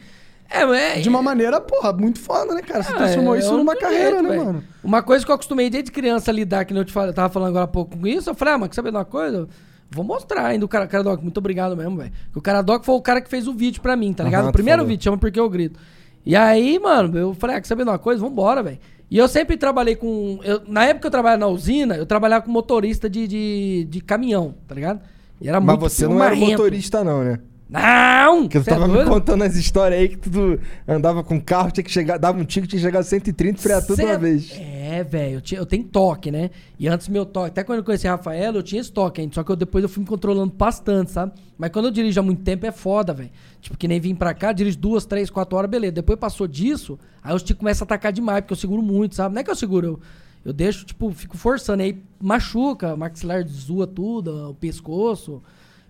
[SPEAKER 2] É, é
[SPEAKER 3] De uma maneira, porra, muito foda, né, cara? Você
[SPEAKER 2] Ah,
[SPEAKER 3] transformou
[SPEAKER 2] é, é
[SPEAKER 3] isso numa
[SPEAKER 2] outro
[SPEAKER 3] carreira,
[SPEAKER 2] jeito,
[SPEAKER 3] né,
[SPEAKER 2] velho.
[SPEAKER 3] mano?
[SPEAKER 2] Uma coisa que eu acostumei desde criança a lidar, que nem eu te fal- eu tava falando agora há pouco com isso, eu falei, ah, mas quer saber de uma coisa? Vou mostrar ainda o cara, cara Doc, muito obrigado mesmo, velho. Que O cara Doc foi o cara que fez o vídeo pra mim, tá ligado?
[SPEAKER 1] Aham,
[SPEAKER 2] o
[SPEAKER 1] tu
[SPEAKER 2] primeiro
[SPEAKER 1] falou.
[SPEAKER 2] vídeo, chama Porque Eu Grito. E aí, mano, eu falei, ah, quer saber de uma coisa? Vambora, velho. E eu sempre trabalhei com. eu- na época que eu trabalhava na usina, eu trabalhava com motorista de, de, de caminhão, tá ligado? E era
[SPEAKER 1] Mas
[SPEAKER 2] muito
[SPEAKER 1] você não era
[SPEAKER 2] marrento.
[SPEAKER 1] motorista, não, né?
[SPEAKER 2] Não!
[SPEAKER 1] Porque tu
[SPEAKER 2] cê é
[SPEAKER 1] tava me
[SPEAKER 2] doido?
[SPEAKER 1] contando as histórias aí que tu andava com carro, tinha que chegar, dava um ticket, tinha que chegar a 130 e frear tudo
[SPEAKER 2] Cê-
[SPEAKER 1] uma vez.
[SPEAKER 2] É, velho, eu, tinha- eu tenho toque, né? E antes meu toque, até quando eu conheci a Rafaela, eu tinha esse toque ainda, só que eu, depois eu fui me controlando bastante, sabe? Mas quando eu dirijo há muito tempo é foda, velho. Tipo, que nem vim pra cá, dirijo duas, três, quatro horas, beleza. Depois passou disso, aí os tios começam a atacar demais, porque eu seguro muito, sabe? Não é que eu seguro, eu, eu deixo, tipo, fico forçando, aí machuca, o maxilar zoa tudo, o pescoço,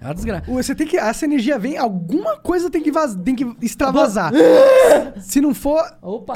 [SPEAKER 2] é uma desgraça.
[SPEAKER 3] Você tem que. Essa energia vem, alguma coisa tem que, vaz, tem que extravasar. Se não for.
[SPEAKER 2] Opa!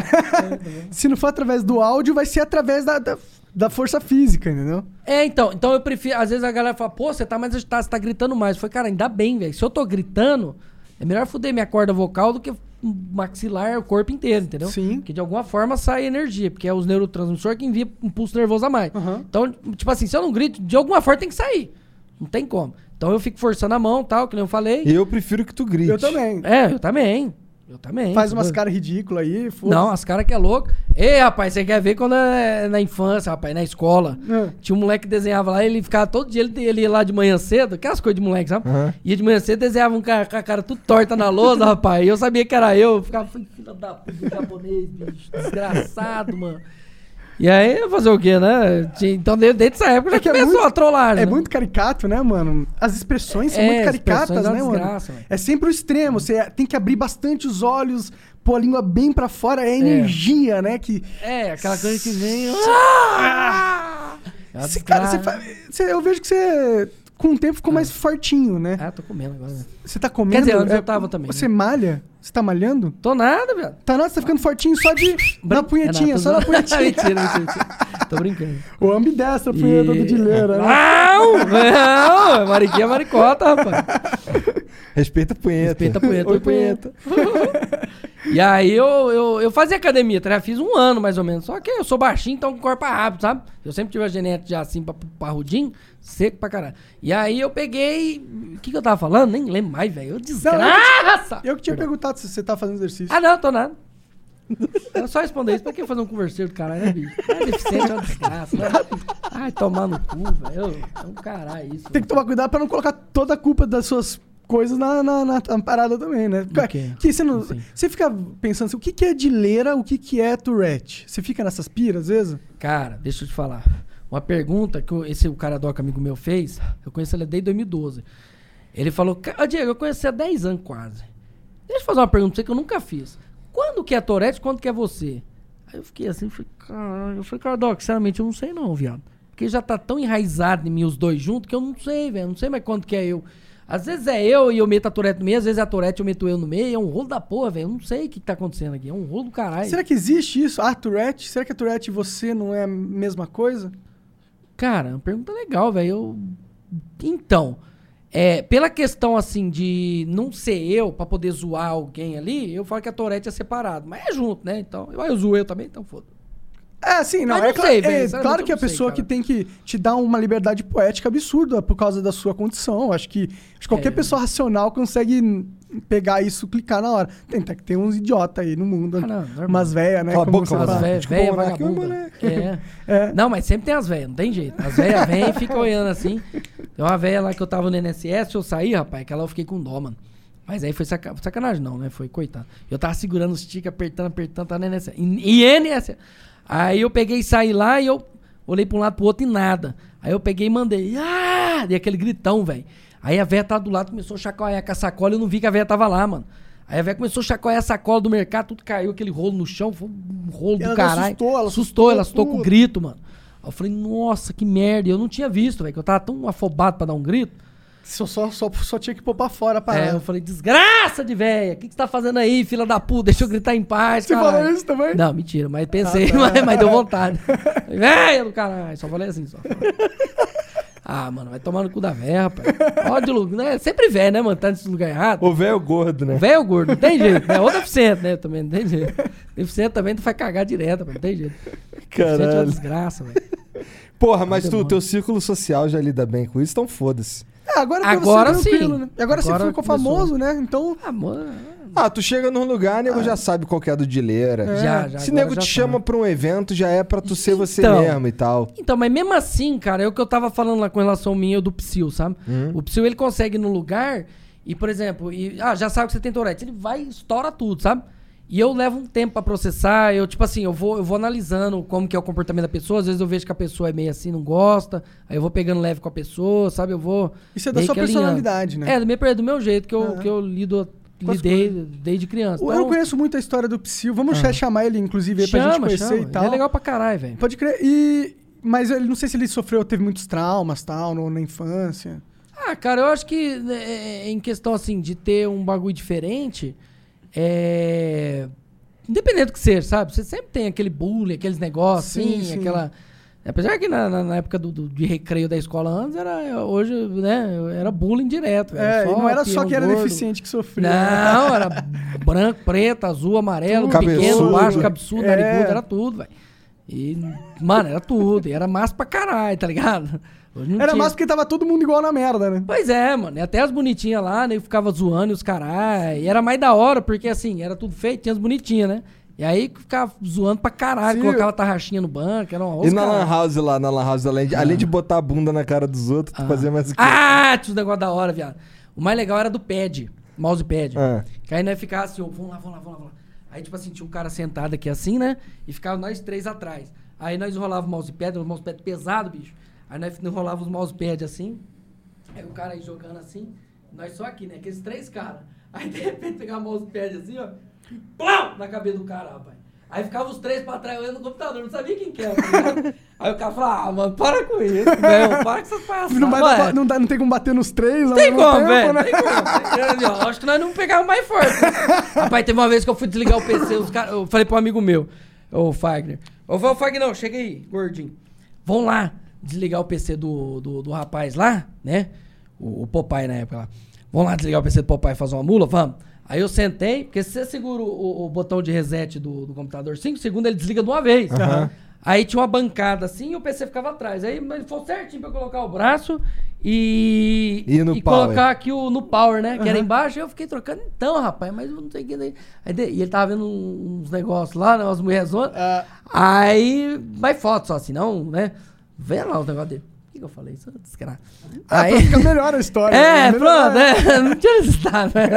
[SPEAKER 3] Se não for através do áudio, vai ser através da, da, da força física, entendeu?
[SPEAKER 2] É, então, então eu prefiro. Às vezes a galera fala, pô, você tá mais agitado, você tá gritando mais. Foi, cara, ainda bem, velho. Se eu tô gritando, é melhor fuder minha corda vocal do que maxilar o corpo inteiro, entendeu?
[SPEAKER 3] Sim.
[SPEAKER 2] Porque de alguma forma sai energia, porque é os neurotransmissores que envia impulso nervoso a mais.
[SPEAKER 3] Aham.
[SPEAKER 2] Então, tipo assim, se eu não grito, de alguma forma tem que sair. Não tem como. Então eu fico forçando a mão, tal, que nem eu falei.
[SPEAKER 1] E eu prefiro que tu grite.
[SPEAKER 3] Eu também.
[SPEAKER 2] É, eu também. Eu também.
[SPEAKER 3] Faz umas
[SPEAKER 2] entendeu?
[SPEAKER 3] caras ridículas aí. foda-se.
[SPEAKER 2] Não, as caras que é louco. Ei, rapaz, você quer ver quando é na infância, rapaz, na escola.
[SPEAKER 3] É.
[SPEAKER 2] Tinha um moleque que desenhava lá, ele ficava todo dia, ele, ele ia lá de manhã cedo, aquelas coisas de moleque, sabe?
[SPEAKER 1] Aham.
[SPEAKER 2] Ia de manhã cedo, desenhava um cara com a cara tudo torta na lousa, rapaz. E eu sabia que era eu. eu Ficava, "Fui filho da puta, japonês, bicho, desgraçado, mano. E aí, fazer o quê, né? Tinha- Então, desde desde essa época já
[SPEAKER 3] É que é
[SPEAKER 2] começou
[SPEAKER 3] muito-
[SPEAKER 2] a trollagem.
[SPEAKER 3] É
[SPEAKER 2] né?
[SPEAKER 3] muito caricato, né, mano? As expressões são
[SPEAKER 2] É,
[SPEAKER 3] muito
[SPEAKER 2] as
[SPEAKER 3] caricatas,
[SPEAKER 2] expressões é
[SPEAKER 3] né,
[SPEAKER 2] uma
[SPEAKER 3] mano?
[SPEAKER 2] desgraça, velho.
[SPEAKER 3] É sempre o extremo. Você tem que abrir bastante os olhos, pôr a língua bem pra fora. É energia, né? Que.
[SPEAKER 2] É, aquela coisa que vem. Ah!
[SPEAKER 3] Você, cara, você, fa- você- eu vejo que você, com o tempo, ficou mais fortinho, né?
[SPEAKER 2] Ah, tô comendo agora. né?
[SPEAKER 3] Você tá comendo.
[SPEAKER 2] Quer dizer, antes
[SPEAKER 3] é,
[SPEAKER 2] eu tava também,
[SPEAKER 3] Você
[SPEAKER 2] né?
[SPEAKER 3] malha? Você tá malhando?
[SPEAKER 2] Tô nada, velho.
[SPEAKER 3] Tá, nossa, tá ficando fortinho só de. Na punhetinha,
[SPEAKER 2] Renato,
[SPEAKER 3] só na
[SPEAKER 2] não.
[SPEAKER 3] punhetinha.
[SPEAKER 2] mentira, mentira, mentira. Tô brincando.
[SPEAKER 3] O ambidestra, punheta do Dileira, né?
[SPEAKER 2] Não! Não! Mariquinha é maricota, rapaz.
[SPEAKER 1] Respeita a punheta.
[SPEAKER 2] Respeita a punheta.
[SPEAKER 1] Oi, punheta.
[SPEAKER 2] E E aí eu, eu, eu fazia academia, tá? ligado? fiz um ano mais ou menos. Só que eu sou baixinho, então com corpo é rápido, sabe? Eu sempre tive a genética já assim, pa- parrudinho, seco pra caralho. E aí eu peguei. O que, que eu tava falando? Nem lembro mais, velho. Eu Desgraça!
[SPEAKER 3] Eu que tinha perguntado se você tá fazendo exercício.
[SPEAKER 2] Ah, não, tô nada. Era só responder isso. Pra que fazer um converseiro do caralho, né, bicho? É deficiente, é uma desgraça. Né? Ai, tomar no cu, velho. É um caralho isso.
[SPEAKER 3] Tem que tomar cuidado pra não colocar toda a culpa das suas coisas na, na- na- na parada também, né? Porque,
[SPEAKER 2] quê?
[SPEAKER 3] que você, não,
[SPEAKER 2] Assim.
[SPEAKER 3] você fica pensando assim, o que, que é dileira, o que, que é Tourette? Você fica nessas piras, às vezes?
[SPEAKER 2] Cara, deixa eu te falar. Uma pergunta que o- esse o cara doca amigo meu fez, eu conheço ele desde 2012. Ele falou, "Ca- Ô, Diego, eu conheci você há 10 anos quase. Deixa eu fazer uma pergunta pra você que eu nunca fiz. Quando que é Torete, quando que é você? Aí eu fiquei assim, falei, caralho, eu falei, cara, Doc, sinceramente eu não sei não, viado. Porque já tá tão enraizado em mim os dois juntos que eu não sei, velho. Não sei mais quando que é eu. Às vezes é eu e eu meto a Torete no meio, às vezes é a Torete e eu meto eu no meio. É um rolo da porra, velho. Eu não sei o que, que tá acontecendo aqui. É um rolo do caralho.
[SPEAKER 3] Será que existe isso? Ah, Tourette? Será que a Tourette e você não é a mesma coisa?
[SPEAKER 2] Cara, uma pergunta legal, velho. Eu- Então, é, pela questão assim de não ser eu pra poder zoar alguém ali, eu falo que a Torete é separado, mas é junto, né? Então, eu, eu zoei eu também, então foda.
[SPEAKER 3] É, sim, não.
[SPEAKER 2] Mas
[SPEAKER 3] é
[SPEAKER 2] Ah, não
[SPEAKER 3] cla-
[SPEAKER 2] sei,
[SPEAKER 3] é
[SPEAKER 2] velho, sinceramente
[SPEAKER 3] claro que
[SPEAKER 2] eu
[SPEAKER 3] a
[SPEAKER 2] não sei,
[SPEAKER 3] pessoa
[SPEAKER 2] cara.
[SPEAKER 3] que tem que te dar uma liberdade poética absurda por causa da sua condição. Acho que, acho que qualquer
[SPEAKER 2] É.
[SPEAKER 3] pessoa racional consegue n- pegar isso, clicar na hora. Tem, tem que ter uns idiota aí no mundo.
[SPEAKER 2] Ah, não, normal.
[SPEAKER 3] umas véia, né?
[SPEAKER 1] Cala a
[SPEAKER 3] como
[SPEAKER 1] boca,
[SPEAKER 3] você
[SPEAKER 1] umas
[SPEAKER 3] fala.
[SPEAKER 2] As
[SPEAKER 1] véia.
[SPEAKER 2] velhas
[SPEAKER 1] tipo,
[SPEAKER 2] véia
[SPEAKER 1] moleque, ô,
[SPEAKER 2] vagabunda. É.
[SPEAKER 3] É.
[SPEAKER 2] Não, mas sempre tem as velhas, não tem jeito. As velhas vêm e ficam olhando assim. Tem uma velha lá que eu tava no NSS, eu saí, rapaz, que lá eu fiquei com dó, mano. Mas aí foi saca- sacanagem, não, né? Foi coitado. Eu tava segurando os tiques, apertando, apertando, tá no NSS. E NSS. Aí eu peguei e saí lá e eu olhei pra um lado pro outro e nada. Aí eu peguei e mandei. Ah! Dei aquele gritão, velho. Aí a velha tava do lado, começou a chacoalhar com a sacola e eu não vi que a velha tava lá, mano. Aí a velha começou a chacoalhar a sacola do mercado, tudo caiu, aquele rolo no chão, foi um rolo
[SPEAKER 3] Ela
[SPEAKER 2] do caralho.
[SPEAKER 3] assustou, ela
[SPEAKER 2] assustou, ela assustou com o
[SPEAKER 3] puta.
[SPEAKER 2] grito, mano. Aí eu falei, nossa, que merda. Eu não tinha visto, velho, que eu tava tão afobado pra dar um grito.
[SPEAKER 3] Só, só, só, só tinha que pôr pra fora a
[SPEAKER 2] Aí
[SPEAKER 3] parada.
[SPEAKER 2] eu falei, desgraça de véia, o que, que você tá fazendo aí, fila da puta? Deixa eu gritar em paz,
[SPEAKER 3] Você
[SPEAKER 2] caralho."
[SPEAKER 3] falou isso Ah, tá. também?
[SPEAKER 2] Não, mentira, mas pensei, mas, mas deu vontade. Falei, véia do caralho, só falei assim, só. Ah, mano, vai tomar no cu da véia, rapaz. Ó, de lugar, né? Sempre véia, né, mano? Tá nesse lugar errado.
[SPEAKER 1] O velho gordo, né?
[SPEAKER 2] Velho gordo, não tem jeito, né? Ou deficiente, né? Também não tem jeito. Deficiente também tu vai cagar direto, rapaz, não tem jeito. Deficiente é uma
[SPEAKER 1] Caralho.
[SPEAKER 2] desgraça, velho.
[SPEAKER 1] Porra, mas tu,
[SPEAKER 2] demônio.
[SPEAKER 1] teu círculo social já lida bem com isso, então foda-se.
[SPEAKER 3] É, agora pra
[SPEAKER 2] Agora
[SPEAKER 3] você é tranquilo,
[SPEAKER 2] sim.
[SPEAKER 3] né? E agora, você
[SPEAKER 2] Agora
[SPEAKER 3] ficou
[SPEAKER 2] começou.
[SPEAKER 3] famoso, né? Então,
[SPEAKER 2] Ah, mano.
[SPEAKER 1] Ah, tu chega num lugar, nego já sabe qual que é do dileira.
[SPEAKER 2] Já, já.
[SPEAKER 1] Se
[SPEAKER 2] agora
[SPEAKER 1] nego
[SPEAKER 2] já
[SPEAKER 1] te
[SPEAKER 2] tá.
[SPEAKER 1] chama pra um evento, já é pra tu ser você
[SPEAKER 2] Então.
[SPEAKER 1] mesmo e tal.
[SPEAKER 2] Então, mas mesmo assim, cara, é o que eu tava falando lá com relação ao minha e do Psyu, sabe?
[SPEAKER 3] Uhum.
[SPEAKER 2] O Psyu, ele consegue ir no lugar e, por exemplo, e, ah, já sabe que você tem Tourette. Ele vai e estoura tudo, sabe? E eu levo um tempo pra processar, eu, tipo assim, eu vou, eu vou analisando como que é o comportamento da pessoa, às vezes eu vejo que a pessoa é meio assim, não gosta, aí eu vou pegando leve com a pessoa, sabe? Eu vou.
[SPEAKER 3] Isso é da
[SPEAKER 2] meio
[SPEAKER 3] sua
[SPEAKER 2] que alinhando.
[SPEAKER 3] personalidade, né?
[SPEAKER 2] É, do meu, é do meu jeito que eu,
[SPEAKER 3] Ah.
[SPEAKER 2] que eu lido,
[SPEAKER 3] Com as
[SPEAKER 2] lidei desde criança.
[SPEAKER 3] eu não Ah.
[SPEAKER 2] Então,
[SPEAKER 3] conheço muito a história do Psyu. Vamos chamar ele, inclusive, aí, pra gente
[SPEAKER 2] chama,
[SPEAKER 3] conhecer
[SPEAKER 2] chama.
[SPEAKER 3] e
[SPEAKER 2] Ele
[SPEAKER 3] tal.
[SPEAKER 2] é legal pra caralho, velho.
[SPEAKER 3] Pode crer. E. Mas ele não sei se ele sofreu, teve muitos traumas tal, no- na infância.
[SPEAKER 2] Ah, cara, eu acho que né, em questão assim de ter um bagulho diferente, é. Independente do que seja, sabe? Você sempre tem aquele bullying, aqueles negócios,
[SPEAKER 3] Sim,
[SPEAKER 2] assim,
[SPEAKER 3] sim.
[SPEAKER 2] aquela. Apesar que na, na- na época do, do- de recreio da escola antes, era, hoje, né, era bullying direto.
[SPEAKER 3] É, e não era só
[SPEAKER 2] peão
[SPEAKER 3] que era
[SPEAKER 2] gordo.
[SPEAKER 3] deficiente que sofria.
[SPEAKER 2] Não, era branco, preto, azul, amarelo,
[SPEAKER 1] Tudo.
[SPEAKER 2] pequeno,
[SPEAKER 1] Cabeçudo.
[SPEAKER 2] baixo, cabeçudo,
[SPEAKER 3] É.
[SPEAKER 2] narigudo, era tudo, velho. E, mano, era tudo. E era massa pra caralho, tá ligado? Hoje não
[SPEAKER 3] Era
[SPEAKER 2] tinha.
[SPEAKER 3] mais porque tava todo mundo igual na merda, né?
[SPEAKER 2] Pois é, mano. E até as bonitinhas lá, né? eu Ficava zoando e os carai. E era mais da hora, porque assim, era tudo feito, tinha as bonitinhas, né? E aí ficava zoando pra caralho,
[SPEAKER 1] Sim.
[SPEAKER 2] colocava tarraxinha no banco, era uma
[SPEAKER 1] E
[SPEAKER 2] os
[SPEAKER 1] na
[SPEAKER 2] caralho.
[SPEAKER 1] Lan House lá, na Lan House, além de, além de botar a bunda na cara dos outros, tu fazia mais o quê?
[SPEAKER 2] Ah, tinha os negócios da hora, viado. O mais legal era do pad, mousepad.
[SPEAKER 3] É.
[SPEAKER 1] Ah.
[SPEAKER 2] Que aí nós ficava assim, ó, vamos lá, vamos lá, vamos lá, vamos lá. Aí, tipo assim, tinha um cara sentado aqui assim, né? E ficava nós três atrás. Aí nós enrolava o mousepad, um mousepad pesado, bicho. Aí nós enrolava os mousepad assim. Aí o cara aí jogando assim, nós só aqui, né? Aqueles três caras. Aí de repente pegava o mousepad assim, ó. Plau! Na cabeça do cara, rapaz. Aí ficava os três pra trás olhando no computador, não sabia quem que era. tá ligado? aí o cara falava, ah, mano, para com isso, velho, para com essas palhaçadas.
[SPEAKER 3] Não, vai dar
[SPEAKER 2] Ué,
[SPEAKER 3] pra- não, dá- não tem como bater nos três ao
[SPEAKER 2] tem
[SPEAKER 3] mesmo
[SPEAKER 2] como,
[SPEAKER 3] tempo,
[SPEAKER 2] velho.
[SPEAKER 3] né?
[SPEAKER 2] Tem como. Eu acho que nós não pegávamos mais forte. Rapaz, teve uma vez que eu fui desligar o PC, os caras. Eu falei pra um amigo meu, ô Fagner. Ô, vai, ô Fagner, não, chega aí, gordinho. Vão lá desligar o PC do, do, do rapaz lá, né? O, o Popeye na época lá. Vão lá desligar o PC do Popeye e fazer uma mula? Vamos. Aí eu sentei, porque se você segura o, o botão de reset do, do computador 5 segundos, ele desliga de uma vez.
[SPEAKER 1] Aham.
[SPEAKER 2] Aí tinha uma bancada assim e o PC ficava atrás. Aí mas foi certinho pra eu colocar o braço e,
[SPEAKER 1] E no power.
[SPEAKER 2] colocar aqui o, no power, né? Que era embaixo. Aí eu fiquei trocando. Então, rapaz, mas eu não sei o que. daí. Aí, de- e ele tava vendo um- uns negócios lá, né, umas mulherzonas.
[SPEAKER 1] Ah.
[SPEAKER 2] Aí, mais foto só, senão, né? Vê lá os negócios dele. Por que, que eu falei isso? Desgraça.
[SPEAKER 1] Ah,
[SPEAKER 3] Aí fica melhor a história.
[SPEAKER 2] É,
[SPEAKER 3] né? Melhor-
[SPEAKER 2] pronto, é. não tinha necessidade, né?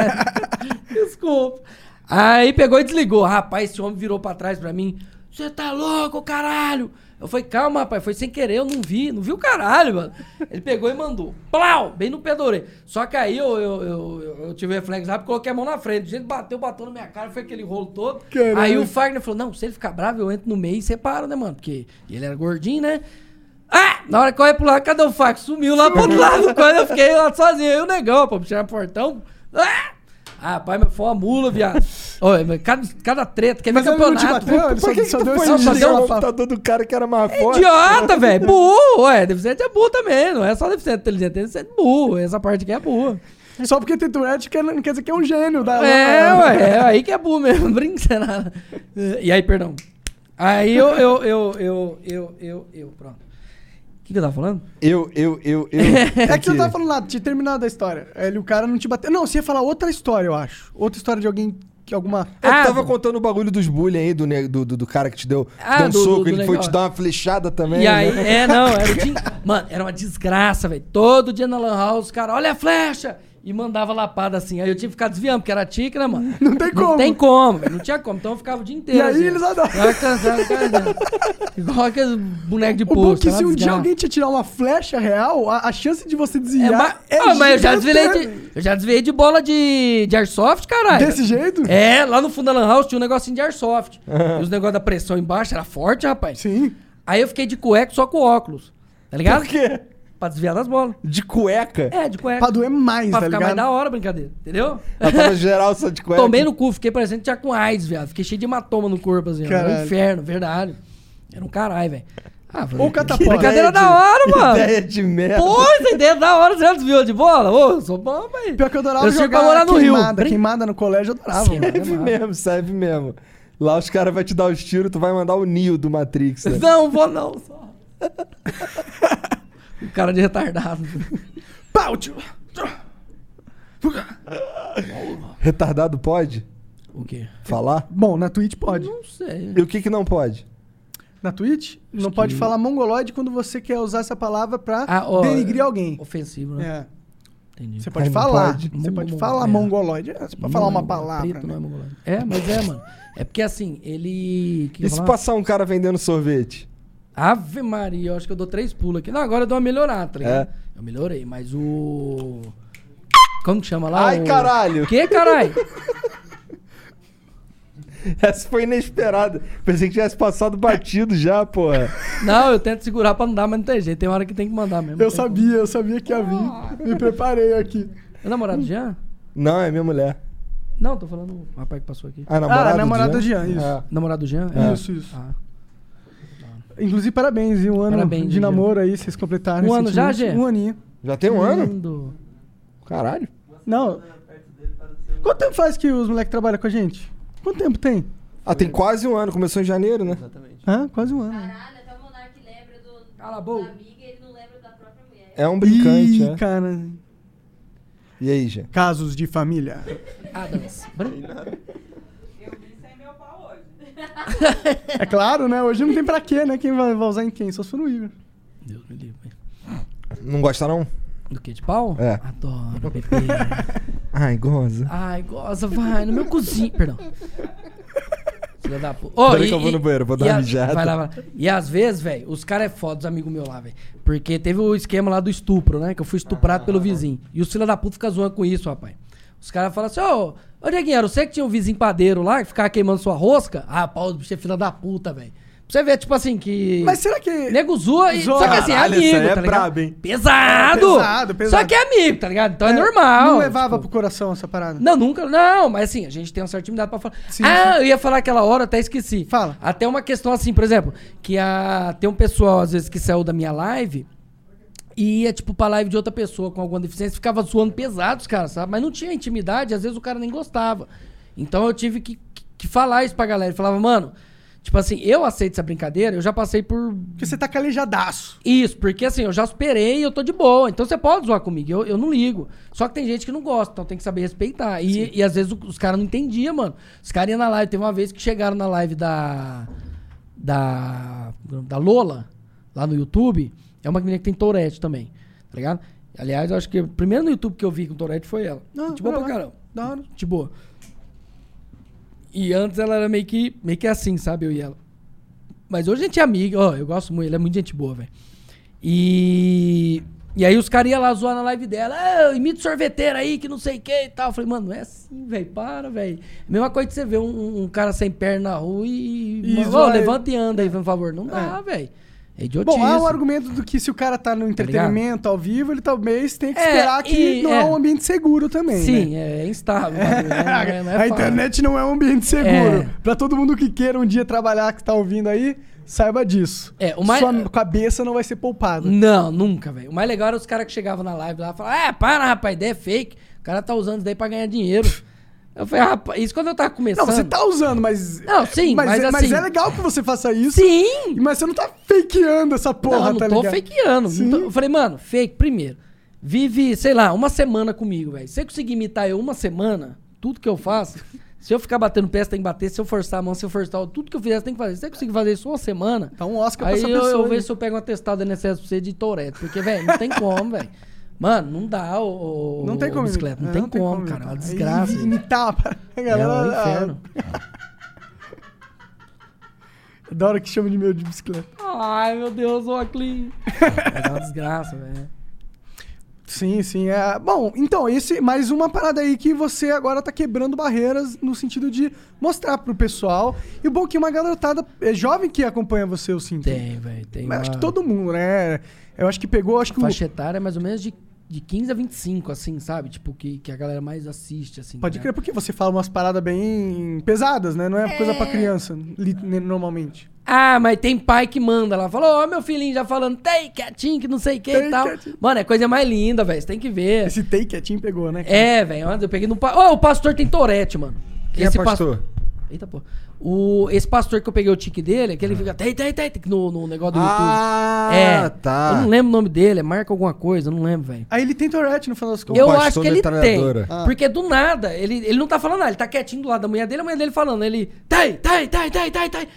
[SPEAKER 2] Desculpa. Aí pegou e desligou. Rapaz, esse homem virou pra trás pra mim. Você tá louco, caralho? Eu falei, calma, rapaz, foi sem querer, eu não vi, não vi o caralho, mano. Ele pegou e mandou. Plau! Bem no pé da orelha. Só que aí eu, eu, eu, eu- eu tive reflexo rápido, coloquei a mão na frente. O jeito bateu, bateu na minha cara, foi aquele rolo todo.
[SPEAKER 3] Caralho.
[SPEAKER 2] Aí o Fagner falou: não, se ele ficar bravo, eu entro no meio e separo, né, mano? Porque ele era gordinho, né? Ah! Na hora que eu ia pro lado, cadê o Fagner? Sumiu lá pro outro lado. Quando eu fiquei lá sozinho, eu e o negão, pô, puxar um portão. Ah! Rapaz, mas foi uma mula, viado. Olha, mas cada, cada treta, quer ver
[SPEAKER 3] Mas ele não te
[SPEAKER 2] campeonato?
[SPEAKER 3] bateu, ele só, só deu
[SPEAKER 2] só
[SPEAKER 3] esse
[SPEAKER 2] deu
[SPEAKER 3] desligar
[SPEAKER 2] uma
[SPEAKER 3] o
[SPEAKER 2] fa- É
[SPEAKER 3] computador.
[SPEAKER 1] computador do cara que era mais forte.
[SPEAKER 2] Idiota, velho. Burro. Ué, deficiente é burro também. Não é só deficiente inteligente, é deficiente burro. Essa parte aqui é burro.
[SPEAKER 3] Só porque tem Tourette quer- não quer dizer que é um gênio. Da,
[SPEAKER 2] É,
[SPEAKER 3] da-
[SPEAKER 2] ué, é aí que é burro mesmo, brinca nada. E aí, perdão. Aí eu, eu, eu, eu, eu, eu, eu, pronto. O que, que eu tava falando?
[SPEAKER 1] Eu, eu, eu, eu.
[SPEAKER 3] É que você não tava falando nada, tinha terminado a história. Ele, o cara não te bateu. Não, você ia falar outra história, eu acho. Outra história de alguém que alguma.
[SPEAKER 1] Eu
[SPEAKER 2] Ah,
[SPEAKER 1] tava
[SPEAKER 2] do-
[SPEAKER 1] contando o bagulho dos bullying aí, do, ne- do, do, do cara que te deu,
[SPEAKER 2] Ah,
[SPEAKER 1] deu um
[SPEAKER 2] do- do-
[SPEAKER 1] soco,
[SPEAKER 2] do
[SPEAKER 1] ele foi
[SPEAKER 2] negócio.
[SPEAKER 1] te dar uma flechada também.
[SPEAKER 2] E aí,
[SPEAKER 1] né?
[SPEAKER 2] é, não, era o dia. Mano, era uma desgraça, velho. Todo dia na Lan House, os caras, olha a flecha! E mandava lapada assim. Aí eu tinha que ficar desviando, porque era tique, né, mano?
[SPEAKER 3] Não tem como.
[SPEAKER 2] Não tem como, velho, não tinha como. Então eu ficava o dia inteiro.
[SPEAKER 3] E aí
[SPEAKER 2] assim,
[SPEAKER 3] eles
[SPEAKER 2] ó.
[SPEAKER 3] adoram.
[SPEAKER 2] Eu cansava, cansava. Igual aqueles bonecos de
[SPEAKER 3] O bom é
[SPEAKER 2] posto.
[SPEAKER 3] que
[SPEAKER 2] era
[SPEAKER 3] se
[SPEAKER 2] uma
[SPEAKER 3] um dia
[SPEAKER 2] desgraça.
[SPEAKER 3] alguém te atirar uma flecha real, a, a chance de você
[SPEAKER 2] É,
[SPEAKER 3] desviar.
[SPEAKER 2] mas,
[SPEAKER 3] É,
[SPEAKER 2] Ah, mas eu já desviei
[SPEAKER 3] gigantesca.
[SPEAKER 2] de, eu já desviei de bola de, de airsoft, caralho.
[SPEAKER 3] Desse jeito?
[SPEAKER 2] É, lá no fundo da Lan House tinha um negocinho de airsoft. E os negócios da pressão embaixo era forte, rapaz.
[SPEAKER 3] Sim.
[SPEAKER 2] Aí eu fiquei de cueca só com óculos. Tá ligado?
[SPEAKER 1] Por quê?
[SPEAKER 2] Pra desviar das bolas.
[SPEAKER 1] De cueca.
[SPEAKER 2] É, de cueca.
[SPEAKER 3] Pra doer mais,
[SPEAKER 2] Pra
[SPEAKER 3] tá
[SPEAKER 2] ficar mais
[SPEAKER 3] ligado?
[SPEAKER 2] da hora, a brincadeira. Entendeu?
[SPEAKER 1] Ela tava geral só de cueca.
[SPEAKER 2] Tomei no cu, fiquei parecendo que tinha com AIDS, viado. Fiquei cheio de hematoma no corpo, assim. ó. Era um
[SPEAKER 3] Caralho.
[SPEAKER 2] inferno, verdade. Era um caralho, velho. Ah,
[SPEAKER 3] Ou
[SPEAKER 2] que
[SPEAKER 3] catapora.
[SPEAKER 2] brincadeira
[SPEAKER 1] Ideia
[SPEAKER 2] da
[SPEAKER 1] de-
[SPEAKER 2] hora, mano.
[SPEAKER 1] Ideia de merda.
[SPEAKER 2] Pô, essa ideia é da hora, você já desviou de bola? Ô, sou bom, velho.
[SPEAKER 3] Pior que eu adorava
[SPEAKER 2] Eu chego
[SPEAKER 3] jogar
[SPEAKER 2] pra morar no Rio.
[SPEAKER 3] queimada.
[SPEAKER 2] Brin-
[SPEAKER 3] Queimada no colégio, eu adorava.
[SPEAKER 2] Sim.
[SPEAKER 3] mano.
[SPEAKER 1] Serve mesmo, serve mesmo. Lá os caras vão te dar os tiros, tu vai mandar o Neo do Matrix. né?
[SPEAKER 2] Não, vou não, só. o cara de retardado.
[SPEAKER 3] Pau, tio.
[SPEAKER 1] Retardado pode
[SPEAKER 2] O quê?
[SPEAKER 1] falar?
[SPEAKER 3] Bom, na Twitch pode.
[SPEAKER 2] Não sei.
[SPEAKER 1] E o que que não pode?
[SPEAKER 3] Na Twitch, não pode falar mongoloide quando você quer usar essa palavra pra
[SPEAKER 2] Ah, ó,
[SPEAKER 3] denigrir alguém.
[SPEAKER 2] Ofensivo, né?
[SPEAKER 3] É.
[SPEAKER 2] Entendi.
[SPEAKER 3] Você pode
[SPEAKER 1] Não
[SPEAKER 3] falar.
[SPEAKER 1] pode.
[SPEAKER 3] Você pode
[SPEAKER 2] Mongo-
[SPEAKER 3] falar
[SPEAKER 2] é.
[SPEAKER 3] mongoloide. É, Você pode falar uma palavra.
[SPEAKER 2] Preto, não
[SPEAKER 3] né?
[SPEAKER 2] é, mongolão. é, mas é, mano. É porque assim, ele. que que
[SPEAKER 1] E
[SPEAKER 2] eu ia
[SPEAKER 1] se
[SPEAKER 2] falar?
[SPEAKER 1] passar um cara vendendo sorvete?
[SPEAKER 2] Ave Maria, eu acho que eu dou três pulos aqui. Não, agora eu dou uma melhorada, tá ligado?
[SPEAKER 1] É.
[SPEAKER 2] Eu melhorei, mas o. Como que chama lá?
[SPEAKER 1] Ai,
[SPEAKER 2] o...
[SPEAKER 1] caralho!
[SPEAKER 2] Que caralho?
[SPEAKER 1] Essa foi inesperada. Pensei que tivesse passado batido já, porra.
[SPEAKER 2] Não, eu tento segurar pra não dar, mas não tem jeito. Tem hora que tem que mandar mesmo.
[SPEAKER 3] Eu sabia, eu sabia que ia
[SPEAKER 2] Ah.
[SPEAKER 3] vir. Me preparei aqui.
[SPEAKER 2] É namorado do Jean?
[SPEAKER 1] Não, é minha mulher.
[SPEAKER 2] Não, tô falando o rapaz que passou aqui.
[SPEAKER 1] Ah, namorada
[SPEAKER 3] Ah, namorada
[SPEAKER 1] do
[SPEAKER 3] do
[SPEAKER 1] Jean?
[SPEAKER 3] Jean, isso.
[SPEAKER 1] Ah.
[SPEAKER 2] Namorado do Jean?
[SPEAKER 1] É.
[SPEAKER 3] Isso, isso.
[SPEAKER 2] Ah.
[SPEAKER 3] Inclusive, parabéns, e um ano
[SPEAKER 2] Parabéns,
[SPEAKER 3] de
[SPEAKER 2] Gê.
[SPEAKER 3] namoro aí, vocês completaram.
[SPEAKER 2] Um ano
[SPEAKER 3] recentemente.
[SPEAKER 2] já, Gê?
[SPEAKER 3] Um aninho.
[SPEAKER 1] Já tem um ano?
[SPEAKER 2] Lindo.
[SPEAKER 1] Caralho.
[SPEAKER 3] Não. Quanto tempo faz que os moleques trabalham com a gente? Quanto tempo tem?
[SPEAKER 1] Ah, tem quase um ano. Começou em janeiro, né?
[SPEAKER 4] Exatamente.
[SPEAKER 3] Hã? Quase um ano.
[SPEAKER 6] Caralho, até o Monark lembra do,
[SPEAKER 2] Cala a
[SPEAKER 6] da
[SPEAKER 2] boca.
[SPEAKER 6] amiga ele não lembra da própria mulher.
[SPEAKER 1] É um brincante,
[SPEAKER 3] Ih,
[SPEAKER 1] né?
[SPEAKER 3] cara.
[SPEAKER 1] E aí, Jean?
[SPEAKER 3] Casos de família.
[SPEAKER 2] Adams. Ah, Bran-
[SPEAKER 3] É claro, né? Hoje não tem pra quê, né? Quem vai vai usar em quem? Só se for no Igor.
[SPEAKER 2] Deus me livre.
[SPEAKER 1] Não gosta, não?
[SPEAKER 2] Do que? De pau?
[SPEAKER 1] É.
[SPEAKER 2] Adoro, bebê.
[SPEAKER 1] Ai, goza.
[SPEAKER 2] Ai, goza, vai, no meu cozinho. Perdão. Filha da puta.
[SPEAKER 1] Peraí que eu vou no banheiro, vou dar uma
[SPEAKER 2] a-
[SPEAKER 1] mijada.
[SPEAKER 2] Vai lá, vai lá. E às vezes, velho, os caras é foda, os amigos meus lá, velho. Porque teve o esquema lá do estupro, né? Que eu fui estuprado pelo vizinho. E os filha da puta ficam zoando com isso, rapaz. Os caras falam assim, ô, ô Dieguinho, era você que tinha um vizinho padeiro lá, que ficava queimando sua rosca? Ah, pau, bicho é filha da puta, velho. Pra você ver, tipo assim, que...
[SPEAKER 3] Mas será que. é
[SPEAKER 2] Nego zoa e.
[SPEAKER 3] Zoa.
[SPEAKER 2] Só que assim, é
[SPEAKER 1] Caralho,
[SPEAKER 2] amigo.
[SPEAKER 1] isso aí é
[SPEAKER 2] tá ligado?
[SPEAKER 1] brabo, hein?
[SPEAKER 2] Pesado!
[SPEAKER 3] É, pesado, pesado.
[SPEAKER 2] Só que é amigo, tá ligado? Então é,
[SPEAKER 3] É,
[SPEAKER 2] normal.
[SPEAKER 3] Não levava
[SPEAKER 2] tipo.
[SPEAKER 3] pro coração essa parada.
[SPEAKER 2] Não, nunca. Não, mas assim, a gente tem uma certa intimidade pra falar.
[SPEAKER 3] Sim,
[SPEAKER 2] ah, eu ia falar aquela hora, até esqueci.
[SPEAKER 3] Fala.
[SPEAKER 2] Até uma questão assim, por exemplo, que a, tem um pessoal, às vezes, que saiu da minha live. e ia, tipo, pra live de outra pessoa com alguma deficiência, ficava zoando pesados, cara, sabe? Mas não tinha intimidade, às vezes o cara nem gostava. Então eu tive que, que- que falar isso pra galera. Eu falava, mano, tipo assim, eu aceito essa brincadeira, eu já passei por
[SPEAKER 3] Porque você tá calejadaço.
[SPEAKER 2] isso, porque assim, eu já superei e eu tô de boa. Então você pode zoar comigo, eu, eu não ligo. Só que tem gente que não gosta, então tem que saber respeitar. E, e às vezes o- os caras não entendiam, mano. Os caras iam na live. Teve uma vez que chegaram na live da. Da. Da Lola, lá no YouTube. É uma menina que tem Tourette também, tá ligado? Aliás, eu acho que o primeiro no YouTube que eu vi com Tourette foi ela.
[SPEAKER 3] Ah,
[SPEAKER 2] Gente boa
[SPEAKER 3] olha
[SPEAKER 2] pra
[SPEAKER 3] lá.
[SPEAKER 2] caramba.
[SPEAKER 3] Da hora.
[SPEAKER 2] De boa. E antes ela era meio que, meio que assim, sabe? Eu e ela. Mas hoje a gente é amiga, ó, eu gosto muito, ela é muito gente boa, velho. E. E aí os caras iam lá zoar na live dela, ah, imita o sorveteiro aí, que não sei o que e tal. Eu falei, mano, não é assim, velho, para, velho. Mesma coisa que você vê um, um cara sem perna na rua e.
[SPEAKER 3] E
[SPEAKER 2] Mano,
[SPEAKER 3] zoar
[SPEAKER 2] "Ô,
[SPEAKER 3] ele."
[SPEAKER 2] levanta e anda aí, por favor. Não dá, velho. É idiotice.
[SPEAKER 3] Bom, há o argumento do que se o cara tá no entretenimento ao vivo, ele talvez tem que
[SPEAKER 2] É,
[SPEAKER 3] esperar que
[SPEAKER 2] e-
[SPEAKER 3] não é.
[SPEAKER 2] é.
[SPEAKER 3] um ambiente seguro também.
[SPEAKER 2] Sim, é,
[SPEAKER 3] né?
[SPEAKER 2] é instável. o bagulho, né? Não é- não é
[SPEAKER 3] a
[SPEAKER 2] fácil. É.
[SPEAKER 3] internet não é um ambiente seguro. Pra todo mundo que queira um dia trabalhar, que tá ouvindo aí, saiba disso.
[SPEAKER 2] É, o mais-
[SPEAKER 3] Sua cabeça não vai ser poupada.
[SPEAKER 2] Não, nunca, velho. O mais legal era os caras que chegavam na live lá e falavam, é, para, rapaz, ideia é fake. O cara tá usando isso daí pra ganhar dinheiro. eu falei, rapaz, isso quando eu tava começando.
[SPEAKER 3] Não, você tá usando, mas.
[SPEAKER 2] Não, sim, mas
[SPEAKER 3] é,
[SPEAKER 2] assim-
[SPEAKER 3] é legal que você faça isso.
[SPEAKER 2] Sim!
[SPEAKER 3] Mas você não tá fakeando essa porra,
[SPEAKER 2] não, não
[SPEAKER 3] tá
[SPEAKER 2] tô
[SPEAKER 3] ligado?
[SPEAKER 2] fakeando.
[SPEAKER 3] Sim.
[SPEAKER 2] Não tô- Eu falei, mano, fake, primeiro. Vive, sei lá, uma semana é comigo, velho. Se você conseguir imitar eu uma semana, tudo que eu faço, se eu ficar batendo pé, você tem que bater. Se eu forçar a mão, se eu forçar, o- tudo que eu fizer, você tem que fazer. Se você conseguir fazer isso uma semana,
[SPEAKER 3] Dá um Oscar pra
[SPEAKER 2] aí
[SPEAKER 3] essa
[SPEAKER 2] eu,
[SPEAKER 3] pessoa.
[SPEAKER 2] eu
[SPEAKER 3] aí.
[SPEAKER 2] vejo se eu pego um atestado da NSS pra você de Toreto. Porque, velho, não tem como, velho. Mano, não dá, ô. ô,
[SPEAKER 3] Não tem
[SPEAKER 2] ô,
[SPEAKER 3] como.
[SPEAKER 2] Bicicleta. Não,
[SPEAKER 3] é,
[SPEAKER 2] tem, como, cara. É
[SPEAKER 3] imitar.
[SPEAKER 2] uma desgraça.
[SPEAKER 3] Aí Imitar pra a
[SPEAKER 2] É
[SPEAKER 3] galera.
[SPEAKER 2] um inferno.
[SPEAKER 3] ah, Da hora que chama de meu de bicicleta.
[SPEAKER 2] Ai, meu Deus, ô Aclin. É uma desgraça, velho.
[SPEAKER 3] Sim, sim. É... Bom, então, esse mais uma parada aí que você agora tá quebrando barreiras no sentido de mostrar pro pessoal. E o bom é que uma garotada é jovem que acompanha você, eu sinto.
[SPEAKER 2] Tem, velho. Tem.
[SPEAKER 3] Mas acho
[SPEAKER 2] uma-
[SPEAKER 3] que todo mundo, né? Eu acho que pegou, acho que o...
[SPEAKER 2] faixa etária é mais ou menos de, de 15 a 25, assim, sabe? Tipo, que, que a galera mais assiste, assim.
[SPEAKER 3] Pode
[SPEAKER 2] né?
[SPEAKER 3] crer, porque você fala umas paradas bem pesadas, né? Não é, coisa pra criança, li- né, normalmente.
[SPEAKER 2] Ah, mas tem pai que manda lá. Falou, ó, meu filhinho já falando, tem quietinho, que não sei o que
[SPEAKER 3] Tem
[SPEAKER 2] e tal.
[SPEAKER 3] quietinho.
[SPEAKER 2] Mano, é coisa mais linda, velho. Você tem que ver.
[SPEAKER 3] Esse take quietinho pegou, né?
[SPEAKER 2] É, velho. olha, Eu peguei no. pa- Ó, o pastor tem Torete, mano.
[SPEAKER 1] Quem é
[SPEAKER 2] pas-
[SPEAKER 1] pastor?
[SPEAKER 2] Eita, pô. O... Esse pastor que eu peguei o tique dele, é que ele fica. Tem, tem, tem, tem", no, no negócio do YouTube.
[SPEAKER 1] Ah,
[SPEAKER 2] é.
[SPEAKER 1] tá.
[SPEAKER 2] Eu não lembro o nome dele, é marca alguma coisa, eu não lembro, velho.
[SPEAKER 3] Aí ele tem Tourette no final das contas.
[SPEAKER 2] Eu
[SPEAKER 1] um pastor
[SPEAKER 2] acho que ele tem.
[SPEAKER 1] metralhadora.
[SPEAKER 3] Ah.
[SPEAKER 2] Porque do nada, ele, ele não tá falando nada, ele tá quietinho do lado da mulher dele, a mulher dele falando. Ele. Tem, tem, tem, tem, tem, tem.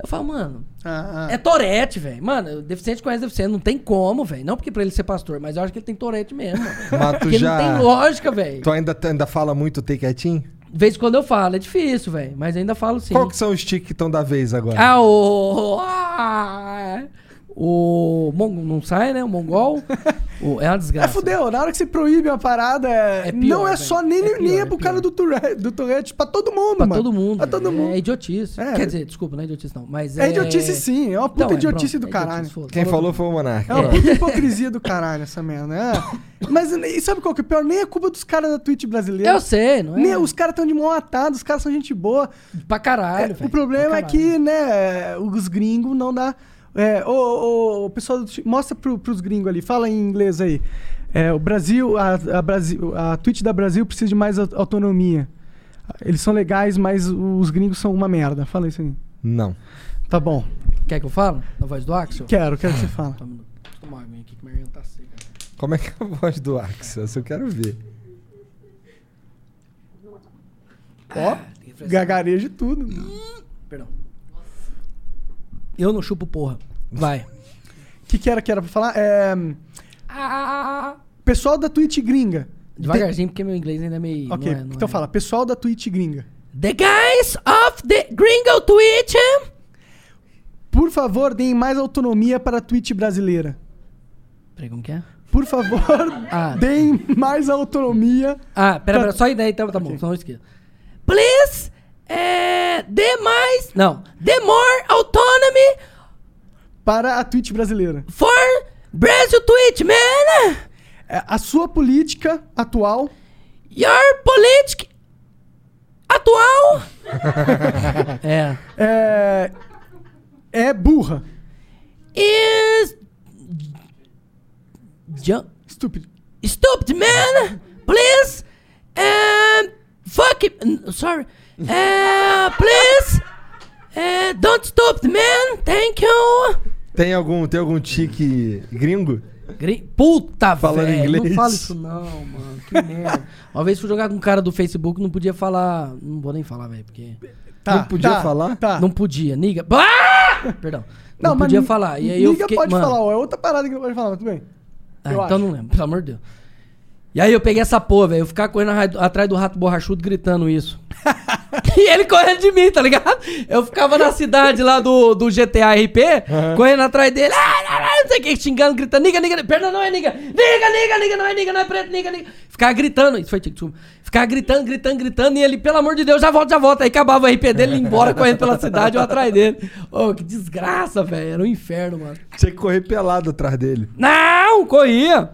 [SPEAKER 2] Eu falo, mano,
[SPEAKER 3] Ah, ah.
[SPEAKER 2] é Torete, velho. Mano, deficiente conhece deficiente, não tem como, velho. Não porque pra ele ser pastor, mas eu acho que ele tem Torete mesmo. mano.
[SPEAKER 1] Mas tu
[SPEAKER 2] Porque
[SPEAKER 1] já.
[SPEAKER 2] não tem lógica, velho.
[SPEAKER 1] Tu ainda, ainda fala muito take quietinho?
[SPEAKER 2] De vez em quando eu falo, é difícil, velho. Mas ainda falo sim.
[SPEAKER 1] Qual que são os tiques que estão da vez agora?
[SPEAKER 2] Ah, o. ah, O. Mon- Não sai, né? O mongol. O- É uma
[SPEAKER 3] É
[SPEAKER 2] desgraça.
[SPEAKER 3] fudeu, na hora que você proíbe uma parada, é-
[SPEAKER 2] É pior,
[SPEAKER 3] não é
[SPEAKER 2] velho.
[SPEAKER 3] só nem,
[SPEAKER 2] É pior,
[SPEAKER 3] nem é
[SPEAKER 2] é
[SPEAKER 3] pro
[SPEAKER 2] pior.
[SPEAKER 3] cara do Tourette, do Tourette, pra todo mundo,
[SPEAKER 2] Pra
[SPEAKER 3] mano.
[SPEAKER 2] todo mundo.
[SPEAKER 3] Pra
[SPEAKER 2] velho.
[SPEAKER 3] É todo mundo.
[SPEAKER 2] É idiotice.
[SPEAKER 3] É.
[SPEAKER 2] Quer dizer, desculpa, não é idiotice não. Mas
[SPEAKER 3] É
[SPEAKER 2] é.
[SPEAKER 3] idiotice sim, é uma puta
[SPEAKER 2] Não, é,
[SPEAKER 3] idiotice
[SPEAKER 2] pronto,
[SPEAKER 3] do
[SPEAKER 2] é
[SPEAKER 3] caralho.
[SPEAKER 2] idiotice, foda-se.
[SPEAKER 1] Quem falou foi o Monarca.
[SPEAKER 3] É uma
[SPEAKER 1] Pronto.
[SPEAKER 3] puta hipocrisia do caralho essa merda, né? Mas e sabe qual que é o pior? Nem é culpa dos caras da Twitch brasileira.
[SPEAKER 2] Eu sei, não é?
[SPEAKER 3] Nem- os caras tão de mão atada, os caras são gente boa.
[SPEAKER 2] Pra caralho,
[SPEAKER 3] É,
[SPEAKER 2] velho.
[SPEAKER 3] o problema
[SPEAKER 2] Pra
[SPEAKER 3] é
[SPEAKER 2] caralho.
[SPEAKER 3] que, né, os gringos não dá. É, ô, ô, o pessoal, do Ti- mostra pro, pros gringos ali, fala em inglês aí. É, o Brasil, a, a, Brasil, a Twitch da Brasil precisa de mais au- autonomia. Eles são legais, mas os gringos são uma merda. Fala isso aí.
[SPEAKER 1] Não.
[SPEAKER 3] Tá bom.
[SPEAKER 2] Quer que eu fale? Na voz do Axel?
[SPEAKER 3] Quero, quero que você fala.
[SPEAKER 2] Só um minuto. Deixa eu tomar uma aguinha aqui que minha garganta tá seca.
[SPEAKER 1] Como é que é a voz do Axel? Isso eu quero ver.
[SPEAKER 3] Ó,
[SPEAKER 2] Tem que refrescar.
[SPEAKER 3] gagarejo e tudo.
[SPEAKER 2] Perdão. Eu não chupo porra. Vai.
[SPEAKER 3] O que, que era que era pra falar? É,
[SPEAKER 2] Ah,
[SPEAKER 3] pessoal da Twitch gringa.
[SPEAKER 2] Devagarzinho, porque meu inglês ainda é meio.
[SPEAKER 3] Ok,
[SPEAKER 2] não é- não
[SPEAKER 3] então
[SPEAKER 2] é.
[SPEAKER 3] fala. Pessoal da Twitch gringa.
[SPEAKER 2] The guys of the Gringo Twitch.
[SPEAKER 3] Por favor, deem mais autonomia para a Twitch brasileira.
[SPEAKER 2] Peraí, como que é?
[SPEAKER 3] Por favor,
[SPEAKER 2] Ah.
[SPEAKER 3] deem mais autonomia.
[SPEAKER 2] Ah, pera, pera, só a ideia então, tá bom, senão eu esqueço. Please, é, dê mais, não, dê more autonomy
[SPEAKER 3] Para a Twitch brasileira.
[SPEAKER 2] for Brazil Twitch, man.
[SPEAKER 3] É, A sua política atual
[SPEAKER 2] Your politic atual. é.
[SPEAKER 3] é, é burra.
[SPEAKER 2] Is Jump.
[SPEAKER 3] Estúpido.
[SPEAKER 2] Stupid man, please. Um, fuck it. n- Sorry. Uh, please. Uh, don't stop, man. Thank you.
[SPEAKER 1] Tem algum, tem algum tique gringo?
[SPEAKER 2] Gri- Puta,
[SPEAKER 1] Falando
[SPEAKER 2] velho.
[SPEAKER 1] inglês.
[SPEAKER 2] Não fala isso não, mano. Que merda. Uma vez fui jogar com um cara do Facebook, não podia falar... Não vou nem falar, velho, porque...
[SPEAKER 1] Não podia falar?
[SPEAKER 3] Tá.
[SPEAKER 2] Não podia, niga. Ah! Perdão. Não,
[SPEAKER 3] mas
[SPEAKER 2] podia
[SPEAKER 3] ni-
[SPEAKER 2] falar. E aí eu
[SPEAKER 3] niga
[SPEAKER 2] fiquei...
[SPEAKER 3] pode
[SPEAKER 2] mano,
[SPEAKER 3] falar, ó. É outra parada que não pode falar, mas tudo bem.
[SPEAKER 2] Ah,
[SPEAKER 3] eu
[SPEAKER 2] então
[SPEAKER 3] acho.
[SPEAKER 2] não lembro, pelo amor de Deus. E aí eu peguei essa porra, velho. Eu ficava correndo arra- atrás do rato borrachudo gritando isso. e ele correndo de mim, tá ligado? Eu ficava na cidade lá do, do GTA RP, correndo atrás dele, ah, não, não, não sei o que, xingando, gritando, niga, niga, perna não é niga, niga, niga, niga, não é niga, não é preto, niga, niga. Ficava gritando, isso foi tic Ficava gritando, gritando, gritando, e ele, pelo amor de Deus, já volta, já volta. Aí acabava o RP dele, ele ia embora correndo pela cidade, eu atrás dele. Ô, que desgraça, velho. Era um inferno, mano.
[SPEAKER 1] Tinha que correr pelado atrás dele.
[SPEAKER 2] Não, corria.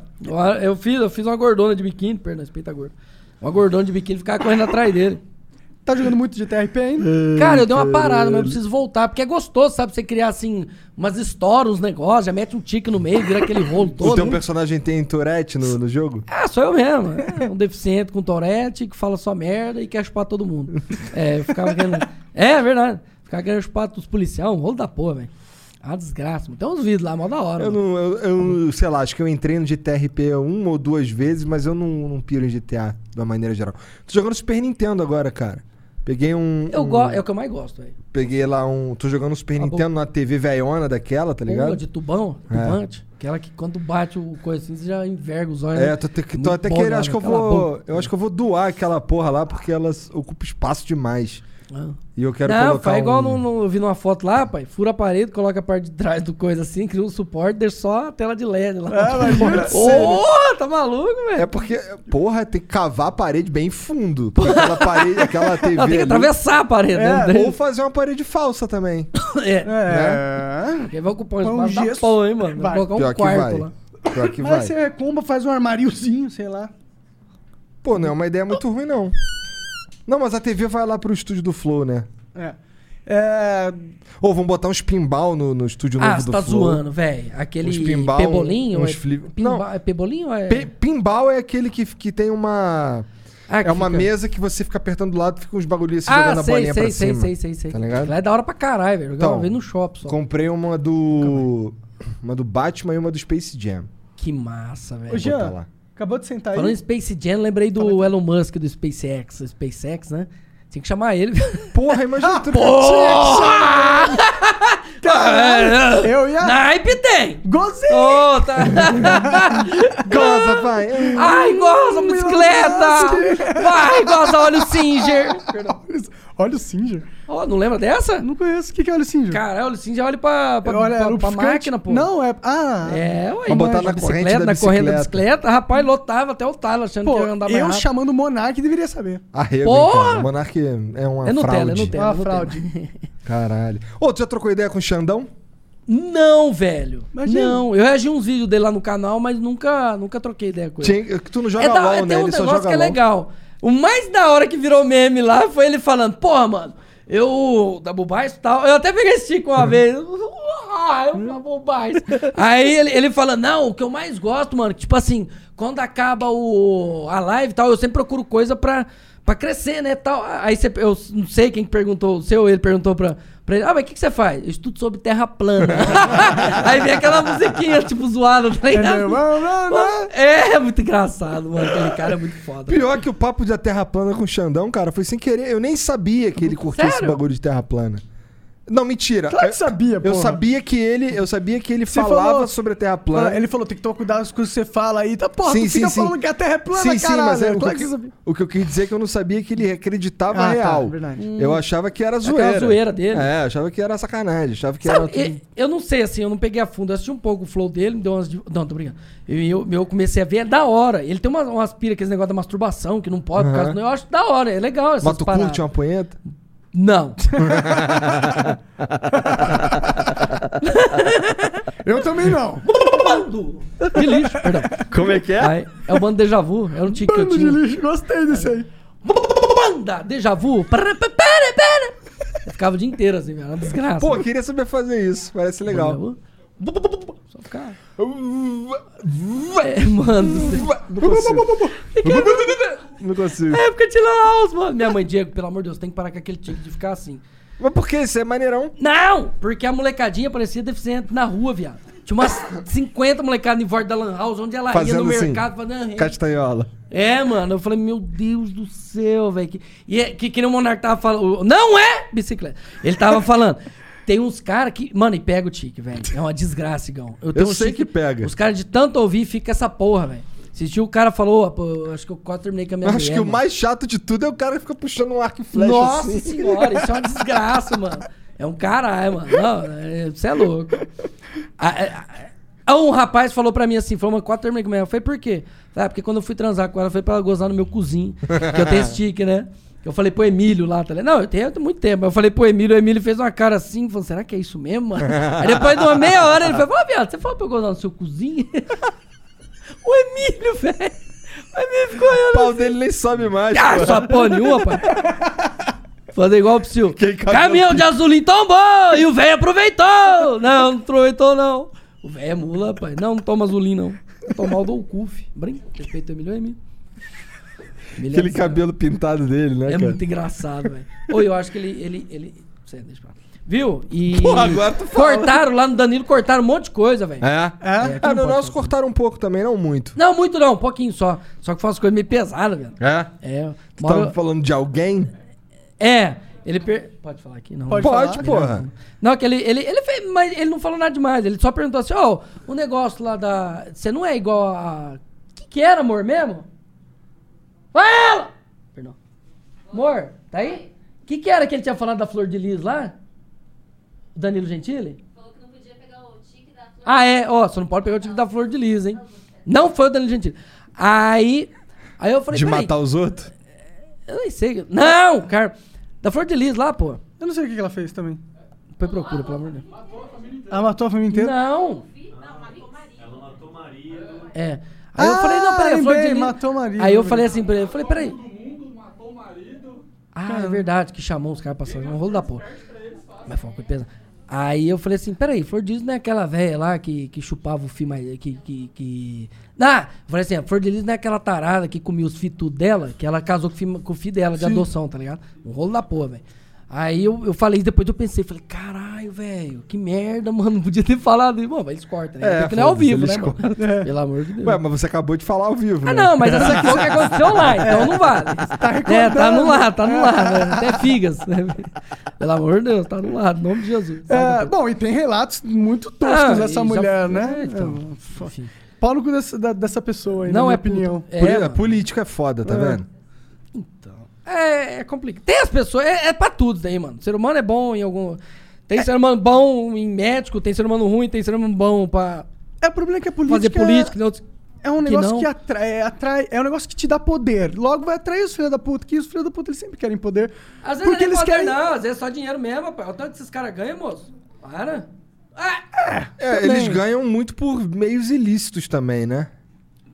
[SPEAKER 2] Eu fiz, eu fiz uma gordona de biquíni, perdão, respeita a gorda. Uma gordona de biquíni ficava correndo atrás dele.
[SPEAKER 3] Tá jogando muito de TRP ainda?
[SPEAKER 2] Cara, eu dei uma parada, mas eu preciso voltar, porque é gostoso, sabe? Você criar assim umas histórias, uns negócios, já mete um tique no meio, vira aquele rolo
[SPEAKER 1] O teu
[SPEAKER 2] todo.
[SPEAKER 1] um personagem tem Tourette no, no jogo?
[SPEAKER 2] Ah, sou eu mesmo. É um deficiente com torete que fala só merda e quer chupar todo mundo. É, eu ficava querendo. É, é verdade. Ficava querendo chupar os policiais, um rolo da porra, velho. Ah, desgraça. mano. Tem uns vídeos lá, mó da hora.
[SPEAKER 1] Eu
[SPEAKER 2] mano.
[SPEAKER 1] não, eu, eu- sei lá, acho que eu entrei no GTRP uma um ou duas vezes, mas eu não, não piro em GTA de uma maneira geral. Tô jogando Super Nintendo agora, cara. Peguei um.
[SPEAKER 2] Eu
[SPEAKER 1] um-
[SPEAKER 2] go... É o que eu mais gosto, velho.
[SPEAKER 1] Peguei lá um. Tô jogando Super
[SPEAKER 2] Tá bom.
[SPEAKER 1] Nintendo na TV velhona daquela, tá
[SPEAKER 2] Bomba
[SPEAKER 1] ligado?
[SPEAKER 2] de tubão,
[SPEAKER 1] É.
[SPEAKER 2] tubante. Aquela que quando bate o coisa assim, você já enverga os olhos.
[SPEAKER 1] É,
[SPEAKER 2] né?
[SPEAKER 1] tô, te- tô
[SPEAKER 2] Muito
[SPEAKER 1] até
[SPEAKER 2] bom,
[SPEAKER 1] querendo.
[SPEAKER 2] mano,
[SPEAKER 1] Acho que eu
[SPEAKER 2] aquela
[SPEAKER 1] vou.
[SPEAKER 2] bomba.
[SPEAKER 1] Eu acho que eu vou doar aquela porra lá, porque elas ocupa espaço demais.
[SPEAKER 2] Ah.
[SPEAKER 1] E eu quero
[SPEAKER 2] Não,
[SPEAKER 1] colocar.
[SPEAKER 2] faz igual
[SPEAKER 1] um...
[SPEAKER 2] no, no- eu vi numa foto lá, pai. Fura a parede, coloca a parte de trás do coisa assim, cria um suporte, deixa só a tela de LED lá.
[SPEAKER 3] Ah, mas jura?
[SPEAKER 2] Ô, tá maluco, velho?
[SPEAKER 1] É porque, porra, tem que cavar a parede bem fundo. Porque aquela parede, aquela TV.
[SPEAKER 2] Não, tem
[SPEAKER 1] ali-
[SPEAKER 2] que atravessar a parede, né?
[SPEAKER 1] Ou fazer uma parede falsa também.
[SPEAKER 2] É,
[SPEAKER 3] É.
[SPEAKER 2] Porque vai ocupar
[SPEAKER 3] Põe um
[SPEAKER 2] um espaço da
[SPEAKER 3] gesso.
[SPEAKER 2] porra, hein, mano?
[SPEAKER 3] Vai.
[SPEAKER 2] Vai colocar um
[SPEAKER 1] Pior que vai.
[SPEAKER 2] quarto lá. é.
[SPEAKER 1] Pior que vai.
[SPEAKER 3] Mas você comba, faz um armáriozinho, sei lá.
[SPEAKER 1] Pô, não é uma ideia muito ruim, não. Não, mas a TV vai lá pro estúdio do Flow, né?
[SPEAKER 3] É. É,
[SPEAKER 1] Ou vão botar uns pinball no, no estúdio
[SPEAKER 2] Ah,
[SPEAKER 1] novo
[SPEAKER 2] você
[SPEAKER 1] do
[SPEAKER 2] tá
[SPEAKER 1] Flow.
[SPEAKER 2] zoando, velho. Aquele
[SPEAKER 1] Uns pinball,
[SPEAKER 2] pebolinho?
[SPEAKER 1] uns
[SPEAKER 2] é,
[SPEAKER 1] flip-
[SPEAKER 2] pinball-
[SPEAKER 1] Não.
[SPEAKER 2] é pebolinho ou é...
[SPEAKER 1] Pe- pinball é aquele que, que tem uma.
[SPEAKER 2] Ah, que
[SPEAKER 1] É uma
[SPEAKER 2] fica-
[SPEAKER 1] mesa que você fica apertando do lado e fica uns bagulhinhos se jogando
[SPEAKER 2] Ah,
[SPEAKER 1] a bolinha
[SPEAKER 2] sei,
[SPEAKER 1] pra
[SPEAKER 2] sei, sei,
[SPEAKER 1] cima.
[SPEAKER 2] sei, sei, sei.
[SPEAKER 1] Tá ligado?
[SPEAKER 2] Lá é da hora pra caralho, velho. Jogar
[SPEAKER 1] Então,
[SPEAKER 2] uma vez no shopping só.
[SPEAKER 1] Comprei uma do. Uma do Batman e uma do Space Jam.
[SPEAKER 2] Que massa, velho.
[SPEAKER 3] Ô,
[SPEAKER 1] Vou botar
[SPEAKER 3] Jean,
[SPEAKER 1] lá.
[SPEAKER 3] acabou de sentar
[SPEAKER 2] Falando em
[SPEAKER 3] aí.
[SPEAKER 2] Space Jam, lembrei do Elon Musk do SpaceX. SpaceX, né? Tinha que chamar ele.
[SPEAKER 1] Porra,
[SPEAKER 2] Ah,
[SPEAKER 1] imagina tudo
[SPEAKER 2] Caralho!
[SPEAKER 3] Eu ia.
[SPEAKER 2] Naipe tem!
[SPEAKER 3] Gozei!
[SPEAKER 2] Ô, tá.
[SPEAKER 1] Goza, vai.
[SPEAKER 2] Ai, goza, bicicleta! Vai, goza, olha o Singer!
[SPEAKER 3] Olha o Singer.
[SPEAKER 2] Ó, não lembra dessa?
[SPEAKER 3] Não conheço. O que que é olha o Singer?
[SPEAKER 2] Caralho, olha o Singer, olha pra, pra,
[SPEAKER 3] Olha,
[SPEAKER 2] pra- pra
[SPEAKER 3] lubrificante.
[SPEAKER 2] máquina, pô.
[SPEAKER 3] Não, é. Ah,
[SPEAKER 2] É, ué.
[SPEAKER 1] Pra botar
[SPEAKER 2] mano,
[SPEAKER 1] na corrente da
[SPEAKER 2] na corrente da
[SPEAKER 1] bicicleta.
[SPEAKER 2] bicicleta. Rapaz, lotava até o talo, achando
[SPEAKER 3] Pô,
[SPEAKER 2] que ia andar mais
[SPEAKER 3] eu
[SPEAKER 2] rápido.
[SPEAKER 3] chamando o Monark deveria saber.
[SPEAKER 1] Arrego, hein,
[SPEAKER 2] Porra!
[SPEAKER 1] cara. O Monark é uma fraude.
[SPEAKER 2] É Nutella, é Nutella.
[SPEAKER 3] Uma
[SPEAKER 2] é Nutella.
[SPEAKER 3] fraude.
[SPEAKER 1] Caralho. Ô, tu já trocou ideia com o Xandão?
[SPEAKER 2] Não, velho.
[SPEAKER 3] Imagina.
[SPEAKER 2] Não, eu reagi uns vídeos dele lá no canal, mas nunca, nunca troquei ideia com ele.
[SPEAKER 1] Tinha- tu não joga
[SPEAKER 2] é da,
[SPEAKER 1] LOL,
[SPEAKER 2] tem
[SPEAKER 1] né?
[SPEAKER 2] um
[SPEAKER 1] Ele só joga
[SPEAKER 2] negócio que é
[SPEAKER 1] LOL.
[SPEAKER 2] legal. O mais da hora que virou meme lá foi ele falando, porra, mano, eu da Bubais e tal. Eu até peguei esse tico uma vez. Ah, eu da Bubais. Aí ele, ele fala, não, o que eu mais gosto, mano, que, tipo assim, quando acaba o, a live e tal, eu sempre procuro coisa pra, pra crescer, né, tal. Aí você, eu não sei quem que perguntou, o seu, ele perguntou pra... pra ele, ah, mas o que, que você faz? Eu estudo sobre terra plana. Aí vem aquela musiquinha, tipo, zoada. Tá
[SPEAKER 1] É
[SPEAKER 2] ligado?
[SPEAKER 3] Entendeu? Vamos, vamos, vamos.
[SPEAKER 2] É, muito engraçado, mano. Aquele cara é muito foda.
[SPEAKER 1] Pior que o papo da Terra plana com o Xandão, cara, foi sem querer. Eu nem sabia que ele curtia esse
[SPEAKER 2] Sério?
[SPEAKER 1] bagulho de Terra plana. Não, mentira.
[SPEAKER 3] Claro
[SPEAKER 1] Eu-
[SPEAKER 3] que sabia, pô.
[SPEAKER 1] Eu sabia que ele, eu sabia que ele
[SPEAKER 3] É, Você
[SPEAKER 1] falava
[SPEAKER 3] falou-
[SPEAKER 1] sobre a Terra
[SPEAKER 3] Fala-
[SPEAKER 1] plana.
[SPEAKER 3] Ele falou, tem que tomar cuidado com as coisas que você fala aí. Tá, porra,
[SPEAKER 1] Sim,
[SPEAKER 3] tu fica
[SPEAKER 1] sim, sim.
[SPEAKER 3] falando que a Terra é plana,
[SPEAKER 1] sim, sim,
[SPEAKER 3] caralho.
[SPEAKER 1] mas é, o, que,
[SPEAKER 3] claro
[SPEAKER 1] eu
[SPEAKER 3] que você
[SPEAKER 1] qui-
[SPEAKER 3] sabia.
[SPEAKER 1] o que eu quis dizer é que eu não sabia que ele acreditava
[SPEAKER 3] Ah, tá,
[SPEAKER 1] real.
[SPEAKER 3] verdade.
[SPEAKER 1] Eu achava que era
[SPEAKER 2] Aquela
[SPEAKER 1] zoeira.
[SPEAKER 2] zoeira dele.
[SPEAKER 1] É, eu achava que era sacanagem. Achava que é
[SPEAKER 2] Sabe,
[SPEAKER 1] era. tudo-
[SPEAKER 2] e- eu não sei, assim, eu não peguei a fundo. Eu assisti um pouco o flow dele, me deu umas. de- Não, tô brincando. E eu, eu comecei a ver, é da hora. Ele tem uma- umas, pira, aqueles negócio da masturbação, que não pode, por causa do. Eu acho da hora, é legal essas
[SPEAKER 1] Mas tu
[SPEAKER 2] paradas.
[SPEAKER 1] curte uma punheta?
[SPEAKER 2] Não.
[SPEAKER 3] Eu também não.
[SPEAKER 2] Bando de lixo, perdão.
[SPEAKER 4] Como é que é?
[SPEAKER 2] Aí, é o bando déjà vu, era um tique que eu
[SPEAKER 3] Bando de
[SPEAKER 2] tinha.
[SPEAKER 3] lixo, gostei desse aí.
[SPEAKER 2] Banda déjà vu. Para, para, para, para. Eu ficava o dia inteiro assim, velho. Era uma desgraça.
[SPEAKER 1] Pô, eu queria saber fazer isso. Parece legal.
[SPEAKER 2] Só ficava cara. É, mano.
[SPEAKER 1] Não consigo. Não consigo.
[SPEAKER 2] É época de lan house, mano. Minha mãe, Diego, pelo amor de Deus, tem que parar com aquele tique de ficar assim.
[SPEAKER 1] Mas por que? Isso é maneirão.
[SPEAKER 2] Não! Porque a molecadinha parecia deficiente na rua, viado. Tinha umas 50 molecadas em volta da lan house, onde ela ia
[SPEAKER 1] Fazendo
[SPEAKER 2] no
[SPEAKER 1] assim.
[SPEAKER 2] mercado fazendo... arranjo.
[SPEAKER 1] Castanhola.
[SPEAKER 2] É, mano, eu falei, meu Deus do céu, velho. Que, e é, que, que nem o Monark tava falando. Não é bicicleta. Ele tava falando. Tem uns caras que. Mano, e pega o tique, velho. É uma desgraça, Igão. tenho
[SPEAKER 1] Eu
[SPEAKER 2] um
[SPEAKER 1] sei
[SPEAKER 2] tique-
[SPEAKER 1] que pega.
[SPEAKER 2] Os caras de tanto ouvir fica essa porra, velho. Assistiu o cara falou, "Ó, pô, acho que eu quase terminei com a minha
[SPEAKER 1] Eu acho
[SPEAKER 2] mulher,
[SPEAKER 1] que o
[SPEAKER 2] mano."
[SPEAKER 1] mais chato de tudo é o cara que fica puxando um arco e flecha
[SPEAKER 2] Nossa
[SPEAKER 1] assim.
[SPEAKER 2] senhora, isso é uma desgraça, mano. É um caralho, mano. Não, é- você é louco. A- a- a- um rapaz falou pra mim assim, falou, mas quase terminei com ela. Eu falei, por quê? Ah, porque quando eu fui transar com ela, foi pra ela gozar no meu cozinho. Que eu tenho esse tique, né? Eu falei pro Emílio lá, tá ligado? Não, eu tenho muito tempo. mas Eu falei pro Emílio, o Emílio fez uma cara assim, falou, será que é isso mesmo, mano? Aí depois de uma meia hora ele falou, ô, viado, você falou pra eu gozar no seu cozinho? o Emílio, velho. O Emílio ficou
[SPEAKER 1] O
[SPEAKER 2] olhando
[SPEAKER 1] pau dele nem sobe mais.
[SPEAKER 2] ah,
[SPEAKER 1] pô.
[SPEAKER 2] só porra nenhuma, pai. Fazer igual o Psyu.
[SPEAKER 1] Quem cagou-
[SPEAKER 2] Caminhão de azulim tombou e o velho aproveitou. Não, não aproveitou, não. O velho é mula, pai. Não, não toma azulim, não. Tomar o dou o cu, fi. Brinca, respeito o milhão e mil. Emílio é
[SPEAKER 1] Aquele
[SPEAKER 2] bizarro.
[SPEAKER 1] cabelo pintado dele, né,
[SPEAKER 2] É
[SPEAKER 1] cara?
[SPEAKER 2] muito engraçado, velho. Ou eu acho que ele. ele, ele... Sei, deixa pra lá. Viu? E.
[SPEAKER 1] Pô, agora tu fala.
[SPEAKER 2] cortaram lá no Danilo, cortaram um monte de coisa, velho.
[SPEAKER 1] É?
[SPEAKER 3] É?
[SPEAKER 1] Ah,
[SPEAKER 2] não
[SPEAKER 1] no
[SPEAKER 2] pode
[SPEAKER 1] nosso
[SPEAKER 2] fazer.
[SPEAKER 1] cortaram um pouco também, não muito.
[SPEAKER 2] Não, muito não, um pouquinho só. Só que faz coisa meio pesada, velho.
[SPEAKER 1] É?
[SPEAKER 2] É. uma hora-
[SPEAKER 1] Tava falando de alguém?
[SPEAKER 2] É, ele per... Pode falar aqui, não.
[SPEAKER 3] Pode
[SPEAKER 1] Pode,
[SPEAKER 3] falar?
[SPEAKER 1] porra.
[SPEAKER 2] Não, que ele, ele, ele fez, mas ele não falou nada demais. Ele só perguntou assim, ó, o negócio lá da. Você não é igual a. O que, que era, amor, mesmo? Vai ela! Perdão. Amor, tá aí? O que, que era que ele tinha falado da flor de lis lá? O Danilo Gentili?
[SPEAKER 6] Falou que não podia pegar o tique da flor.
[SPEAKER 2] Ah, é, ó, você não pode pegar o tipo da flor de lis, hein? Não foi o Danilo Gentili. Aí. Aí eu falei,
[SPEAKER 1] De
[SPEAKER 2] "Peraí,
[SPEAKER 1] matar os outros?
[SPEAKER 2] Eu nem sei. Não, cara. Da flor de lis lá, pô.
[SPEAKER 3] Eu não sei o que que ela fez também.
[SPEAKER 2] Depois procura, pelo amor de Deus.
[SPEAKER 3] Ela matou a família inteira?
[SPEAKER 2] Não.
[SPEAKER 7] Ela matou Maria. né? do-
[SPEAKER 2] É. Aí eu
[SPEAKER 3] Ah,
[SPEAKER 2] falei, não, peraí, a Flor
[SPEAKER 3] lembrei,
[SPEAKER 2] de Lis-
[SPEAKER 3] matou né? o marido.
[SPEAKER 2] Aí eu falei assim pra ele, eu falei, peraí.
[SPEAKER 7] Todo mundo matou o marido.
[SPEAKER 2] Ah, é verdade, que chamou os caras passando um rolo da porra. Mas foi uma coisa pesada. Aí eu falei assim, peraí, Flor de Lis não é aquela velha lá que, que chupava o fio mais... Que, que, que... Ah, eu falei assim, a Flor de Lis não é aquela tarada que comia os fios tudo dela, que ela casou com o filho, com o filho dela, de adoção, tá ligado? Um rolo da porra, velho. Aí eu, eu falei isso, depois eu pensei, falei, caralho, velho, que merda, mano, não podia ter falado. E, Bom, mas eles cortam, né?
[SPEAKER 1] É,
[SPEAKER 2] Porque não é ao
[SPEAKER 1] foda-se,
[SPEAKER 2] vivo, né,
[SPEAKER 1] eles
[SPEAKER 2] mano? Pelo amor de Deus.
[SPEAKER 1] Ué, mas você acabou de falar ao vivo.
[SPEAKER 2] Ah,
[SPEAKER 1] né?
[SPEAKER 2] não, mas essa aqui foi o que aconteceu lá, então não vale. Tá é, tá anulado, tá anulado. Né? Até figas. Né? Pelo amor de Deus, tá anulado, em nome de Jesus.
[SPEAKER 3] É,
[SPEAKER 2] Sabe?
[SPEAKER 3] bom, e tem relatos muito
[SPEAKER 2] Ah,
[SPEAKER 3] toscos
[SPEAKER 2] e
[SPEAKER 3] dessa
[SPEAKER 2] já-
[SPEAKER 3] mulher, né?
[SPEAKER 2] é, então.
[SPEAKER 3] É, f-
[SPEAKER 2] Enfim.
[SPEAKER 3] Pau no cu dessa, da- dessa pessoa aí,
[SPEAKER 2] não
[SPEAKER 3] na
[SPEAKER 2] é
[SPEAKER 3] minha opinião.
[SPEAKER 2] puto.
[SPEAKER 1] Poli-
[SPEAKER 2] É, mano.
[SPEAKER 1] político é foda, tá
[SPEAKER 3] É.
[SPEAKER 1] vendo?
[SPEAKER 2] Então, é, é complicado. Tem as pessoas, é, é pra tudo daí, mano. Ser humano é bom em algum. Tem ser humano bom em médico, tem ser humano ruim, tem ser humano bom pra
[SPEAKER 3] É, o problema é que a política...
[SPEAKER 2] fazer política. né? tem outros-
[SPEAKER 3] É um
[SPEAKER 2] que
[SPEAKER 3] negócio
[SPEAKER 2] não.
[SPEAKER 3] que, atrai, é, atrai- é um negócio que te dá poder. Logo vai atrair os filhos da puta, que os filhos da puta eles sempre querem poder.
[SPEAKER 2] Às vezes
[SPEAKER 3] porque
[SPEAKER 2] não é
[SPEAKER 3] eles
[SPEAKER 2] poder,
[SPEAKER 3] querem.
[SPEAKER 2] não, às vezes é só dinheiro mesmo, rapaz. Olha o tanto que esses caras ganham, moço. Para. Ah!
[SPEAKER 1] É, eles ganham muito por meios ilícitos também, né?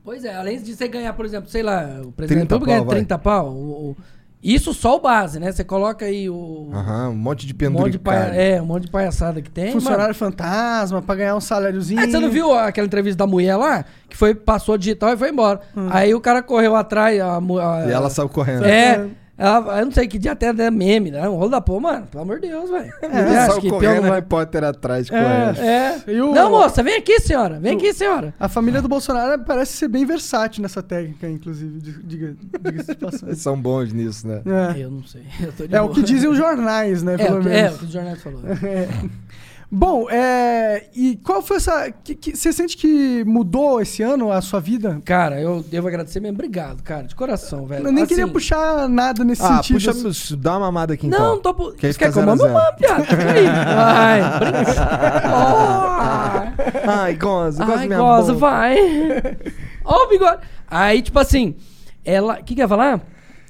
[SPEAKER 2] Pois é, além de você ganhar, por exemplo, sei lá, o presidente
[SPEAKER 1] 30
[SPEAKER 2] da República ganha
[SPEAKER 1] pau, vai.
[SPEAKER 2] 30 pau. o- o- isso só o base, né? Você coloca aí o.
[SPEAKER 1] Aham, um monte de
[SPEAKER 2] um monte de
[SPEAKER 1] penduricário.
[SPEAKER 2] paia- é, um monte de palhaçada que tem.
[SPEAKER 3] Funcionário
[SPEAKER 2] mano.
[SPEAKER 3] fantasma pra ganhar um saláriozinho.
[SPEAKER 2] É, você não viu aquela entrevista da mulher lá? Que foi, passou digital e foi embora.
[SPEAKER 3] Hum.
[SPEAKER 2] Aí o cara correu atrás. A, mu- a-
[SPEAKER 1] E ela saiu correndo.
[SPEAKER 2] É. Ela, eu não sei que dia até é meme, né? Um rolo da porra, mano. Pelo amor de Deus, velho. Você
[SPEAKER 1] Ela
[SPEAKER 2] acha
[SPEAKER 1] saiu
[SPEAKER 2] que
[SPEAKER 1] correndo,
[SPEAKER 2] peão não
[SPEAKER 1] Harry
[SPEAKER 2] vai-
[SPEAKER 1] Potter atrás com
[SPEAKER 3] É.
[SPEAKER 1] ela.
[SPEAKER 2] É.
[SPEAKER 3] né? E o-
[SPEAKER 2] Não, moça, vem aqui, senhora. Vem aqui, senhora.
[SPEAKER 3] A família do Bolsonaro parece ser bem versátil nessa técnica, inclusive, di- diga- diga-se de passagem.
[SPEAKER 1] Eles são bons nisso, né?
[SPEAKER 3] É.
[SPEAKER 2] Eu não sei. eu tô de
[SPEAKER 3] É o
[SPEAKER 2] boa.
[SPEAKER 3] que dizem os jornais, né?
[SPEAKER 2] É,
[SPEAKER 3] Pelo
[SPEAKER 2] o que, é, o
[SPEAKER 3] menos.
[SPEAKER 2] que o jornal falou.
[SPEAKER 3] É. Bom, é, e qual foi essa. que- que- você sente que mudou esse ano a sua vida?
[SPEAKER 2] Cara, eu devo agradecer mesmo. Obrigado, cara, de coração, velho.
[SPEAKER 3] Eu nem
[SPEAKER 2] Assim,
[SPEAKER 3] queria puxar nada nesse
[SPEAKER 1] Ah,
[SPEAKER 3] sentido. assim.
[SPEAKER 1] puxa, dá uma mamada aqui então.
[SPEAKER 2] Não, não tô. pu-
[SPEAKER 1] Que aí
[SPEAKER 2] Você quer que
[SPEAKER 1] fica
[SPEAKER 2] eu mame? Eu
[SPEAKER 1] zero a
[SPEAKER 2] mamo, piada. Fica aí. Vai, brinca. Oh.
[SPEAKER 1] Ai, goza, goza
[SPEAKER 2] Ai,
[SPEAKER 1] minha
[SPEAKER 2] goza,
[SPEAKER 1] boca.
[SPEAKER 2] vai. Ó o bigode. Aí, tipo assim, ela. O que que eu ia falar?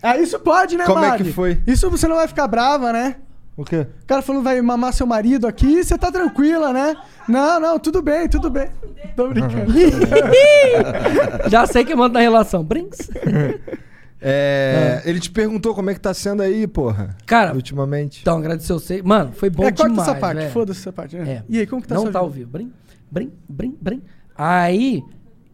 [SPEAKER 3] Ah, isso pode, né,
[SPEAKER 1] Como é
[SPEAKER 3] Mari?
[SPEAKER 1] que foi?
[SPEAKER 3] Isso você não vai ficar brava, né?
[SPEAKER 1] O quê?
[SPEAKER 3] O cara falando vai mamar seu marido aqui, você tá tranquila, né? Não, não, tudo bem, tudo bem. Tô brincando.
[SPEAKER 2] Uhum.
[SPEAKER 3] É,
[SPEAKER 2] Já sei que manda na relação. Brinks.
[SPEAKER 1] É, Ele te perguntou como é que tá sendo aí, porra.
[SPEAKER 2] Cara,
[SPEAKER 1] Ultimamente.
[SPEAKER 2] então, agradecer você. Mano, foi bom
[SPEAKER 3] é, corta
[SPEAKER 2] demais.
[SPEAKER 3] essa parte,
[SPEAKER 2] velho.
[SPEAKER 3] foda-se essa parte. né?
[SPEAKER 2] É.
[SPEAKER 3] E aí, como que tá
[SPEAKER 2] Não
[SPEAKER 3] sua
[SPEAKER 2] tá ao
[SPEAKER 3] vida?
[SPEAKER 2] vivo, brinca. Brim, brim, brim. Aí.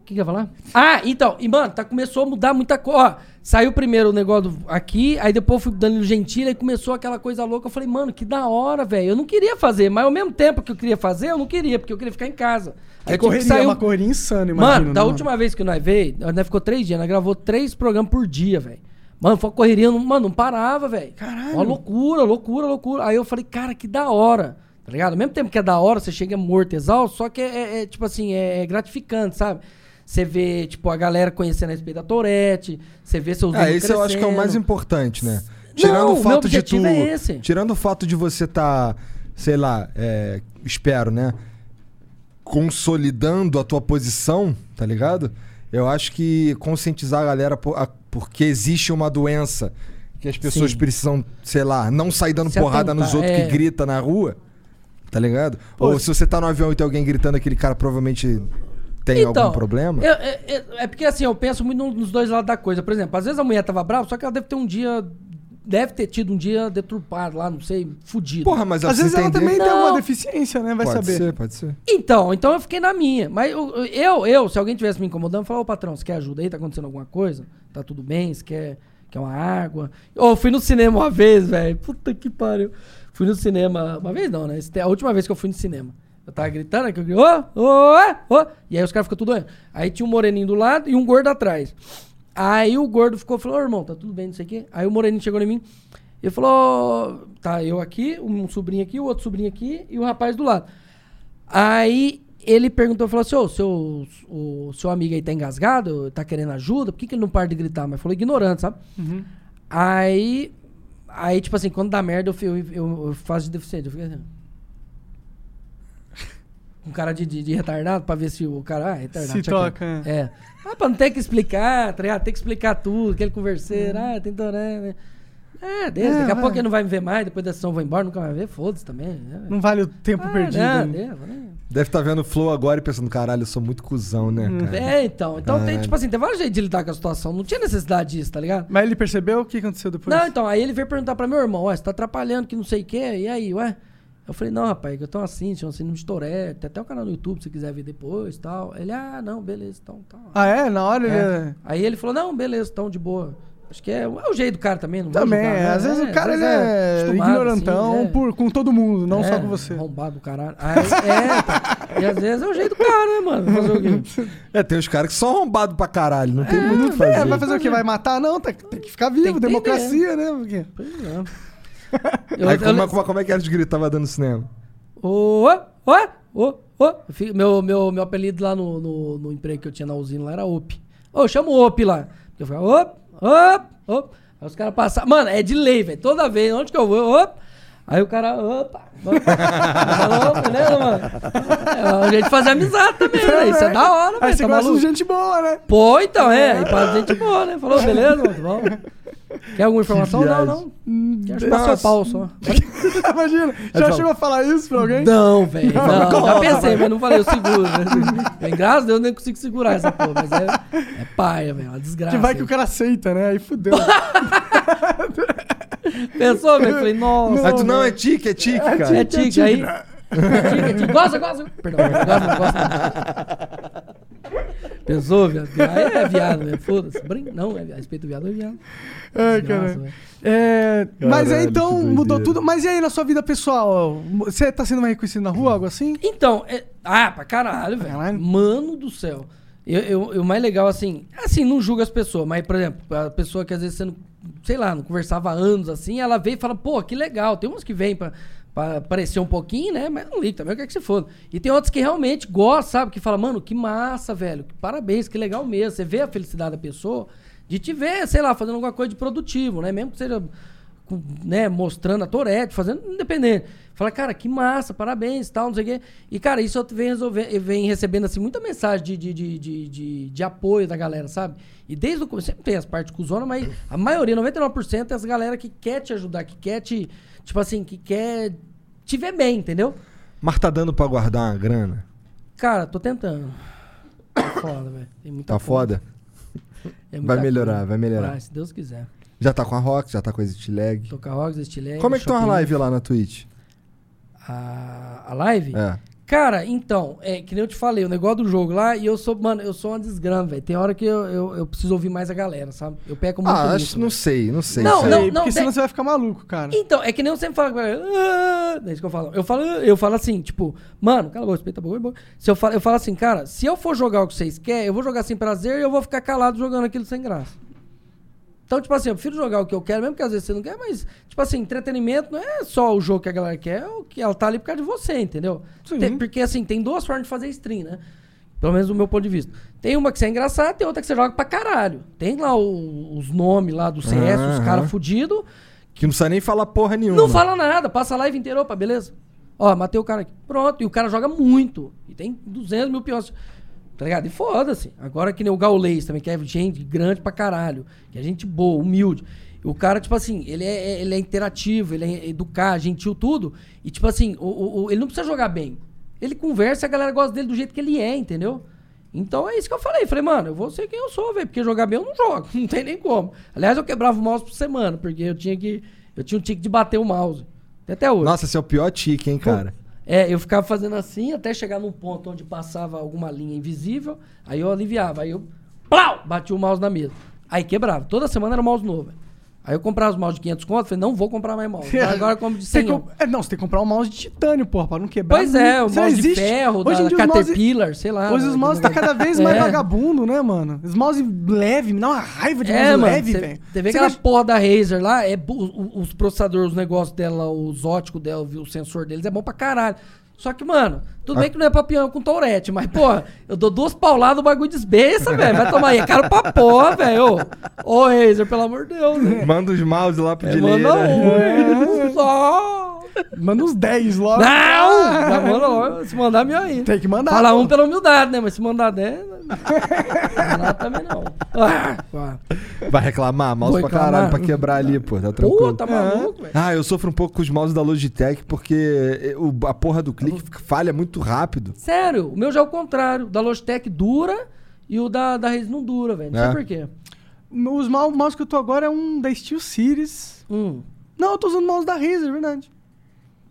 [SPEAKER 2] O que, que eu ia falar? Ah, então. E, mano, tá, começou a mudar muita coisa. Ó, saiu primeiro o negócio do- aqui, aí depois fui pro Danilo Gentili, aí começou aquela coisa louca. Eu falei, mano, que da hora, velho. Eu não queria fazer, mas ao mesmo tempo que eu queria fazer, eu não queria, porque eu queria ficar em casa.
[SPEAKER 3] É
[SPEAKER 2] tive que
[SPEAKER 3] correria,
[SPEAKER 2] sair
[SPEAKER 3] uma
[SPEAKER 2] um-
[SPEAKER 3] correria insana, imagino.
[SPEAKER 2] mano, da
[SPEAKER 3] né,
[SPEAKER 2] última vez que nós veio, nós ficou três dias, nós gravou três programas por dia, velho. Mano, foi uma correria, eu não- mano, não parava, velho.
[SPEAKER 3] Caralho.
[SPEAKER 2] Uma loucura, loucura, loucura. Aí eu falei, cara, que da hora. Tá ligado? Ao mesmo tempo que é da hora, você chega morto, exausto, só que é, é- é, tipo assim, é, é gratificante, sabe? Você vê, tipo, a galera conhecendo a respeito da Torete, você vê seus
[SPEAKER 1] É,
[SPEAKER 2] ídolos
[SPEAKER 1] isso eu acho que é o mais
[SPEAKER 2] crescendo.
[SPEAKER 1] importante, né?
[SPEAKER 2] Não,
[SPEAKER 1] Tirando o
[SPEAKER 2] meu
[SPEAKER 1] fato de tu.
[SPEAKER 2] objetivo é esse.
[SPEAKER 1] Tirando o fato de você tá, sei lá, é, espero, né? Consolidando a tua posição, tá ligado? Eu acho que conscientizar a galera por- a- porque existe uma doença que as pessoas
[SPEAKER 2] Sim.
[SPEAKER 1] precisam, sei lá, não sair dando
[SPEAKER 2] Se
[SPEAKER 1] porrada nos
[SPEAKER 2] atentar,
[SPEAKER 1] outros
[SPEAKER 2] é.
[SPEAKER 1] que grita na rua. Tá ligado? Ou se você tá no avião e tem alguém gritando, aquele cara provavelmente tem algum problema.
[SPEAKER 2] Então, eu- eu- eu- é porque assim, eu penso muito no- nos dois lados da coisa. Por exemplo, às vezes a mulher tava brava, só que ela deve ter um dia. Deve ter tido um dia deturpado lá, não sei, fudido.
[SPEAKER 1] Porra, mas assim
[SPEAKER 3] Às
[SPEAKER 1] você
[SPEAKER 3] vezes ela
[SPEAKER 1] entender-
[SPEAKER 3] também tem
[SPEAKER 2] assim, Não.
[SPEAKER 3] alguma deficiência, né? Vai
[SPEAKER 1] pode
[SPEAKER 3] saber.
[SPEAKER 1] ser, pode ser.
[SPEAKER 2] Então, então eu fiquei na minha. Mas eu, eu, eu, se alguém tivesse me incomodando, eu falava, ô patrão, você quer ajuda aí? Tá acontecendo alguma coisa? Tá tudo bem? Você quer, quer uma água? Ô, Eu fui no cinema uma vez, velho. Puta que pariu. Fui no cinema. Uma vez não, né? Esse- A última vez que eu fui no cinema. Eu tava gritando, que eu gritei, ô, ô, é, ô. E aí os caras ficam tudo olhando. Aí tinha um moreninho do lado e um gordo atrás. Aí o gordo ficou, falou, ô irmão, tá tudo bem, não sei o quê. Aí o moreninho chegou em mim e falou, "Ô, tá, eu aqui, um sobrinho aqui, o outro sobrinho aqui e o rapaz do lado. Aí ele perguntou, falou assim, ô, seu, o seu amigo aí tá engasgado, tá querendo ajuda, por que, que ele não para de gritar? Mas falou ignorante, sabe?
[SPEAKER 3] Uhum.
[SPEAKER 2] Aí, aí, tipo assim, quando dá merda, eu, fi- eu, eu- eu faço de deficiente, eu fico assim... Um cara de, de, de retardado pra ver se o cara. Ah, é retardado. tinha
[SPEAKER 3] Se
[SPEAKER 2] que-
[SPEAKER 3] toca, é.
[SPEAKER 2] É. Ah, pra não ter que explicar, tá ligado? Tem que explicar tudo, aquele converseiro, ah, tem doré, né? É, deixa,
[SPEAKER 3] Hum. É,
[SPEAKER 2] daqui a
[SPEAKER 3] vai.
[SPEAKER 2] pouco ele não vai me ver mais, depois da sessão eu vou embora, nunca vai ver, foda-se também. né?
[SPEAKER 3] Não vale o tempo
[SPEAKER 2] Ah,
[SPEAKER 3] perdido.
[SPEAKER 2] não,
[SPEAKER 3] né?
[SPEAKER 2] deixa, né?
[SPEAKER 1] Deve estar vendo o Flow agora e pensando, caralho, eu sou muito cuzão, né, cara?
[SPEAKER 3] Uhum.
[SPEAKER 2] É, então. Então tem,
[SPEAKER 1] Caralho.
[SPEAKER 2] tipo assim, tem vários jeitos de lidar com a situação. Não tinha necessidade disso, tá ligado?
[SPEAKER 3] Mas ele percebeu o que aconteceu depois?
[SPEAKER 2] Não, então, aí ele veio perguntar pra meu irmão, ué, você tá atrapalhando que não sei o quê, e aí, ué? Eu falei, não, rapaz, que eu tô assim, chama assim, não estouré, tem até o canal no YouTube se quiser ver depois e tal. Ele, ah, não, beleza, então, tá.
[SPEAKER 3] Ah, é? Na hora
[SPEAKER 2] É.
[SPEAKER 3] ele.
[SPEAKER 2] Aí ele falou, não, beleza, então, de boa. Acho que é, é o jeito do cara também, não vou
[SPEAKER 3] Também,
[SPEAKER 2] julgar, né?
[SPEAKER 3] às vezes
[SPEAKER 2] É,
[SPEAKER 3] o cara
[SPEAKER 2] às
[SPEAKER 3] ele
[SPEAKER 2] vezes
[SPEAKER 3] é,
[SPEAKER 2] acostumado,
[SPEAKER 3] ignorantão
[SPEAKER 2] assim, é.
[SPEAKER 3] por, com todo mundo, não
[SPEAKER 2] É,
[SPEAKER 3] só com você.
[SPEAKER 2] Arrombado do caralho. Aí, é, tá. e às vezes é o jeito do cara, né, mano? Fazer o quê?
[SPEAKER 1] É, tem uns caras que são arrombados pra caralho, não tem muito o que fazer.
[SPEAKER 3] É, vai fazer o quê? Vai matar? Não, tá- tem que ficar
[SPEAKER 2] Tem
[SPEAKER 3] vivo,
[SPEAKER 2] que ter
[SPEAKER 3] democracia, né? Porque...
[SPEAKER 2] Pois é.
[SPEAKER 1] Aí, como, é- como é- como é que eles gritavam dando cinema?
[SPEAKER 2] Ô, ô, ô, ô, ô. Eu fi- Meu, meu, meu apelido lá no, no, no emprego que eu tinha na usina lá era OP. Ô, eu chamo OP lá. Porque eu ficava OP, OP, OP. Aí os caras passavam. Mano, é de lei, velho. Toda vez, onde que eu vou, OP. Aí o cara, opa. Falou, opa, né, mano? É um jeito de fazer amizade também, né? Isso é da hora,
[SPEAKER 3] Aí
[SPEAKER 2] velho.
[SPEAKER 3] você
[SPEAKER 2] Tá
[SPEAKER 3] gosta de
[SPEAKER 2] maluco?
[SPEAKER 3] gente boa, né?
[SPEAKER 2] Pô, então, é. E pra gente boa, né? Falou, beleza, mano, tudo bom? Quer alguma informação? Não, não. Quero chupar seu
[SPEAKER 1] Nossa.
[SPEAKER 2] pau só.
[SPEAKER 3] Imagina, já
[SPEAKER 1] fala-
[SPEAKER 3] chegou a falar isso pra alguém?
[SPEAKER 2] Não, velho. Não, já pensei, mas não falei, eu seguro. Né? Bem, graças a Deus, eu nem consigo segurar essa porra. Mas é, é paia, velho. é Uma desgraça.
[SPEAKER 3] Que vai que o cara aceita, né? Aí fudeu. Não,
[SPEAKER 2] Pensou, velho? Falei, nossa.
[SPEAKER 1] Aí tu, não, é tique, é tique, cara.
[SPEAKER 2] né? É tique aí. É tique, é tique. Gosta, gosta. Perdão, gosta, não gosta. Pensou, viado? Aí é viado, velho. Foda-se. Brin- Não, é, a respeito do viado, é viado.
[SPEAKER 3] é,
[SPEAKER 2] Desgraça,
[SPEAKER 3] cara.
[SPEAKER 2] velho.
[SPEAKER 3] É, mas aí
[SPEAKER 1] Caralho, que
[SPEAKER 3] então
[SPEAKER 1] doideira.
[SPEAKER 3] mudou tudo. Mas e aí na sua vida pessoal? Você tá sendo mais reconhecido na rua, algo assim?
[SPEAKER 2] Então, é- ah, pra caralho, velho.
[SPEAKER 3] Caralho.
[SPEAKER 2] Mano do céu. Eu, eu, eu- o mais legal, assim, assim, não julga as pessoas, mas, por exemplo, a pessoa que às vezes você não, sei lá, não conversava há anos, assim, ela veio e fala, pô, que legal. Tem uns que vêm pra, pra aparecer um pouquinho, né? Mas não liga também, eu quero que se foda. E tem outros que realmente gostam, sabe? Que fala, mano, que massa, velho. Que parabéns, que legal mesmo. Você vê a felicidade da pessoa de te ver, sei lá, fazendo alguma coisa de produtivo, né? Mesmo que seja com- né, mostrando a Tourette, fazendo independente. Fala, cara, que massa, parabéns, tal, não sei o quê. E, cara, isso eu venho, resolver, eu venho recebendo, assim, muita mensagem de, de, de, de, de- de apoio da galera, sabe? E desde o começo, sempre tem as partes cuzona, mas a maioria, 99%, é as galera que quer te ajudar, que quer te, tipo assim, que quer te ver bem, entendeu?
[SPEAKER 1] Mas tá dando pra guardar uma grana?
[SPEAKER 2] Cara, tô tentando. Tá foda, velho. Tem muita
[SPEAKER 1] Tá
[SPEAKER 2] coisa,
[SPEAKER 1] foda?
[SPEAKER 2] é muita
[SPEAKER 1] Vai melhorar, é.
[SPEAKER 2] coisa.
[SPEAKER 1] vai melhorar.
[SPEAKER 2] Vai, se Deus quiser.
[SPEAKER 1] Já tá com a Rock, já tá com a Exit Lag. é
[SPEAKER 2] Tocar Rocks, Estilé.
[SPEAKER 1] Como é que tá uma live lá na Twitch?
[SPEAKER 2] A, a live?
[SPEAKER 1] É.
[SPEAKER 2] Cara, então, é que nem eu te falei, o negócio do jogo lá, e eu sou, mano, eu sou uma desgrama, velho. Tem hora que eu, eu, eu preciso ouvir mais a galera, sabe? Eu peco muito
[SPEAKER 1] Ah,
[SPEAKER 2] nisso,
[SPEAKER 1] acho, não
[SPEAKER 2] velho.
[SPEAKER 1] sei, não sei.
[SPEAKER 2] né? Não,
[SPEAKER 1] cara.
[SPEAKER 2] não.
[SPEAKER 3] Sei, porque senão
[SPEAKER 2] tem-
[SPEAKER 3] você vai ficar maluco, cara.
[SPEAKER 2] Então, é que nem eu sempre falo com a galera, "Ah", é isso que eu falo. Eu falo, eu falo assim, tipo, mano, cala a boca, respeita a boca, boca. Se eu falo, eu falo assim, cara, se eu for jogar o que vocês querem, eu vou jogar sem prazer e eu vou ficar calado jogando aquilo sem graça. Então, tipo assim, eu prefiro jogar o que eu quero, mesmo que às vezes você não quer, mas, tipo assim, entretenimento não é só o jogo que a galera quer, é o que ela tá ali por causa de você, entendeu?
[SPEAKER 3] Sim.
[SPEAKER 2] Tem- porque, assim, tem duas formas de fazer stream, né? Pelo menos do meu ponto de vista. Tem uma que você é engraçada, tem outra que você joga pra caralho. Tem lá o- os nomes lá do CS, os
[SPEAKER 1] Aham.
[SPEAKER 2] caras fudidos,
[SPEAKER 1] Que não precisa nem falar porra nenhuma.
[SPEAKER 2] não fala nada, passa a live inteira, opa, beleza? Ó, matei o cara aqui. Pronto, e o cara joga muito. E tem 200 mil piores. Tá ligado? E foda-se. Agora que nem o Gaulês também, que é gente grande pra caralho. Que é gente boa, humilde. E O cara, tipo assim, ele é, é- ele é interativo, ele é educado, gentil, tudo. E, tipo assim, o, o- o- ele não precisa jogar bem. Ele conversa e a galera gosta dele do jeito que ele é, entendeu? Então é isso que eu falei. Falei, mano, eu vou ser quem eu sou, velho. Porque jogar bem eu não jogo. Não tem nem como. Aliás, eu quebrava o mouse por semana, porque eu tinha que. Eu tinha um tique de bater o mouse. Tem Até hoje.
[SPEAKER 1] Nossa, esse é o pior tique, hein, cara.
[SPEAKER 2] É, eu ficava fazendo assim até chegar num ponto onde passava alguma linha invisível, aí eu aliviava, aí eu plau, bati o mouse na mesa. Aí quebrava. Toda semana era mouse novo. velho. Aí eu comprava os mouse de 500 conto, falei, não vou comprar mais mouse. Agora eu compro de
[SPEAKER 3] Você
[SPEAKER 2] 100.
[SPEAKER 3] tem que comp- é, não, você tem que comprar um mouse de titânio, porra, pra não quebrar.
[SPEAKER 2] Pois é, o
[SPEAKER 3] Isso não
[SPEAKER 2] mouse de
[SPEAKER 3] existe.
[SPEAKER 2] ferro,
[SPEAKER 3] Hoje em
[SPEAKER 2] da
[SPEAKER 3] dia os mouse-
[SPEAKER 2] Caterpillar, sei lá.
[SPEAKER 3] Hoje os
[SPEAKER 2] né,
[SPEAKER 3] mouse
[SPEAKER 2] que
[SPEAKER 3] tá
[SPEAKER 2] não-
[SPEAKER 3] cada vez mais
[SPEAKER 2] É.
[SPEAKER 3] vagabundo, né, mano? Os mouse leve, me dá uma raiva de mouse
[SPEAKER 2] É, mano,
[SPEAKER 3] leve,
[SPEAKER 2] cê-
[SPEAKER 3] velho.
[SPEAKER 2] Você vê
[SPEAKER 3] Você
[SPEAKER 2] aquela
[SPEAKER 3] vai-
[SPEAKER 2] porra da Razer lá, é, bu- o- o- os processadores, os negócios dela, os óticos dela, o sensor deles é bom pra caralho. Só que, mano,
[SPEAKER 3] Ah.
[SPEAKER 2] tudo bem que não é papião com tourette, mas, porra, eu dou duas pauladas, o bagulho desbeça, velho. Vai tomar aí, é caro pra porra, velho. Ô, ô, Razer, pelo amor de Deus, velho.
[SPEAKER 1] Manda os mouse lá pro
[SPEAKER 2] É,
[SPEAKER 1] direito.
[SPEAKER 2] Manda um, só.
[SPEAKER 3] Manda uns 10 logo. Ah,
[SPEAKER 2] Não! Já manda logo, se mandar, me aí.
[SPEAKER 3] Tem que mandar.
[SPEAKER 2] Fala
[SPEAKER 3] pô.
[SPEAKER 2] um pela humildade, né? Mas se mandar dez... Não, também não. Ah, pá.
[SPEAKER 1] Vai reclamar, mouse
[SPEAKER 2] Vou
[SPEAKER 1] pra
[SPEAKER 2] reclamar.
[SPEAKER 1] caralho, pra quebrar ali, pô. Tá
[SPEAKER 2] Pô,
[SPEAKER 1] tranquilo.
[SPEAKER 2] tá maluco, velho.
[SPEAKER 1] Ah, eu sofro um pouco com os mouse da Logitech porque eh, o- a porra do clique fica- falha muito rápido.
[SPEAKER 2] Sério, o meu já é o contrário. O da Logitech dura e o da, da Reis não dura, velho. Não
[SPEAKER 1] É.
[SPEAKER 2] sei por quê.
[SPEAKER 3] Os mouse, mouse que eu tô agora é um da Steel Series.
[SPEAKER 2] Hum.
[SPEAKER 3] Não, eu tô usando o mouse da Razer, é verdade.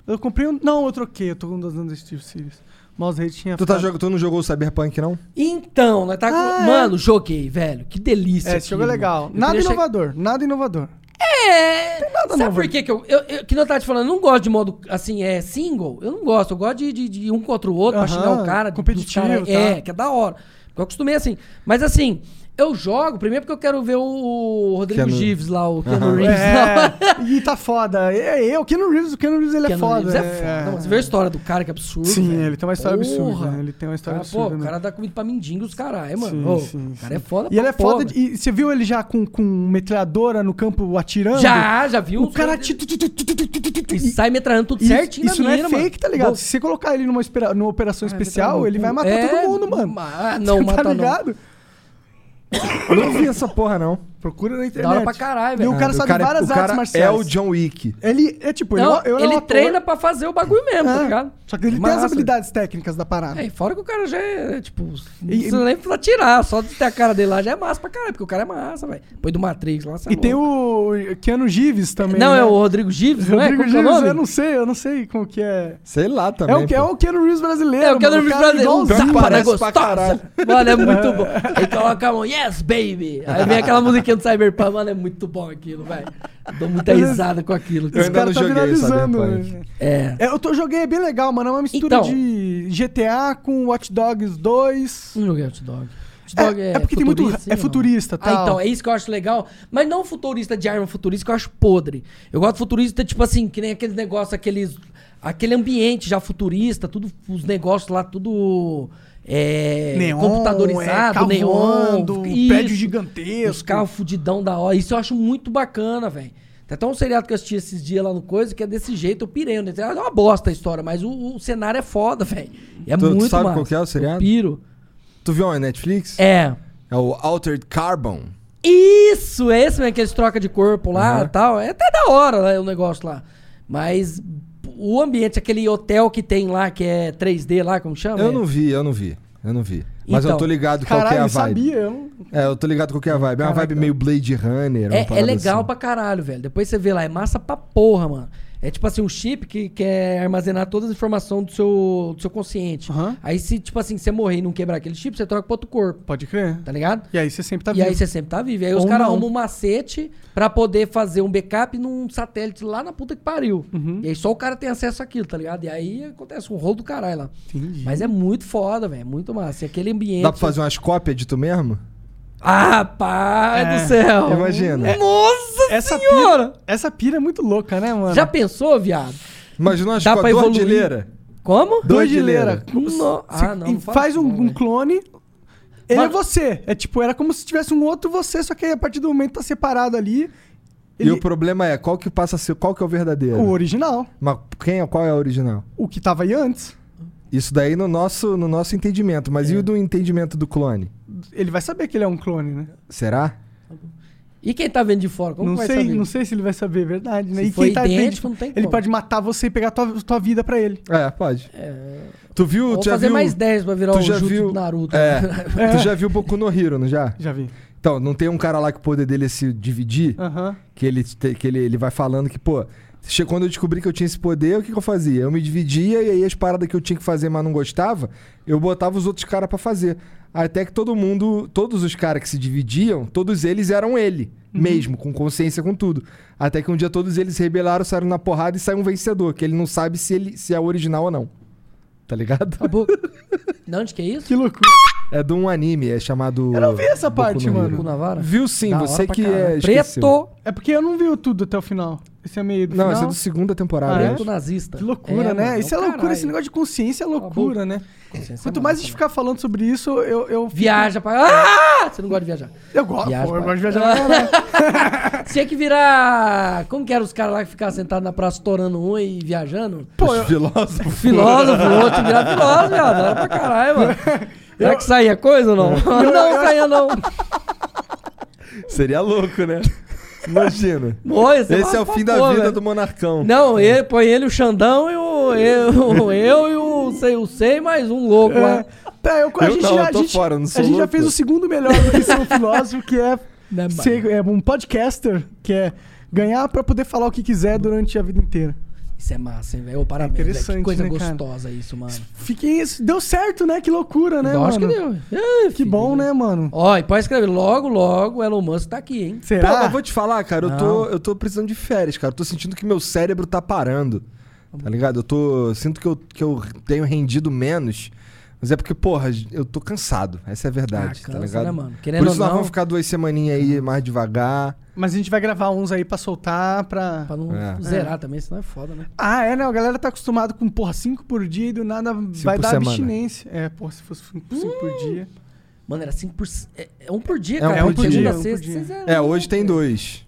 [SPEAKER 3] Eu comprei um. Não, eu troquei, eu tô usando da Steel Series. O mouse da Razer tinha.
[SPEAKER 1] Tu, tá
[SPEAKER 3] ficado-
[SPEAKER 1] jog... tu não jogou o Cyberpunk, não?
[SPEAKER 2] Então, nós tá com...
[SPEAKER 3] Ah, é.
[SPEAKER 2] Mano, joguei, velho. Que delícia.
[SPEAKER 3] É, esse jogo é
[SPEAKER 2] aquilo.
[SPEAKER 3] legal.
[SPEAKER 2] Eu
[SPEAKER 3] Nada
[SPEAKER 2] queria che-
[SPEAKER 3] inovador, nada inovador.
[SPEAKER 2] É. Sabe
[SPEAKER 3] novo
[SPEAKER 2] por que que eu, eu, eu- Que eu tava te falando, eu não gosto de modo, assim, é single. Eu não gosto. Eu gosto de, de, de um contra o outro pra
[SPEAKER 3] Aham,
[SPEAKER 2] xingar o cara. dos
[SPEAKER 3] competitivo,
[SPEAKER 2] cara-
[SPEAKER 3] tá.
[SPEAKER 2] É, que é da hora. Porque eu acostumei assim. Mas assim, eu jogo, primeiro porque eu quero ver o Rodrigo
[SPEAKER 1] Keanu-
[SPEAKER 2] Gives lá, o Keanu
[SPEAKER 1] Aham.
[SPEAKER 2] Reeves lá.
[SPEAKER 3] É, e tá foda. É, eu, o Keanu Reeves, o Keanu Reeves ele é
[SPEAKER 2] Keanu
[SPEAKER 3] foda.
[SPEAKER 2] Reeves é foda. Não, você vê a história do cara que é absurdo.
[SPEAKER 3] Sim,
[SPEAKER 2] velho.
[SPEAKER 3] ele tem uma história
[SPEAKER 2] Porra.
[SPEAKER 3] absurda. né? Ele tem uma história
[SPEAKER 2] Cara,
[SPEAKER 3] absurda.
[SPEAKER 2] Pô, o
[SPEAKER 3] né?
[SPEAKER 2] cara dá comida pra mendigos, caralho, mano.
[SPEAKER 3] Sim,
[SPEAKER 2] Ô,
[SPEAKER 3] sim,
[SPEAKER 2] o cara é foda
[SPEAKER 3] E ele é
[SPEAKER 2] pra porra,
[SPEAKER 3] foda. de- E você viu ele já com, com metralhadora no campo atirando?
[SPEAKER 2] velho. Já, já viu?
[SPEAKER 3] O
[SPEAKER 2] os
[SPEAKER 3] cara.
[SPEAKER 2] caras
[SPEAKER 3] ti-
[SPEAKER 2] dele-
[SPEAKER 3] tu- tu- tu- tu- tu- tu- tu- tu- tu-
[SPEAKER 2] E
[SPEAKER 3] e-
[SPEAKER 2] sai metralhando tudo
[SPEAKER 3] Isso,
[SPEAKER 2] certinho
[SPEAKER 3] isso
[SPEAKER 2] na
[SPEAKER 3] não é
[SPEAKER 2] mina,
[SPEAKER 3] fake,
[SPEAKER 2] mano. Ah,
[SPEAKER 3] tá ligado?
[SPEAKER 2] Pô,
[SPEAKER 3] Se você colocar ele numa, espera- numa operação
[SPEAKER 2] cara,
[SPEAKER 3] especial,
[SPEAKER 2] metralhando
[SPEAKER 3] ele
[SPEAKER 2] o
[SPEAKER 3] vai
[SPEAKER 2] cu.
[SPEAKER 3] matar
[SPEAKER 2] tá É,
[SPEAKER 3] todo mundo, mano.
[SPEAKER 2] Ah, não, É mata
[SPEAKER 3] tá
[SPEAKER 2] não.
[SPEAKER 3] ligado?
[SPEAKER 1] Eu não vi essa porra, não.
[SPEAKER 3] Procura
[SPEAKER 2] Da
[SPEAKER 3] na
[SPEAKER 2] hora pra
[SPEAKER 3] internet.
[SPEAKER 2] caralho,
[SPEAKER 3] E
[SPEAKER 2] velho.
[SPEAKER 3] o cara
[SPEAKER 1] Ah,
[SPEAKER 3] sabe várias
[SPEAKER 1] o
[SPEAKER 3] artes
[SPEAKER 1] cara É
[SPEAKER 3] marciais.
[SPEAKER 1] o John Wick.
[SPEAKER 3] Ele é tipo,
[SPEAKER 2] Não,
[SPEAKER 3] eu, eu era um
[SPEAKER 2] ele
[SPEAKER 3] ator.
[SPEAKER 2] treina pra fazer o bagulho mesmo, tá
[SPEAKER 3] É.
[SPEAKER 2] ligado?
[SPEAKER 3] Só que ele tem
[SPEAKER 2] Massa.
[SPEAKER 3] as habilidades técnicas da parada.
[SPEAKER 2] É, e fora que o cara já é, tipo, não
[SPEAKER 3] E-
[SPEAKER 2] precisa nem pra tirar, só de ter a cara dele lá já é massa pra caralho, porque o cara é massa, velho. Depois do Matrix lá, você é
[SPEAKER 3] e tem
[SPEAKER 2] louco.
[SPEAKER 3] o Keanu Gives também.
[SPEAKER 2] Não,
[SPEAKER 3] né?
[SPEAKER 2] é o Rodrigo Gives, não é?
[SPEAKER 3] Rodrigo
[SPEAKER 2] Como que é o
[SPEAKER 3] Gives,
[SPEAKER 2] nome?
[SPEAKER 3] eu não sei, eu não sei como que é.
[SPEAKER 1] Sei lá
[SPEAKER 3] É
[SPEAKER 1] também.
[SPEAKER 3] o, que- é
[SPEAKER 1] pô.
[SPEAKER 3] o Keanu Reeves brasileiro.
[SPEAKER 2] É, o Keanu
[SPEAKER 3] mano,
[SPEAKER 2] Reeves
[SPEAKER 3] cara
[SPEAKER 2] brasileiro. Um
[SPEAKER 3] igualzinho.
[SPEAKER 1] Tanto
[SPEAKER 2] zapa, né?
[SPEAKER 1] parece pra
[SPEAKER 2] Gostosa.
[SPEAKER 1] caralho.
[SPEAKER 2] Mano, é muito bom. Aí coloca a mão, yes, baby. Aí vem aquela musiquinha do Cyberpunk. Mano, é muito bom aquilo, velho. Dou muita risada com aquilo.
[SPEAKER 1] Eu
[SPEAKER 3] Esse
[SPEAKER 2] cara.
[SPEAKER 1] ainda não
[SPEAKER 3] cara tá
[SPEAKER 1] joguei
[SPEAKER 3] viralizando.
[SPEAKER 1] Cyberpunk.
[SPEAKER 3] né?
[SPEAKER 2] É.
[SPEAKER 3] É, eu tô, joguei, é bem legal, mano. É uma mistura
[SPEAKER 2] Então.
[SPEAKER 3] de GTA com Watch Dogs 2.
[SPEAKER 2] Não joguei Hot Dog. Hot
[SPEAKER 3] É-
[SPEAKER 2] Hum, Dog é,
[SPEAKER 3] é porque tem muito-
[SPEAKER 2] futurista,
[SPEAKER 3] é
[SPEAKER 2] sim ou não?
[SPEAKER 3] futurista,
[SPEAKER 2] Ah,
[SPEAKER 3] tal.
[SPEAKER 2] então, é isso que eu acho legal. Mas não futurista de arma futurista, que eu acho podre. Eu gosto de futurista, tipo assim, que nem aquele negócio, aqueles. Aquele ambiente já futurista, tudo, os negócios lá, tudo. É,
[SPEAKER 3] Neon, é,
[SPEAKER 2] computadorizado,
[SPEAKER 3] carro
[SPEAKER 2] neon,
[SPEAKER 3] voando,
[SPEAKER 2] isso.
[SPEAKER 3] prédio gigantesco.
[SPEAKER 2] Os carros fudidão da hora. Isso eu acho muito bacana, velho. Tem até um seriado que eu assisti esses dias lá no Coisa, que é desse jeito, eu pirei. Né? É uma bosta a história, mas o, o cenário é foda, velho. É
[SPEAKER 1] Tu- tu
[SPEAKER 2] muito
[SPEAKER 1] sabe
[SPEAKER 2] massa.
[SPEAKER 1] qual que é o seriado?
[SPEAKER 2] Eu piro.
[SPEAKER 1] Tu viu na Netflix?
[SPEAKER 2] É.
[SPEAKER 1] É o Altered Carbon.
[SPEAKER 2] Isso! É esse mesmo que eles trocam de corpo lá e tal. É até da hora né, o negócio lá. Mas o ambiente, aquele hotel que tem lá, que é 3D lá, como chama?
[SPEAKER 1] Eu não vi, eu não vi. Eu não vi. Mas eu
[SPEAKER 2] Então.
[SPEAKER 1] tô ligado qual que é
[SPEAKER 3] Caralho,
[SPEAKER 1] a
[SPEAKER 3] eu
[SPEAKER 1] vibe.
[SPEAKER 3] sabia. Eu não...
[SPEAKER 1] É, eu tô ligado qual que é a vibe. É uma vibe meio Blade Runner. uma
[SPEAKER 2] É, é
[SPEAKER 1] parada
[SPEAKER 2] legal
[SPEAKER 1] assim.
[SPEAKER 2] pra caralho, velho. Depois você vê lá, é massa pra porra, mano. É tipo assim, um chip que quer armazenar todas as informações do seu, do seu
[SPEAKER 3] é.
[SPEAKER 2] consciente.
[SPEAKER 3] Aham.
[SPEAKER 2] Aí se, tipo assim, você morrer e não quebrar aquele chip, você troca pro outro corpo,
[SPEAKER 3] Pode crer.
[SPEAKER 2] tá ligado?
[SPEAKER 3] E aí você sempre tá
[SPEAKER 2] e
[SPEAKER 3] vivo.
[SPEAKER 2] aí você sempre tá vivo. E aí os
[SPEAKER 3] Ou
[SPEAKER 2] caras
[SPEAKER 3] não.
[SPEAKER 2] arrumam um macete pra poder fazer um backup num satélite lá na puta que pariu.
[SPEAKER 3] Uhum.
[SPEAKER 2] E aí só o cara tem acesso àquilo, tá ligado? E aí acontece um rolo do caralho lá.
[SPEAKER 3] Entendi.
[SPEAKER 2] Mas é muito foda, velho. É muito massa. E aquele ambiente.
[SPEAKER 1] Dá pra fazer umas cópias de tu mesmo?
[SPEAKER 2] Ah, pai
[SPEAKER 3] É,
[SPEAKER 2] do céu! É.
[SPEAKER 1] imagina.
[SPEAKER 2] Nossa
[SPEAKER 3] Essa
[SPEAKER 2] senhora!
[SPEAKER 3] pira, essa pira é muito louca, né, mano?
[SPEAKER 2] Já pensou, viado?
[SPEAKER 1] Imagina umas
[SPEAKER 2] Dá pra
[SPEAKER 1] cópias.
[SPEAKER 2] evoluir.
[SPEAKER 1] Dordileira.
[SPEAKER 2] Como?
[SPEAKER 1] Dordileira.
[SPEAKER 2] No-
[SPEAKER 3] Se-
[SPEAKER 2] Ah, não.
[SPEAKER 3] e
[SPEAKER 2] não fala
[SPEAKER 3] faz
[SPEAKER 2] isso
[SPEAKER 3] um,
[SPEAKER 2] não,
[SPEAKER 3] um
[SPEAKER 2] velho.
[SPEAKER 3] clone. Ele é
[SPEAKER 2] Mas-
[SPEAKER 3] você. É tipo, era como se tivesse um outro você, só que aí a partir do momento tá separado ali.
[SPEAKER 1] E
[SPEAKER 3] Ele,
[SPEAKER 1] o problema é, qual que passa a ser, qual que é o verdadeiro?
[SPEAKER 3] o original.
[SPEAKER 1] Mas quem é, qual é o original?
[SPEAKER 3] O que tava aí antes.
[SPEAKER 1] Isso daí no nosso, no nosso entendimento, mas e o do entendimento do clone?
[SPEAKER 3] Ele vai saber que ele é um clone, né?
[SPEAKER 1] Será?
[SPEAKER 2] E quem tá vendo de fora? Como
[SPEAKER 3] não
[SPEAKER 2] que vai
[SPEAKER 3] sei,
[SPEAKER 2] saber?
[SPEAKER 3] não sei se ele vai saber, é verdade, né?
[SPEAKER 2] Se
[SPEAKER 3] e
[SPEAKER 2] for
[SPEAKER 3] quem tá
[SPEAKER 2] idêntico,
[SPEAKER 3] idêntico,
[SPEAKER 2] não tem
[SPEAKER 3] ele
[SPEAKER 2] como.
[SPEAKER 3] pode matar você e pegar tua, tua vida pra ele.
[SPEAKER 1] É, pode. Tu viu,
[SPEAKER 2] Vou
[SPEAKER 1] tu já
[SPEAKER 2] fazer
[SPEAKER 1] viu,
[SPEAKER 2] mais 10 pra virar
[SPEAKER 1] tu
[SPEAKER 2] o
[SPEAKER 1] já
[SPEAKER 2] Jutsu
[SPEAKER 1] viu-
[SPEAKER 2] do Naruto.
[SPEAKER 1] É.
[SPEAKER 3] É.
[SPEAKER 1] Tu já viu Boku no Hero, não já?
[SPEAKER 3] Já vi.
[SPEAKER 1] Então, não tem um cara lá que o poder dele é se dividir?
[SPEAKER 3] Aham.
[SPEAKER 1] Que ele, te- que ele, ele vai falando que, pô, che- quando eu descobri que eu tinha esse poder, o que, que eu fazia? Eu me dividia e aí as paradas que eu tinha que fazer, mas não gostava, eu botava os outros caras pra fazer. Até que todo mundo, todos os caras que se dividiam, todos eles eram ele,
[SPEAKER 3] Uhum.
[SPEAKER 1] mesmo, com consciência, com tudo. Até que um dia todos eles se rebelaram, saíram na porrada e saiu um vencedor, que ele não sabe se, ele, se é o original ou não. Tá ligado?
[SPEAKER 2] Acabou. Não, onde que é isso?
[SPEAKER 3] Que loucura.
[SPEAKER 1] É de um anime, é chamado.
[SPEAKER 3] Eu não vi essa
[SPEAKER 1] Boku no
[SPEAKER 3] parte,
[SPEAKER 1] Hero.
[SPEAKER 3] mano.
[SPEAKER 2] O Navara?
[SPEAKER 1] Viu sim,
[SPEAKER 2] Da hora
[SPEAKER 1] você
[SPEAKER 2] pra
[SPEAKER 1] que é.
[SPEAKER 2] caralho.
[SPEAKER 1] esqueceu.
[SPEAKER 2] Preto.
[SPEAKER 3] É porque eu não vi o tudo até o final. Esse é meio do
[SPEAKER 1] Não, esse é
[SPEAKER 3] final.
[SPEAKER 1] da segunda temporada. né?
[SPEAKER 3] Ah, é?
[SPEAKER 1] eu acho.
[SPEAKER 2] Preto nazista.
[SPEAKER 3] Que loucura,
[SPEAKER 2] É,
[SPEAKER 3] né?
[SPEAKER 2] mano,
[SPEAKER 3] isso é
[SPEAKER 2] o
[SPEAKER 3] loucura,
[SPEAKER 2] caralho. Tá
[SPEAKER 3] esse negócio de consciência é loucura, né?
[SPEAKER 2] Consciência
[SPEAKER 3] Quanto
[SPEAKER 2] é
[SPEAKER 3] mais a
[SPEAKER 2] massa,
[SPEAKER 3] gente ficar falando sobre isso, eu. eu fico-
[SPEAKER 2] Viaja pra. Ah! Você não gosta de viajar.
[SPEAKER 3] Eu gosto,
[SPEAKER 2] Viaja
[SPEAKER 3] pô, eu
[SPEAKER 2] pra-
[SPEAKER 3] gosto de viajar pra caralho.
[SPEAKER 2] Tinha que virar. Como que eram os caras lá que ficavam sentados na praça estourando um e viajando?
[SPEAKER 3] Pô,
[SPEAKER 1] Os
[SPEAKER 3] eu-
[SPEAKER 1] filósofos.
[SPEAKER 2] Filósofo, outro virar filósofo, viado. Era pra caralho, mano. Será que saía coisa ou não? não, saía não.
[SPEAKER 1] Seria louco, né? Imagina.
[SPEAKER 2] Pô, esse
[SPEAKER 1] Esse é o fim da
[SPEAKER 2] pô,
[SPEAKER 1] vida
[SPEAKER 2] velho.
[SPEAKER 1] do monarcão.
[SPEAKER 2] Não, ele, põe ele, o Xandão e o. Eu, eu e o sei, o sei mais um louco lá.
[SPEAKER 3] É. Tá, eu, a
[SPEAKER 1] Eu
[SPEAKER 3] gente,
[SPEAKER 1] não,
[SPEAKER 3] já,
[SPEAKER 1] eu tô
[SPEAKER 3] a gente-
[SPEAKER 1] fora, não sou
[SPEAKER 3] a gente já
[SPEAKER 1] louco.
[SPEAKER 3] fez o segundo melhor do que ser um filósofo, que é,
[SPEAKER 2] Né,
[SPEAKER 3] ser,
[SPEAKER 2] mano?
[SPEAKER 3] é um podcaster, que é ganhar pra poder falar o que quiser durante a vida inteira.
[SPEAKER 2] Isso é massa, hein, velho? Ô, Parabéns, velho.
[SPEAKER 3] interessante,
[SPEAKER 2] Que coisa
[SPEAKER 3] né, cara?
[SPEAKER 2] gostosa isso, mano.
[SPEAKER 3] Fiquei, isso deu certo, né? Que loucura, né,
[SPEAKER 2] Eu acho que
[SPEAKER 3] mano?
[SPEAKER 2] deu. Ai,
[SPEAKER 3] Que
[SPEAKER 2] filho.
[SPEAKER 3] bom, né, mano?
[SPEAKER 2] Ó, e pode escrever. Logo, logo, o Elon Musk tá aqui, hein?
[SPEAKER 1] Pô,
[SPEAKER 3] Será?
[SPEAKER 1] mas vou te falar, cara, eu tô, eu tô precisando de férias, cara. Eu tô sentindo que meu cérebro tá parando. Tá ligado? Eu tô. Sinto que eu, que eu tenho rendido menos. Mas é porque, porra, eu tô cansado. Essa é a verdade,
[SPEAKER 2] Ah,
[SPEAKER 1] tá
[SPEAKER 2] cansa,
[SPEAKER 1] ligado?
[SPEAKER 2] né, mano?
[SPEAKER 1] Por
[SPEAKER 2] Querendo
[SPEAKER 1] isso nós
[SPEAKER 2] ou não- Uhum.
[SPEAKER 1] vamos ficar duas semaninhas aí mais devagar.
[SPEAKER 3] Mas a gente vai gravar uns aí pra soltar, pra...
[SPEAKER 2] Pra não
[SPEAKER 1] É.
[SPEAKER 2] zerar também, senão é foda, né?
[SPEAKER 3] Ah, é, né? A galera tá acostumado com, porra, cinco por dia e do nada vai
[SPEAKER 1] por
[SPEAKER 3] dar
[SPEAKER 1] semana.
[SPEAKER 3] abstinência. É, porra, se fosse cinco cinco por dia...
[SPEAKER 2] Mano, era 5 por. É, é um por dia,
[SPEAKER 1] É um
[SPEAKER 2] cara.
[SPEAKER 1] por dia,
[SPEAKER 2] Segunda,
[SPEAKER 1] é um
[SPEAKER 3] por
[SPEAKER 2] sexta,
[SPEAKER 3] dia.
[SPEAKER 2] vocês eram-
[SPEAKER 1] É, hoje tem dois.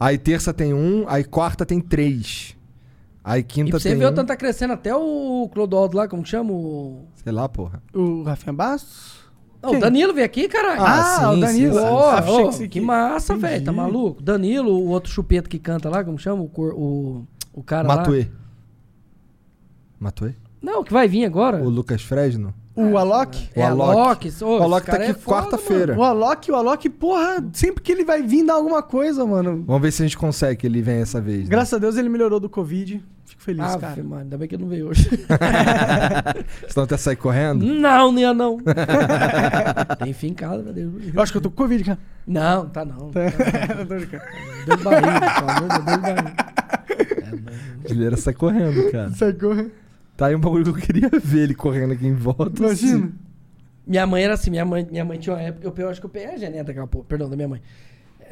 [SPEAKER 1] Aí terça tem um, aí quarta tem três. Aí
[SPEAKER 2] E
[SPEAKER 1] quinta
[SPEAKER 2] pra você
[SPEAKER 1] tem.
[SPEAKER 2] vê o
[SPEAKER 1] um.
[SPEAKER 2] tanto tá crescendo até o Clodoaldo lá, como que chama? O,
[SPEAKER 1] Sei lá, porra.
[SPEAKER 3] O Rafinha Bastos?
[SPEAKER 2] Ah, o Danilo veio aqui, caralho.
[SPEAKER 1] Ah, sim, sim, sim.
[SPEAKER 2] Pô,
[SPEAKER 3] Ah, achei
[SPEAKER 2] ô,
[SPEAKER 3] que você-
[SPEAKER 2] que massa,
[SPEAKER 3] Entendi.
[SPEAKER 2] velho. Tá maluco? Danilo, o outro chupeta que canta lá, como chama? O, cor- o, o cara lá.
[SPEAKER 1] Matuê. Matuê?
[SPEAKER 2] Não, que vai vir agora.
[SPEAKER 1] O Lucas Fresno?
[SPEAKER 3] O Alok?
[SPEAKER 1] o
[SPEAKER 2] é,
[SPEAKER 1] Alok.
[SPEAKER 2] Alok.
[SPEAKER 1] o
[SPEAKER 2] ô, esse
[SPEAKER 1] Alok tá
[SPEAKER 2] cara
[SPEAKER 1] aqui
[SPEAKER 2] é foda, mano.
[SPEAKER 1] quarta-feira.
[SPEAKER 3] O Alok, o Alok, porra, sempre que ele vai vir dar alguma coisa, mano.
[SPEAKER 1] Vamos ver se a gente consegue que ele venha essa vez. né?
[SPEAKER 3] Graças a Deus ele melhorou do Covid. Fico feliz,
[SPEAKER 2] Ave,
[SPEAKER 3] cara.
[SPEAKER 2] mano, ainda bem que ele não veio hoje.
[SPEAKER 1] Senão até sair correndo.
[SPEAKER 2] não, não ia não. Tem fim em casa, meu Deus.
[SPEAKER 3] Eu acho que eu tô com Covid, cara.
[SPEAKER 2] Não, tá não. Tá.
[SPEAKER 3] Tô brincando.
[SPEAKER 2] Deu barriga, pelo amor de Deus, deu barriga.
[SPEAKER 1] Ele sai correndo, cara.
[SPEAKER 3] Sai correndo.
[SPEAKER 1] Tá aí um bagulho que eu queria ver ele correndo aqui em volta.
[SPEAKER 3] Imagina.
[SPEAKER 2] Minha mãe era assim, minha mãe, minha mãe tinha uma época, eu, eu acho que eu peguei né, a genética daquela porra, perdão, da minha mãe.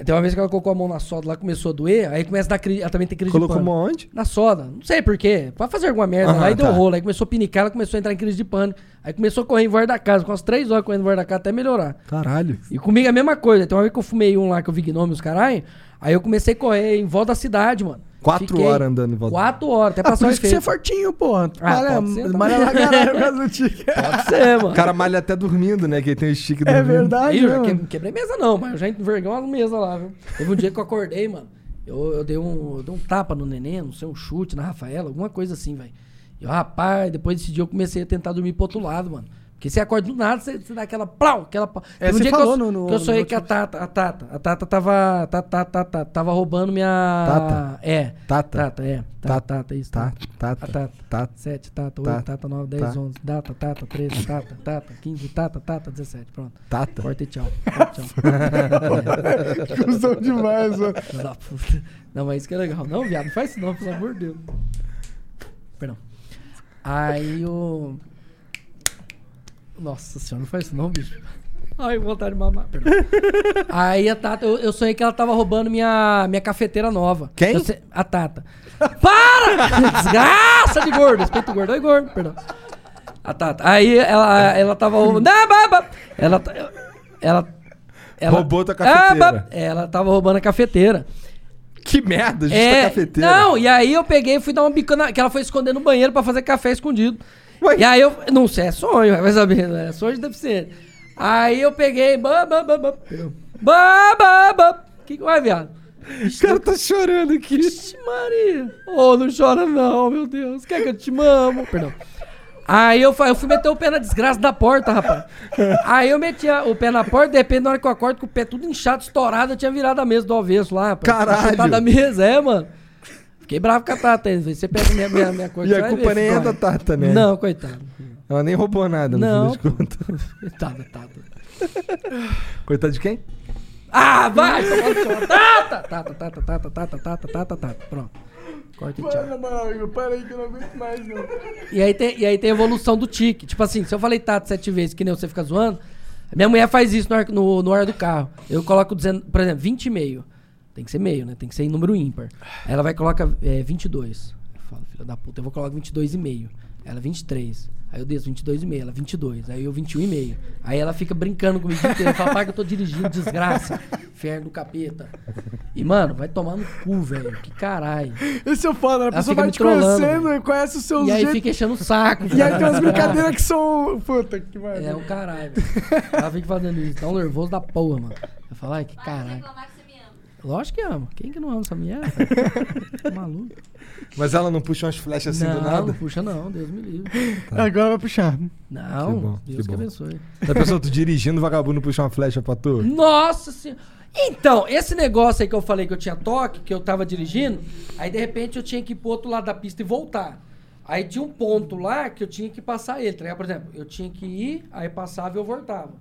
[SPEAKER 2] Tem uma vez que ela colocou a mão na soda lá, começou a doer, aí começa a dar crise, ela também tem crise
[SPEAKER 1] assim. Colocou
[SPEAKER 2] de
[SPEAKER 1] uma
[SPEAKER 2] pânico.
[SPEAKER 1] onde?
[SPEAKER 2] Na soda, não sei porquê, pra fazer alguma merda,
[SPEAKER 1] Aham,
[SPEAKER 2] lá e deu
[SPEAKER 1] tá.
[SPEAKER 2] rolo, aí começou a pinicar, ela começou a entrar em crise de pânico, aí começou a correr em volta da casa, com umas três horas correndo em volta da casa até melhorar.
[SPEAKER 1] Caralho.
[SPEAKER 2] E comigo é a mesma coisa. Tem uma vez que eu fumei um lá que eu vi gnome os caralho. Aí eu comecei a correr em volta da cidade, mano.
[SPEAKER 1] Quatro horas andando em volta.
[SPEAKER 2] Quatro horas, até
[SPEAKER 3] Ah,
[SPEAKER 2] passar
[SPEAKER 3] por
[SPEAKER 2] um
[SPEAKER 3] isso que você é
[SPEAKER 2] efeito.
[SPEAKER 3] fortinho, porra. Tu
[SPEAKER 2] Ah,
[SPEAKER 3] malha,
[SPEAKER 2] pode ser também.
[SPEAKER 3] malha pra caralho por causa do tique.
[SPEAKER 2] Pode ser, mano.
[SPEAKER 1] O cara malha até dormindo, né? Que ele tem o stick
[SPEAKER 3] É
[SPEAKER 1] dormindo.
[SPEAKER 3] verdade,
[SPEAKER 2] Uhum. Ih, eu já
[SPEAKER 3] mano.
[SPEAKER 2] que- quebrei mesa não, mas eu já enverguei uma mesa lá, viu? Teve um dia que eu acordei, mano. Eu, eu dei um, eu dei um tapa no neném, não sei, um chute na Rafaela, alguma coisa assim, velho. E eu, rapaz, depois desse dia eu comecei a tentar dormir pro outro lado, mano. Porque você acorda do nada, você, você dá aquela plau, aquela pau.
[SPEAKER 3] É,
[SPEAKER 2] Teve um
[SPEAKER 3] você
[SPEAKER 2] que eu-
[SPEAKER 3] falou
[SPEAKER 2] que eu,
[SPEAKER 3] no- no-
[SPEAKER 2] sonhei
[SPEAKER 3] no
[SPEAKER 2] que a Tata, a Tata, a Tata tava, tata, tata, tata, tava roubando minha...
[SPEAKER 1] Tata?
[SPEAKER 2] É.
[SPEAKER 1] Tata.
[SPEAKER 2] Tata, é. Tata, tata, isso.
[SPEAKER 1] Tá, tá,
[SPEAKER 2] A
[SPEAKER 1] tá,
[SPEAKER 2] Tata.
[SPEAKER 1] tá.
[SPEAKER 2] 7, Tata, 8,
[SPEAKER 1] Tá.
[SPEAKER 2] Tata, 9, 10,
[SPEAKER 1] Tá.
[SPEAKER 2] 11, Tata, Tata, 13, Tata, Tata, 15, Tata, Tata, 17, pronto.
[SPEAKER 1] Tata.
[SPEAKER 2] Corta e tchau. Corta e tchau.
[SPEAKER 3] Cusão demais, mano.
[SPEAKER 2] Filho da puta. Não, mas isso que é legal. Não, viado, não faz isso não, pelo amor de Deus. Perdão. Aí o... Nossa senhora, não faz isso não, bicho. Ai, vontade de mamar, perdão. Aí a Tata, eu, eu sonhei que ela tava roubando minha, minha cafeteira nova.
[SPEAKER 1] Quem?
[SPEAKER 2] Eu sei- a Tata. Para! Desgraça de gordo, respeito o gordo. Ai, gordo, perdão. A Tata. Aí ela, ela tava roubando... Não, baba! Ela... Ela... ela
[SPEAKER 1] Roubou tua
[SPEAKER 2] Ah, ba-
[SPEAKER 1] cafeteira.
[SPEAKER 2] ela tava roubando a cafeteira.
[SPEAKER 1] Que merda, justa
[SPEAKER 2] É,
[SPEAKER 1] cafeteira.
[SPEAKER 2] Não, e aí eu peguei e fui dar uma bicana. Que ela foi esconder no banheiro pra fazer café escondido.
[SPEAKER 1] Ué.
[SPEAKER 2] E aí eu. Não sei, é sonho, vai saber. né? É sonho de deficiente. Aí eu peguei. Ba, ba, ba, ba, ba, ba, ba. Que que vai, viado?
[SPEAKER 1] O cara tá chorando aqui.
[SPEAKER 2] Ixi, Maria. Ô, não chora não, meu Deus. Quer que eu te mamo? Perdão. Aí eu, fa- eu fui meter o pé na desgraça da porta, rapaz. Aí eu meti a- o pé na porta, de repente, na hora que eu acordo, com o pé tudo inchado, estourado, eu tinha virado a mesa do avesso lá, rapaz.
[SPEAKER 1] Caralho.
[SPEAKER 2] Chutado a mesa, é, mano. Fiquei bravo com a Tata. hein? Você pega minha, minha, minha coisa.
[SPEAKER 1] E
[SPEAKER 2] você
[SPEAKER 1] a
[SPEAKER 2] vai
[SPEAKER 1] culpa
[SPEAKER 2] ver,
[SPEAKER 1] nem é
[SPEAKER 2] filho.
[SPEAKER 1] da Tata, né?
[SPEAKER 2] Não, coitado.
[SPEAKER 1] Ela nem roubou nada, no
[SPEAKER 2] Não.
[SPEAKER 1] fim das contas.
[SPEAKER 2] Coitado, Tata.
[SPEAKER 1] Coitado de quem?
[SPEAKER 2] Ah, vai! tomar no seu- Tata! Tata, tata, tata, tata, tata, tata, tata. Pronto. Corta e tchau.
[SPEAKER 3] Para, mano, para aí que eu não aguento mais, não.
[SPEAKER 2] E aí, tem, e aí tem a evolução do tique. Tipo assim, se eu falei tato sete vezes, que nem você fica zoando, minha mulher faz isso no ar, no, no ar do carro. Eu coloco, dezen- por exemplo, 20 e meio. Tem que ser meio, né? Tem que ser em número ímpar. Aí Ela vai e coloca é, 22. Eu falo, filha da puta, eu vou colocar 22 e meio. Ela 23. Aí eu desço 22 e meio, ela 22. Aí eu 21 e meio. Aí ela fica brincando comigo o dia inteiro. Fala, pai, que eu tô dirigindo, desgraça. Inferno do capeta. E, mano, vai tomar no cu, velho. Que caralho.
[SPEAKER 3] Esse é o foda, né? A
[SPEAKER 2] Ela
[SPEAKER 3] pessoa
[SPEAKER 2] fica
[SPEAKER 3] vai
[SPEAKER 2] me
[SPEAKER 3] te
[SPEAKER 2] trolando,
[SPEAKER 3] conhecendo
[SPEAKER 2] velho.
[SPEAKER 3] e conhece os seus
[SPEAKER 2] E aí
[SPEAKER 3] jeitos.
[SPEAKER 2] fica enchendo o saco.
[SPEAKER 3] É um E é aí tem umas brincadeiras que são. Puta que
[SPEAKER 2] É o
[SPEAKER 3] pariu.
[SPEAKER 2] caralho. velho. Ela fica fazendo isso. Tá um nervoso da porra, mano. Eu falo, ai, que
[SPEAKER 6] Para de
[SPEAKER 2] caralho.
[SPEAKER 6] reclamar que você me ama.
[SPEAKER 2] Lógico que ama. Quem que não ama essa mulher? velho? Tá Maluco.
[SPEAKER 1] Mas ela não puxa umas flechas assim
[SPEAKER 2] não,
[SPEAKER 1] do nada?
[SPEAKER 2] não puxa não. Deus me livre.
[SPEAKER 3] Agora vai puxar.
[SPEAKER 2] Não,
[SPEAKER 1] Que bom, que
[SPEAKER 2] Deus que,
[SPEAKER 1] bom.
[SPEAKER 2] abençoe.
[SPEAKER 1] Já pensou, tu dirigindo, o vagabundo puxa uma flecha pra tu?
[SPEAKER 2] Nossa senhora. Então, esse negócio aí que eu falei que eu tinha toque, que eu tava dirigindo, aí de repente eu tinha que ir pro outro lado da pista e voltar. Aí tinha um ponto lá que eu tinha que passar ele, tá ligado? Por exemplo, eu tinha que ir, aí passava e eu voltava.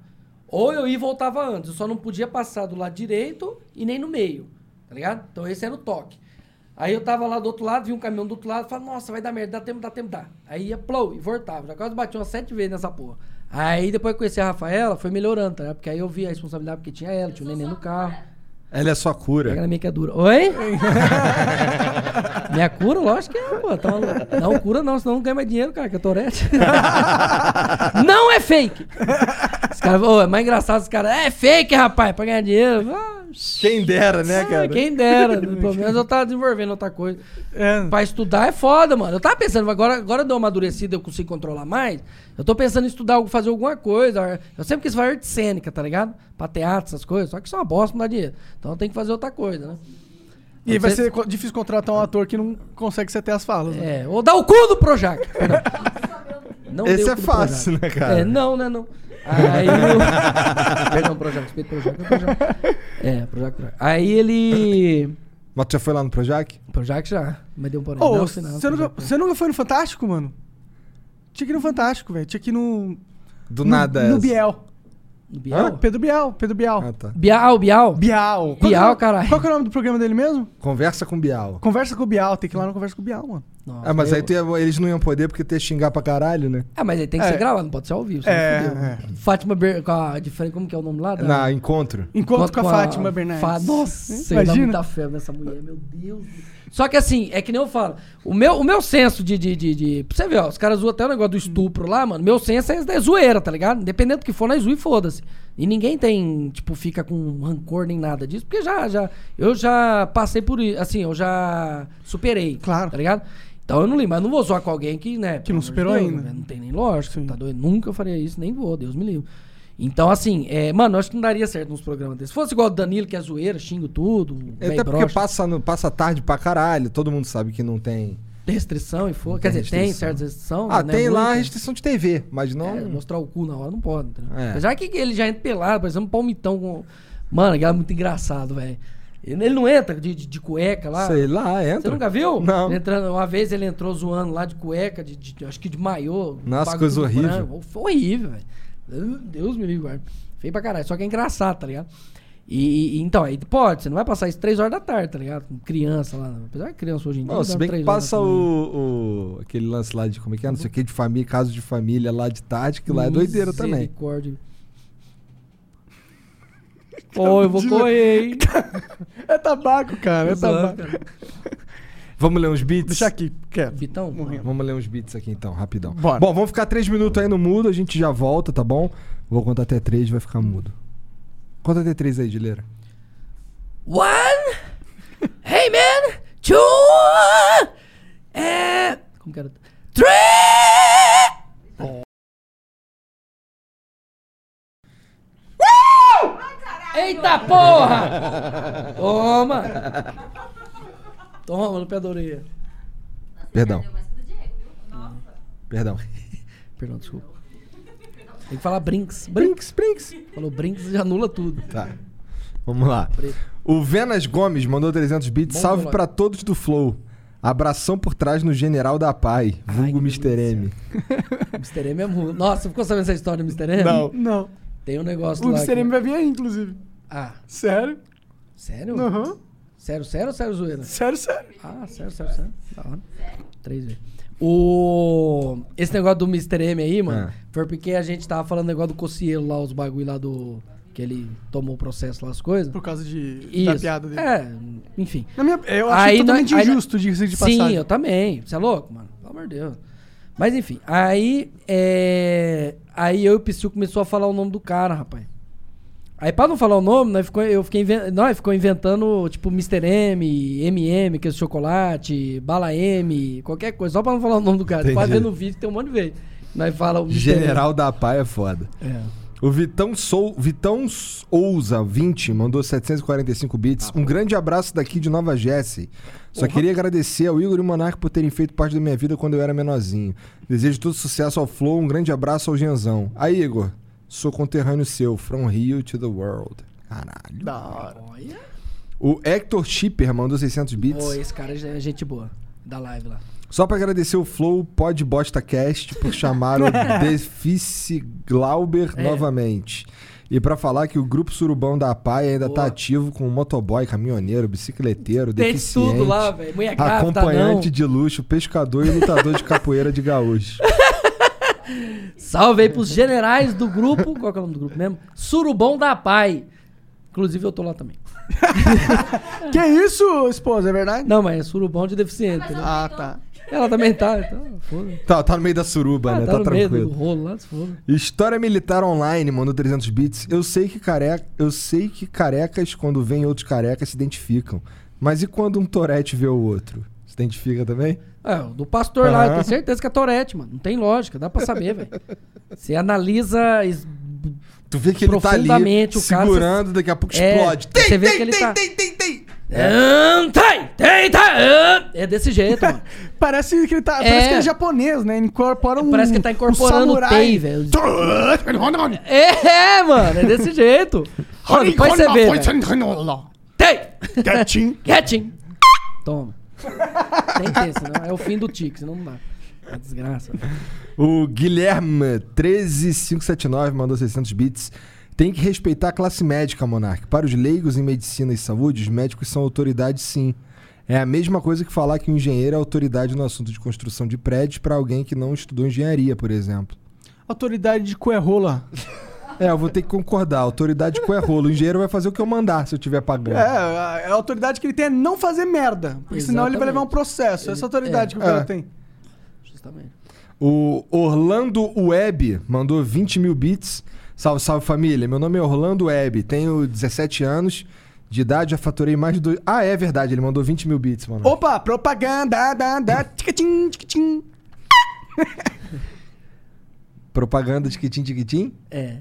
[SPEAKER 2] Ou eu ia e voltava antes, eu só não podia passar do lado direito e nem no meio, tá ligado? Então esse era o toque. Aí eu tava lá do outro lado, vi um caminhão do outro lado, falei, nossa, vai dar merda, dá tempo, dá tempo, dá. Aí ia, plou, e voltava. Já quase bati umas sete vezes nessa porra. Aí depois que eu conheci a Rafaela, foi melhorando, tá ligado? Porque aí eu vi a responsabilidade, porque tinha ela, tinha o neném no carro.
[SPEAKER 1] Ela é sua
[SPEAKER 2] Pega
[SPEAKER 1] cura.
[SPEAKER 2] na minha que é dura. Oi? minha cura, lógico que é, pô. Tá maluco. não, cura não, senão não ganha mais dinheiro, cara, que é torete. não é fake! Os caras, ô, é mais engraçado os caras, é fake, rapaz, pra ganhar dinheiro. Ah,
[SPEAKER 1] Quem dera, né, cara?
[SPEAKER 2] quem dera. né? Pelo menos eu tava desenvolvendo outra coisa.
[SPEAKER 3] É.
[SPEAKER 2] Pra estudar é foda, mano. Eu tava pensando, agora, agora eu dou uma amadurecida, eu consigo controlar mais. Eu tô pensando em estudar, algo, fazer alguma coisa. Eu sempre quis fazer arte cênica, tá ligado? Pra teatro, essas coisas. Só que isso é uma bosta, não dá dinheiro. Então eu tenho que fazer outra coisa, né?
[SPEAKER 3] E vai
[SPEAKER 2] Você-
[SPEAKER 3] ser co- difícil contratar um ator que não consegue ser até as falas. né?
[SPEAKER 2] É, ou dá o cu do Projac. Perdão. Não dei
[SPEAKER 1] Esse
[SPEAKER 2] o
[SPEAKER 1] é
[SPEAKER 2] cu do
[SPEAKER 1] fácil,
[SPEAKER 2] Projac.
[SPEAKER 1] né, cara?
[SPEAKER 2] É, não, né, não. Aí o... Perdão, Projac, respeito Projac. É, Projac, é, Projac. Projac. Aí ele...
[SPEAKER 1] Mas tu já foi lá no Projac?
[SPEAKER 2] Projac já, mas deu um porém.
[SPEAKER 3] Ô,
[SPEAKER 2] não,
[SPEAKER 3] você,
[SPEAKER 2] sei não,
[SPEAKER 3] nunca,
[SPEAKER 2] Projac.
[SPEAKER 3] você nunca foi no Fantástico, mano? Tinha que ir no Fantástico, velho. Tinha que ir no.
[SPEAKER 1] Do
[SPEAKER 3] no-
[SPEAKER 1] nada
[SPEAKER 3] No
[SPEAKER 1] essa.
[SPEAKER 3] Biel.
[SPEAKER 2] Bial?
[SPEAKER 3] Pedro Biel, Pedro Biel.
[SPEAKER 1] Ah, tá.
[SPEAKER 2] Bial, Bial. Bial,
[SPEAKER 3] Bial. que é o-
[SPEAKER 2] caralho.
[SPEAKER 3] Qual que é o nome do programa dele mesmo?
[SPEAKER 1] Conversa com o Bial.
[SPEAKER 3] Conversa com o Bial. Tem que ir lá no Conversa com o Bial, mano.
[SPEAKER 2] Nossa,
[SPEAKER 1] Ah, mas
[SPEAKER 2] eu-
[SPEAKER 1] aí tu ia- eles não iam poder porque tu ia xingar pra caralho, né?
[SPEAKER 2] Ah, mas aí tem que
[SPEAKER 3] É.
[SPEAKER 2] ser gravado, não pode ser ao vivo. senão fudeu. Fátima Ber... com a de Fran- como que é o nome lá? Da-
[SPEAKER 1] É, Na encontro.
[SPEAKER 3] Encontro
[SPEAKER 2] Enquanto
[SPEAKER 3] com a Fátima Bernardes.
[SPEAKER 2] Fa- Nossa, tá eu dá
[SPEAKER 3] Imagina.
[SPEAKER 2] muita fé nessa mulher, meu Deus. Só que assim, é que nem eu falo. O meu, o meu senso de, de, de, de- Pra você ver, ó, os caras zoam até o negócio do estupro lá, mano. Meu senso é, é zoeira, tá ligado? Independente do que for, nós zoa e foda-se. E ninguém tem, tipo, fica com rancor nem nada disso, porque já, já. Eu já passei por isso. Assim, eu já superei.
[SPEAKER 3] Claro.
[SPEAKER 2] Tá ligado? Então eu não li, mas não vou zoar com alguém que, né?
[SPEAKER 3] Que
[SPEAKER 2] pelo amor
[SPEAKER 3] não
[SPEAKER 2] de
[SPEAKER 3] superou
[SPEAKER 2] Deus,
[SPEAKER 3] ainda.
[SPEAKER 2] né, Não tem nem lógica,
[SPEAKER 3] Sim.
[SPEAKER 2] tá doido? Nunca eu faria isso, nem vou, Deus me livre. Então, assim, é, mano, eu acho que não daria certo nos programas desses. Se fosse igual o Danilo, que é zoeira, xingo tudo,
[SPEAKER 1] É, Até
[SPEAKER 2] meio
[SPEAKER 1] porque
[SPEAKER 2] broxa.
[SPEAKER 1] passa, no- passa tarde pra caralho. Todo mundo sabe que não tem
[SPEAKER 2] restrição e for.
[SPEAKER 1] Não
[SPEAKER 2] Quer
[SPEAKER 1] tem
[SPEAKER 2] dizer, tem
[SPEAKER 1] restrição.
[SPEAKER 2] certas restrições.
[SPEAKER 1] Ah,
[SPEAKER 2] né,
[SPEAKER 1] tem lá a
[SPEAKER 2] muita.
[SPEAKER 1] restrição de TV, mas não.
[SPEAKER 2] É, mostrar o cu na hora não pode. entendeu?
[SPEAKER 1] Hum. É.
[SPEAKER 2] Apesar que ele já entra pelado, parecendo um palmitão com. Mano, aquele é muito engraçado, velho. Ele ele não entra de, de, de cueca lá.
[SPEAKER 1] Sei lá, entra.
[SPEAKER 2] Você nunca viu?
[SPEAKER 1] Não.
[SPEAKER 2] Ele entrando, uma vez ele entrou zoando lá de cueca, de, de- acho que de maiô.
[SPEAKER 1] Nossa,
[SPEAKER 2] bagulho
[SPEAKER 1] coisa
[SPEAKER 2] tudo
[SPEAKER 1] horrível.
[SPEAKER 2] branco. Foi horrível, velho. Deus me livre, guarda. Feio pra caralho. Só que é engraçado, tá ligado? E, e- então, aí pode, você não vai passar isso 3 horas da tarde, tá ligado? Com criança lá. Apesar que criança hoje em dia.
[SPEAKER 1] Não,
[SPEAKER 2] não
[SPEAKER 1] se
[SPEAKER 2] dorme
[SPEAKER 1] bem que
[SPEAKER 2] três horas
[SPEAKER 1] passa
[SPEAKER 2] da tarde.
[SPEAKER 1] o, o- aquele lance lá de como é que é, não sei o que, de família, caso de família lá de tarde, que lá é doideira também.
[SPEAKER 2] Misericórdia. Ó, eu vou correr, hein?
[SPEAKER 3] É tabaco, cara. É tabaco.
[SPEAKER 1] Vamos ler uns beats?
[SPEAKER 3] Deixa aqui, quieto.
[SPEAKER 2] Vitão,
[SPEAKER 3] Morrendo.
[SPEAKER 1] Vamos ler uns beats aqui então, rapidão.
[SPEAKER 3] Bora.
[SPEAKER 1] Bom, vamos ficar três minutos aí no mudo, a gente já volta, tá bom? Vou contar até três, vai ficar mudo. Conta até três aí, Dileira.
[SPEAKER 2] One. Hey man. Two. É. Como que era? Three. Uau! Eita porra! Toma! Toma no pé da orelha.
[SPEAKER 1] Perdão.
[SPEAKER 6] Deu mais que do Diego, viu? Nossa.
[SPEAKER 1] Perdão.
[SPEAKER 2] Perdão, desculpa. Tem que falar brinks. Brinks.
[SPEAKER 1] Brinks, brinks.
[SPEAKER 2] Falou brinks e anula tudo.
[SPEAKER 1] Tá. Vamos lá. O Venas Gomes mandou 300 bits.
[SPEAKER 2] Bom
[SPEAKER 1] Salve
[SPEAKER 2] moleque.
[SPEAKER 1] pra todos do Flow. Abração por trás no General da Pai, vulgo
[SPEAKER 2] que
[SPEAKER 1] Mr. M.
[SPEAKER 2] Mr. M é muito. Nossa, você ficou sabendo essa história do Mr. M?
[SPEAKER 3] Não.
[SPEAKER 2] Tem um negócio
[SPEAKER 3] O
[SPEAKER 2] lá.
[SPEAKER 3] Mr.
[SPEAKER 2] que-
[SPEAKER 3] M vai vir aí, inclusive.
[SPEAKER 2] Ah,
[SPEAKER 3] Sério?
[SPEAKER 2] sério?
[SPEAKER 3] Aham.
[SPEAKER 2] Sério, sério ou sério zoeira?
[SPEAKER 3] Sério, sério.
[SPEAKER 2] Ah, sério, sério, sério. Da hora. Três vezes. O... Esse negócio do Mr. M aí, mano,
[SPEAKER 1] Ah.
[SPEAKER 2] foi porque a gente tava falando do negócio do Cocielo lá, os bagulho lá do. Que ele tomou o processo lá, as coisas.
[SPEAKER 3] Por causa de... da
[SPEAKER 2] Isso.
[SPEAKER 3] piada dele.
[SPEAKER 2] É, enfim.
[SPEAKER 3] Na minha, eu achei
[SPEAKER 2] Aí
[SPEAKER 3] totalmente
[SPEAKER 2] nós- aí nós-
[SPEAKER 3] injusto, diga-se de
[SPEAKER 2] Sim,
[SPEAKER 3] passagem.
[SPEAKER 2] eu também. Você é louco, mano? Pelo amor de Deus. Mas enfim, aí. é, Aí eu e o Psyu começou a falar o nome do cara, rapaz. Aí pra não falar o nome, nós ficou, eu fiquei inven... nós ficou inventando, tipo, Mr. M, MM, que é chocolate, Bala M, qualquer coisa, só pra não falar o nome do cara.
[SPEAKER 1] Entendi.
[SPEAKER 2] Pode ver no vídeo, tem um monte de vez. Nós fala o Mr.
[SPEAKER 1] General da Pai é foda.
[SPEAKER 2] M. É.
[SPEAKER 1] O Vitão, Sou, Vitão S- Ousa 20 mandou 745 bits. um grande abraço daqui de Nova Jersey. Só queria agradecer ao Igor e Monarque por terem feito parte da minha vida quando eu era menorzinho. Desejo todo sucesso ao Flow, um grande abraço ao Genzão. Aí, Igor, sou conterrâneo seu, from Rio to the world. Caralho.
[SPEAKER 3] Da hora.
[SPEAKER 2] Olha.
[SPEAKER 1] O Hector Shipper mandou 600 bits.
[SPEAKER 2] Ô, esse cara é gente boa, da live lá.
[SPEAKER 1] Só pra agradecer o Flow Pod Bosta Cast por chamar o Defici Glauber
[SPEAKER 2] É.
[SPEAKER 1] novamente. E pra falar que o grupo Surubão da PAI ainda tá
[SPEAKER 2] Boa.
[SPEAKER 1] ativo com motoboy, caminhoneiro, bicicleteiro,
[SPEAKER 2] Tem
[SPEAKER 1] deficiente,
[SPEAKER 2] tudo lá, velho. Mulher grávida, não.
[SPEAKER 1] acompanhante de luxo, pescador e lutador de capoeira de gaúcho.
[SPEAKER 2] Salve aí pros generais do grupo. Qual que é o nome do grupo mesmo? Surubão da Pai. Inclusive eu tô lá também.
[SPEAKER 3] Que é isso, esposa, é verdade?
[SPEAKER 2] Não, mas é surubão de deficiente. né?
[SPEAKER 3] Ah, tá.
[SPEAKER 2] Ela também tá, então foda.
[SPEAKER 1] Tá, tá no meio da suruba,
[SPEAKER 2] Ah,
[SPEAKER 1] né?
[SPEAKER 2] tá
[SPEAKER 1] Tá,
[SPEAKER 2] no meio do
[SPEAKER 1] tranquilo.
[SPEAKER 2] rolo lá, se foda.
[SPEAKER 1] História Militar Online mandou 300 bits. Eu sei que careca, eu sei que carecas quando vêm outros carecas se identificam. Mas e quando um Torete vê o outro? Se identifica também?
[SPEAKER 2] É, o do pastor lá, eu
[SPEAKER 1] Aham.
[SPEAKER 2] tenho certeza que é Torete, mano. Não tem lógica, dá pra saber, velho. Você analisa. es-
[SPEAKER 1] Tu vê que ele tá ali
[SPEAKER 2] Profundamente, o cara-
[SPEAKER 1] segurando, daqui a pouco
[SPEAKER 2] É,
[SPEAKER 1] explode. Tem,
[SPEAKER 2] você vê
[SPEAKER 1] tem,
[SPEAKER 2] que ele
[SPEAKER 1] tem,
[SPEAKER 2] tá-
[SPEAKER 1] tem, tem, tem.
[SPEAKER 2] Ahn, Tem, tem, tem, ahn. É desse jeito, mano.
[SPEAKER 3] Parece que ele tá.
[SPEAKER 2] É.
[SPEAKER 3] Parece que ele é japonês, né? Incorpora um.
[SPEAKER 2] Parece que ele tá
[SPEAKER 3] um
[SPEAKER 2] incorporando o
[SPEAKER 3] samurai.
[SPEAKER 2] TEI, velho. É, mano, é desse jeito. Mano, depois você vê. velho. Tem!
[SPEAKER 3] Quietinho.
[SPEAKER 2] Quietinho. Toma. Tem que ter, senão é o fim do tique, senão não dá. É desgraça.
[SPEAKER 1] O Guilherme 13579 mandou 600 bits. Tem que respeitar a classe médica, Monark. Para os leigos em medicina e saúde, os médicos são autoridade sim. É a mesma coisa que falar que o engenheiro é autoridade no assunto de construção de prédios pra alguém que não estudou engenharia, por exemplo.
[SPEAKER 3] Autoridade de Cuerrola.
[SPEAKER 1] É, eu vou ter que concordar. Autoridade com é rolo. O engenheiro vai fazer o que eu mandar se eu tiver pagando.
[SPEAKER 3] É, a, a autoridade que ele tem é não fazer merda. Porque senão ele vai
[SPEAKER 2] Exatamente.
[SPEAKER 3] levar um processo.
[SPEAKER 2] Ele-
[SPEAKER 3] Essa autoridade
[SPEAKER 2] é.
[SPEAKER 3] que o cara
[SPEAKER 1] É.
[SPEAKER 3] tem.
[SPEAKER 2] Justamente.
[SPEAKER 1] O Orlando Web mandou 20 mil bits. Salve, salve família. Meu nome é Orlando Web, tenho 17 anos de idade, já faturei mais de dois. Ah, é verdade, ele mandou 20 mil bits, mano.
[SPEAKER 3] Opa, propaganda, da, da, tiquitim, tiquitim.
[SPEAKER 1] Propaganda de quitim tiquitim.
[SPEAKER 2] É.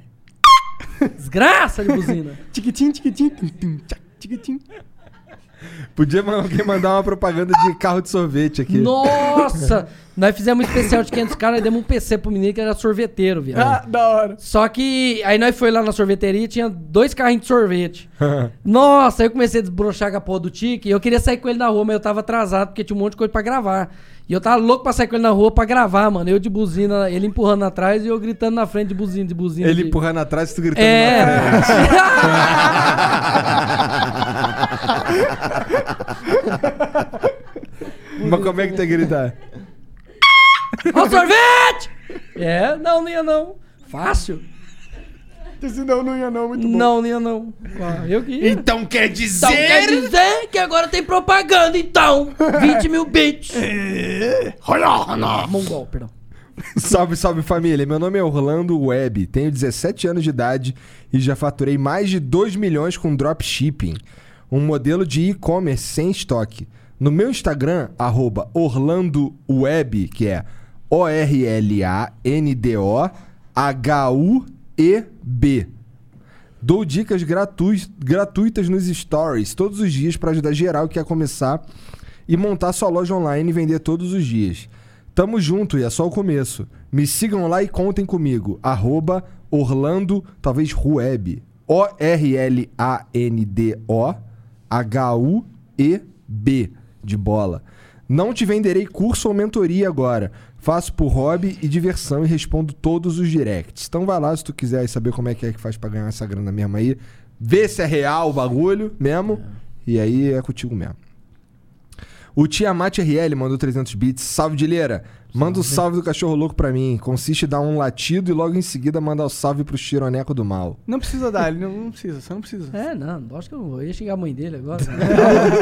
[SPEAKER 2] Desgraça de buzina.
[SPEAKER 3] Tiquitim, tiquitim, tim, tim, tchac, tiquitim.
[SPEAKER 1] Podia ma- alguém mandar uma propaganda de carro de sorvete aqui.
[SPEAKER 2] Nossa! Nós fizemos um especial de 500 caras e demos um PC pro menino que era sorveteiro, viado.
[SPEAKER 3] Ah, da hora.
[SPEAKER 2] Só que aí nós foi lá na sorveteria e tinha dois carrinhos de sorvete. Nossa, aí eu comecei a desbrochar com a porra do Tique. Eu queria sair com ele na rua, mas eu tava atrasado porque tinha um monte de coisa pra gravar. E eu tava louco pra sair com ele na rua pra gravar, mano. Eu de buzina, ele empurrando atrás e eu gritando na frente de buzina, de buzina.
[SPEAKER 1] Ele
[SPEAKER 2] de...
[SPEAKER 1] empurrando atrás e tu gritando
[SPEAKER 2] É.
[SPEAKER 1] na frente. Mas como é que tu ia gritar?
[SPEAKER 2] Ó o sorvete! É, não, não ia não. Fácil?
[SPEAKER 3] Disse, não, não ia não, muito bom.
[SPEAKER 2] Não, não ia não. Ah, Eu que ia.
[SPEAKER 8] Então quer dizer.
[SPEAKER 2] Então quer dizer que agora tem propaganda, então. 20 mil bits. Mongol, Um perdão.
[SPEAKER 1] Salve, salve família. Meu nome é Orlando Web, tenho 17 anos de idade e já faturei mais de 2 milhões com dropshipping, um modelo de e-commerce sem estoque. No meu Instagram, arroba Orlando Web, que é O-R-L-A-N-D-O-H-U-E-B. Dou dicas gratuis- gratuitas nos stories todos os dias para ajudar geral que quer começar e montar sua loja online e vender todos os dias. Tamo junto e é só o começo. Me sigam lá e contem comigo. Arroba Orlando, talvez Rueb. O-R-L-A-N-D-O H-U-E-B de bola. Não te venderei curso ou mentoria agora. Faço por hobby e diversão e respondo todos os directs. Então vai lá se tu quiser aí saber como é que é que faz pra ganhar essa grana mesmo aí. Vê se é real o bagulho mesmo. E aí é contigo mesmo. O Tiamat RL mandou 300 bits. Salve, Dileira! Manda o salve do cachorro louco pra mim. Consiste em dar um latido e logo em seguida mandar o salve pro Chironeco do Mal.
[SPEAKER 3] Não precisa dar, ele não, não precisa, você não precisa.
[SPEAKER 2] É, não, lógico que eu não vou. Eu ia xingar a mãe dele agora. né?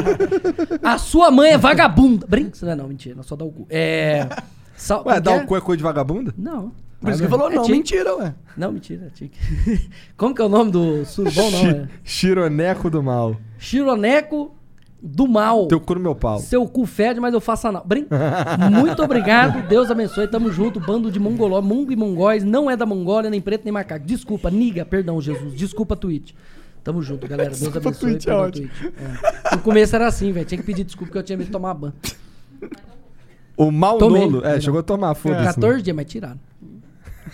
[SPEAKER 2] a sua mãe é vagabunda. Brinks, não é não, mentira. Não, só dá o cu. É. Sal...
[SPEAKER 1] Ué,
[SPEAKER 2] como
[SPEAKER 1] dá
[SPEAKER 2] que
[SPEAKER 1] o cu é coisa de vagabunda?
[SPEAKER 2] Não.
[SPEAKER 3] Por isso que ele falou
[SPEAKER 2] É
[SPEAKER 3] não,
[SPEAKER 2] tique.
[SPEAKER 3] mentira, ué.
[SPEAKER 2] Não, mentira, é tique. Como que é o nome do surubom, não? É.
[SPEAKER 1] Chi- Chironeco do Mal.
[SPEAKER 2] Chironeco do mal.
[SPEAKER 1] Teu cu no meu pau.
[SPEAKER 2] Seu cu fede, mas eu faço anal. Brin... Muito obrigado, Deus abençoe, tamo junto, bando de mongoló, mongo e mongóis, não é da Mongólia, nem preto, nem macaco. Desculpa, niga, perdão, Jesus, desculpa, Twitch. Tamo junto, galera, Deus
[SPEAKER 3] Desculpa,
[SPEAKER 2] abençoe.
[SPEAKER 3] Twitch, é
[SPEAKER 2] perdão,
[SPEAKER 3] ótimo.
[SPEAKER 2] Twitch. É. No começo era assim, velho, tinha que pedir desculpa que eu tinha medo de tomar ban.
[SPEAKER 1] O Mal
[SPEAKER 2] Tomei.
[SPEAKER 1] Nolo. É, chegou a tomar, foda-se.
[SPEAKER 2] 14 dias, mas tiraram.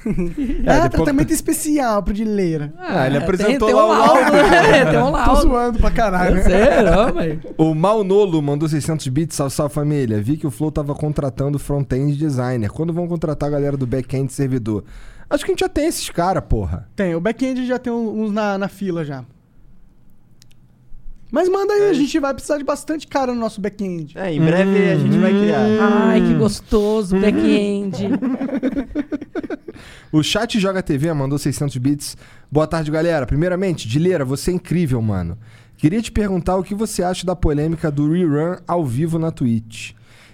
[SPEAKER 1] É,
[SPEAKER 3] ah,
[SPEAKER 1] depois-
[SPEAKER 3] tratamento especial pro de leira.
[SPEAKER 1] Ah, ele
[SPEAKER 2] É,
[SPEAKER 1] apresentou
[SPEAKER 2] tem,
[SPEAKER 1] lá
[SPEAKER 2] tem um
[SPEAKER 1] o laudo.
[SPEAKER 2] laudo. É, tem um
[SPEAKER 3] Tô
[SPEAKER 2] laudo.
[SPEAKER 3] zoando pra
[SPEAKER 2] É
[SPEAKER 3] caralho. né?
[SPEAKER 2] Sério, ó, velho.
[SPEAKER 1] O Mal Nolo mandou 600 bits. Salve, salve, família. Vi que o Flow tava contratando front-end designer. Quando vão contratar a galera do back-end servidor? Acho que a gente já tem esses caras, porra.
[SPEAKER 3] Tem, o back-end já tem um, uns na, na fila já. Mas manda
[SPEAKER 1] É
[SPEAKER 3] aí, a gente vai precisar de bastante cara no nosso back-end.
[SPEAKER 4] É, em breve a gente vai criar.
[SPEAKER 2] Ai, que gostoso, back-end.
[SPEAKER 1] O Chat Joga TV mandou 600 bits. Boa tarde, galera. Primeiramente, Dileira, você é incrível, mano. Queria te perguntar o que você acha da polêmica do rerun ao vivo na Twitch.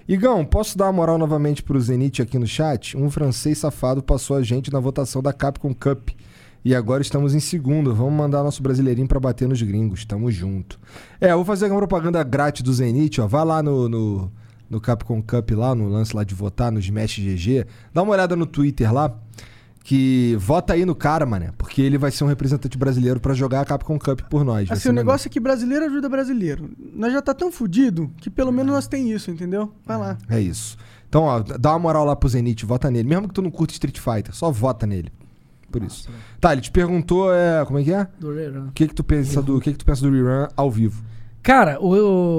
[SPEAKER 1] Igão, posso dar uma moral novamente pro Zenit aqui no chat? Um francês safado passou a gente na votação da Capcom Cup. E agora estamos em segundo. Vamos mandar nosso brasileirinho pra bater nos gringos. Tamo junto. É, eu vou fazer uma propaganda grátis do Zenit, ó. Vai lá no, no, no Capcom Cup lá, no lance lá de votar, no Smash GG. Dá uma olhada no Twitter lá que vota aí no cara, mané, porque ele vai ser um representante brasileiro pra jogar a Capcom Cup por nós. vai
[SPEAKER 3] Assim,
[SPEAKER 1] ser
[SPEAKER 3] o
[SPEAKER 1] maneiro.
[SPEAKER 3] negócio é que brasileiro ajuda brasileiro. Nós já tá tão fudido que pelo menos nós tem isso, entendeu? Vai lá.
[SPEAKER 1] É isso. Então, ó, dá uma moral lá pro Zenit, vota nele. Mesmo que tu não curte Street Fighter, só vota nele. Por isso. Tá, ele te perguntou, é, como é que é?
[SPEAKER 2] Do rerun.
[SPEAKER 1] O que que tu pensa do, o que que tu pensa do rerun ao vivo?
[SPEAKER 2] Cara, o,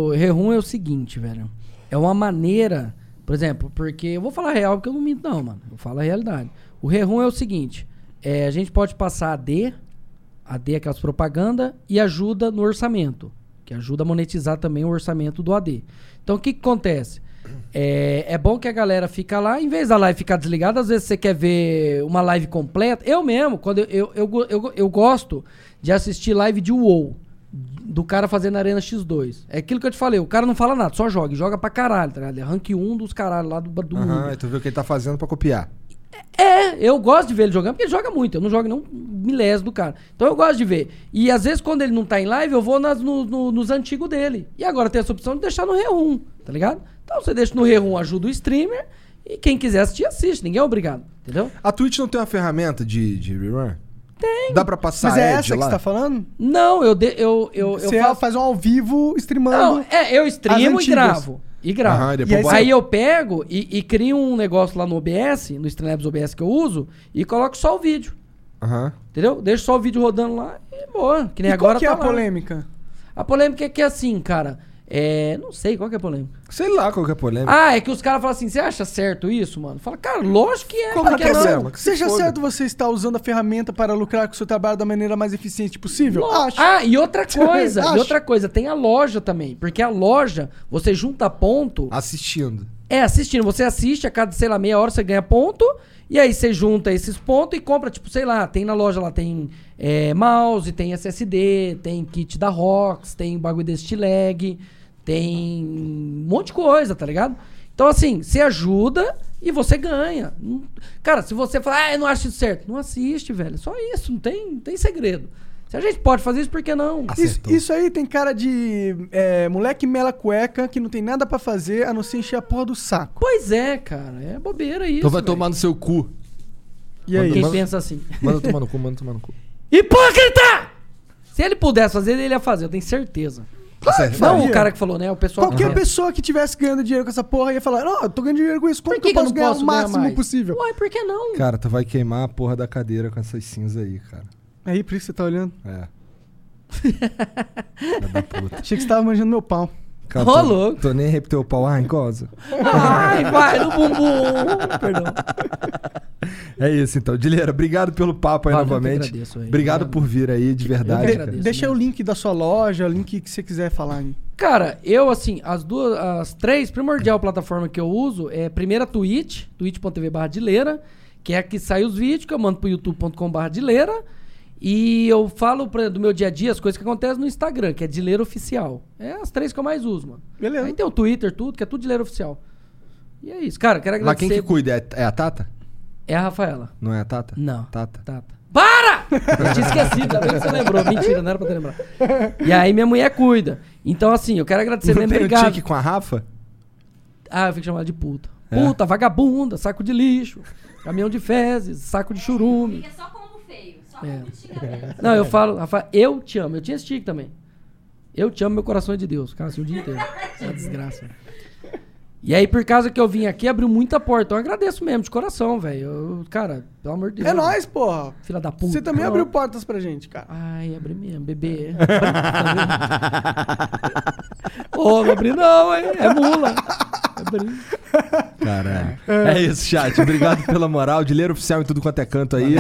[SPEAKER 2] o Rerun é o seguinte, velho. É uma maneira, por exemplo, porque eu vou falar real porque eu não minto, não, mano. Eu falo a realidade. O Rerun é o seguinte: é, a gente pode passar AD, AD é aquelas propaganda, e ajuda no orçamento. Que ajuda a monetizar também o orçamento do AD. Então o que, que acontece? É, é bom que a galera fica lá, em vez da live ficar desligada, às vezes você quer ver uma live completa. Eu mesmo, quando eu, eu, eu, go- eu, go- eu gosto de assistir live de WoW do cara fazendo Arena X2. É aquilo que eu te falei, o cara não fala nada, só joga. E joga pra caralho, tá ligado? É rank 1 dos caralhos lá do, do
[SPEAKER 1] Aham,
[SPEAKER 2] mundo.
[SPEAKER 1] e tu vê o que ele tá fazendo pra copiar.
[SPEAKER 2] É, eu gosto de ver ele jogando, porque ele joga muito. Eu não jogo nem um milésimo do cara. Então eu gosto de ver. E às vezes, quando ele não tá em live, eu vou nas- no- no- nos antigos dele. E agora tem essa opção de deixar no Rerun, tá ligado? Então você deixa no Rerun, ajuda o streamer. E quem quiser assistir, assiste. Ninguém é obrigado, entendeu?
[SPEAKER 1] A Twitch não tem uma ferramenta de, de rerun?
[SPEAKER 2] Tem.
[SPEAKER 1] Dá pra passar
[SPEAKER 3] Mas é
[SPEAKER 1] ad
[SPEAKER 3] essa que
[SPEAKER 1] lá?
[SPEAKER 3] você tá falando?
[SPEAKER 2] Não, eu, de- eu, eu, eu
[SPEAKER 3] Você
[SPEAKER 2] faço.
[SPEAKER 3] faz um ao vivo streamando.
[SPEAKER 2] Não, é, eu streamo
[SPEAKER 3] as
[SPEAKER 2] e
[SPEAKER 3] antigas.
[SPEAKER 2] gravo. E gravo.
[SPEAKER 1] Aham, e
[SPEAKER 3] E aí
[SPEAKER 1] depois bota-
[SPEAKER 2] Aí eu pego e, e crio um negócio lá no OBS, no Streamlabs OBS que eu uso, e coloco só o vídeo.
[SPEAKER 1] Aham.
[SPEAKER 2] Entendeu? Deixo só o vídeo rodando lá e boa. Que nem
[SPEAKER 3] E
[SPEAKER 2] agora
[SPEAKER 3] qual que é
[SPEAKER 2] tá
[SPEAKER 3] a
[SPEAKER 2] lá.
[SPEAKER 3] polêmica?
[SPEAKER 2] A polêmica é que é assim, cara. É. Não sei qual que é a polêmica.
[SPEAKER 1] Sei lá qual que é a polêmica.
[SPEAKER 2] Ah, é que os caras falam assim: você acha certo isso, mano? Fala, cara, lógico que é.
[SPEAKER 1] Qual que
[SPEAKER 2] porque
[SPEAKER 1] é
[SPEAKER 2] não.
[SPEAKER 1] a problema? Que se
[SPEAKER 3] Seja
[SPEAKER 1] foda.
[SPEAKER 3] certo você estar usando a ferramenta para lucrar com o seu trabalho da maneira mais eficiente possível? Acho.
[SPEAKER 2] Ah, e outra coisa,
[SPEAKER 3] Acho.
[SPEAKER 2] e outra coisa, tem a loja também. Porque a loja, você junta ponto.
[SPEAKER 1] Assistindo.
[SPEAKER 2] É, assistindo. Você assiste a cada, sei lá, meia hora você ganha ponto. E aí você junta esses pontos e compra, tipo, sei lá, tem na loja lá, tem é, mouse, tem SSD, tem kit da ROX, tem um bagulho desse lag, tem um monte de coisa, tá ligado? Então, assim, você ajuda e você ganha. Não- Cara, se você falar, ah, eu não acho isso certo, não assiste, velho. Só isso, não tem, não tem segredo. Se a gente pode fazer isso, por que não?
[SPEAKER 3] Isso,
[SPEAKER 1] Acertou.
[SPEAKER 3] isso aí tem cara de é, moleque mela cueca que não tem nada pra fazer a não ser encher a porra do saco.
[SPEAKER 2] Pois é, cara, é bobeira isso.
[SPEAKER 1] Então vai
[SPEAKER 2] velho.
[SPEAKER 1] tomar no seu cu.
[SPEAKER 3] E aí?
[SPEAKER 2] Quem
[SPEAKER 1] Manda-
[SPEAKER 2] pensa assim.
[SPEAKER 1] Manda tomar no cu, manda tomar no cu.
[SPEAKER 2] Hipócrita! Se ele pudesse fazer, ele ia fazer, eu tenho certeza.
[SPEAKER 1] Sério,
[SPEAKER 2] Não
[SPEAKER 3] faria.
[SPEAKER 2] o cara que falou, né? O pessoal
[SPEAKER 3] Qualquer
[SPEAKER 2] que
[SPEAKER 3] pessoa que tivesse ganhando dinheiro com essa porra ia falar: Não, eu tô ganhando dinheiro com isso, como
[SPEAKER 2] Por
[SPEAKER 3] que,
[SPEAKER 2] que,
[SPEAKER 3] eu posso ganhar o
[SPEAKER 2] ganhar
[SPEAKER 3] máximo
[SPEAKER 2] mais?
[SPEAKER 3] possível?
[SPEAKER 2] Uai, por que não?
[SPEAKER 1] Cara, tu vai queimar a porra da cadeira com essas cinzas aí, cara.
[SPEAKER 3] Aí, por isso que você tá olhando?
[SPEAKER 1] É. Filha da puta.
[SPEAKER 3] Achei que você tava manjando meu pau.
[SPEAKER 1] Cara,
[SPEAKER 2] Ô,
[SPEAKER 1] tô-
[SPEAKER 2] louco.
[SPEAKER 1] Tô nem repteu o pau. Ah, encosa.
[SPEAKER 2] Ai, vai, no bumbum. Perdão.
[SPEAKER 1] É isso então. Dileira, obrigado pelo papo aí
[SPEAKER 2] Valeu, eu
[SPEAKER 1] novamente.
[SPEAKER 2] que agradeço aí.
[SPEAKER 1] Obrigado
[SPEAKER 2] Obrigado.
[SPEAKER 1] por vir aí, de verdade.
[SPEAKER 2] que
[SPEAKER 1] cara.
[SPEAKER 2] agradeço.
[SPEAKER 3] Deixa aí o link da sua loja, o link que você quiser falar. hein?
[SPEAKER 2] Cara, eu assim, as duas, as três primordial plataforma que eu uso é primeira Twitch, twitch.tv barra dileira, que é a que sai os vídeos, que eu mando pro youtube.com barra dileira. E eu falo pra- do meu dia a dia as coisas que acontecem no Instagram, que é dileira oficial. É as três que eu mais uso, mano.
[SPEAKER 3] Beleza.
[SPEAKER 2] Aí tem o Twitter, tudo, que é tudo dileira oficial. E é isso. Cara, quero
[SPEAKER 1] Mas
[SPEAKER 2] agradecer.
[SPEAKER 1] quem que cuida? É- É a Tata?
[SPEAKER 2] É a Rafaela.
[SPEAKER 1] Não é a Tata?
[SPEAKER 2] Não.
[SPEAKER 1] Tata.
[SPEAKER 2] Tata. Para! Eu tinha esquecido, ainda bem que você lembrou. Mentira, não era pra ter lembrado. E aí minha mulher cuida. Então, assim, eu quero agradecer
[SPEAKER 1] Não
[SPEAKER 2] mesmo.
[SPEAKER 1] tem o
[SPEAKER 2] Obrigado.
[SPEAKER 1] tique com a Rafa?
[SPEAKER 2] Ah, eu fico chamado de puta.
[SPEAKER 1] É?
[SPEAKER 2] Puta, vagabunda, saco de lixo, caminhão de fezes, saco de churume.
[SPEAKER 6] Fica é só combo feio. Só
[SPEAKER 2] É.
[SPEAKER 6] combo de xingamento.
[SPEAKER 2] Não,
[SPEAKER 3] É.
[SPEAKER 2] eu falo, Rafa, eu te amo. Eu tinha esse tique também. Eu te amo, meu coração é de Deus. Cara, assim, o dia inteiro. É uma desgraça. E aí, por causa que eu vim aqui, abriu muita porta. Então, eu agradeço mesmo, de coração, velho. Eu- Cara, pelo amor de Deus.
[SPEAKER 3] É nóis, porra.
[SPEAKER 2] Filha da puta.
[SPEAKER 3] Você também
[SPEAKER 2] Não.
[SPEAKER 3] abriu portas pra gente, cara.
[SPEAKER 2] Ai, abri mesmo, bebê. Ô, não abri não, hein? É mula. Abri.
[SPEAKER 1] Caralho. É isso, chat. Obrigado pela moral. Dileira oficial em tudo quanto é canto aí.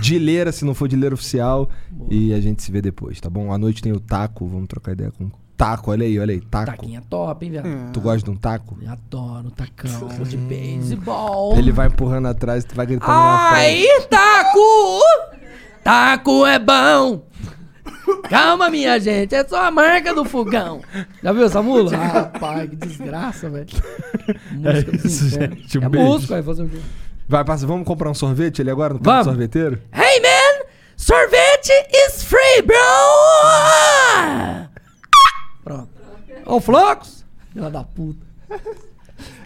[SPEAKER 1] Dileira, se não for dileira oficial. E a gente se vê depois, tá bom? À noite tem o taco. Vamos trocar ideia com taco. Olha aí, olha aí. Taco.
[SPEAKER 2] Taquinha top, hein, velho?
[SPEAKER 3] É.
[SPEAKER 1] Tu gosta de um taco?
[SPEAKER 2] Adoro tacão de beisebol.
[SPEAKER 1] Ele vai empurrando atrás, tu vai gritando na frente.
[SPEAKER 2] Ai, taco! Taco é bom! Calma, minha gente, é só a marca do fogão. Já viu essa mula? Ah, pai, que desgraça, velho. Música dos
[SPEAKER 1] É isso,
[SPEAKER 2] infernos.
[SPEAKER 1] gente, um
[SPEAKER 2] é
[SPEAKER 1] beijo.
[SPEAKER 2] música, vai fazer o quê?
[SPEAKER 1] Vai, passa, vamos comprar um sorvete ali agora no
[SPEAKER 2] Vamos.
[SPEAKER 1] canto sorveteiro?
[SPEAKER 2] Hey man, sorvete is free, bro! Pronto. Ô, Flocos! Filha da puta.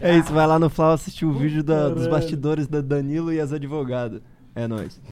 [SPEAKER 4] É isso, vai lá no Flau assistir o vídeo da- dos bastidores da Danilo e as advogadas. É nóis.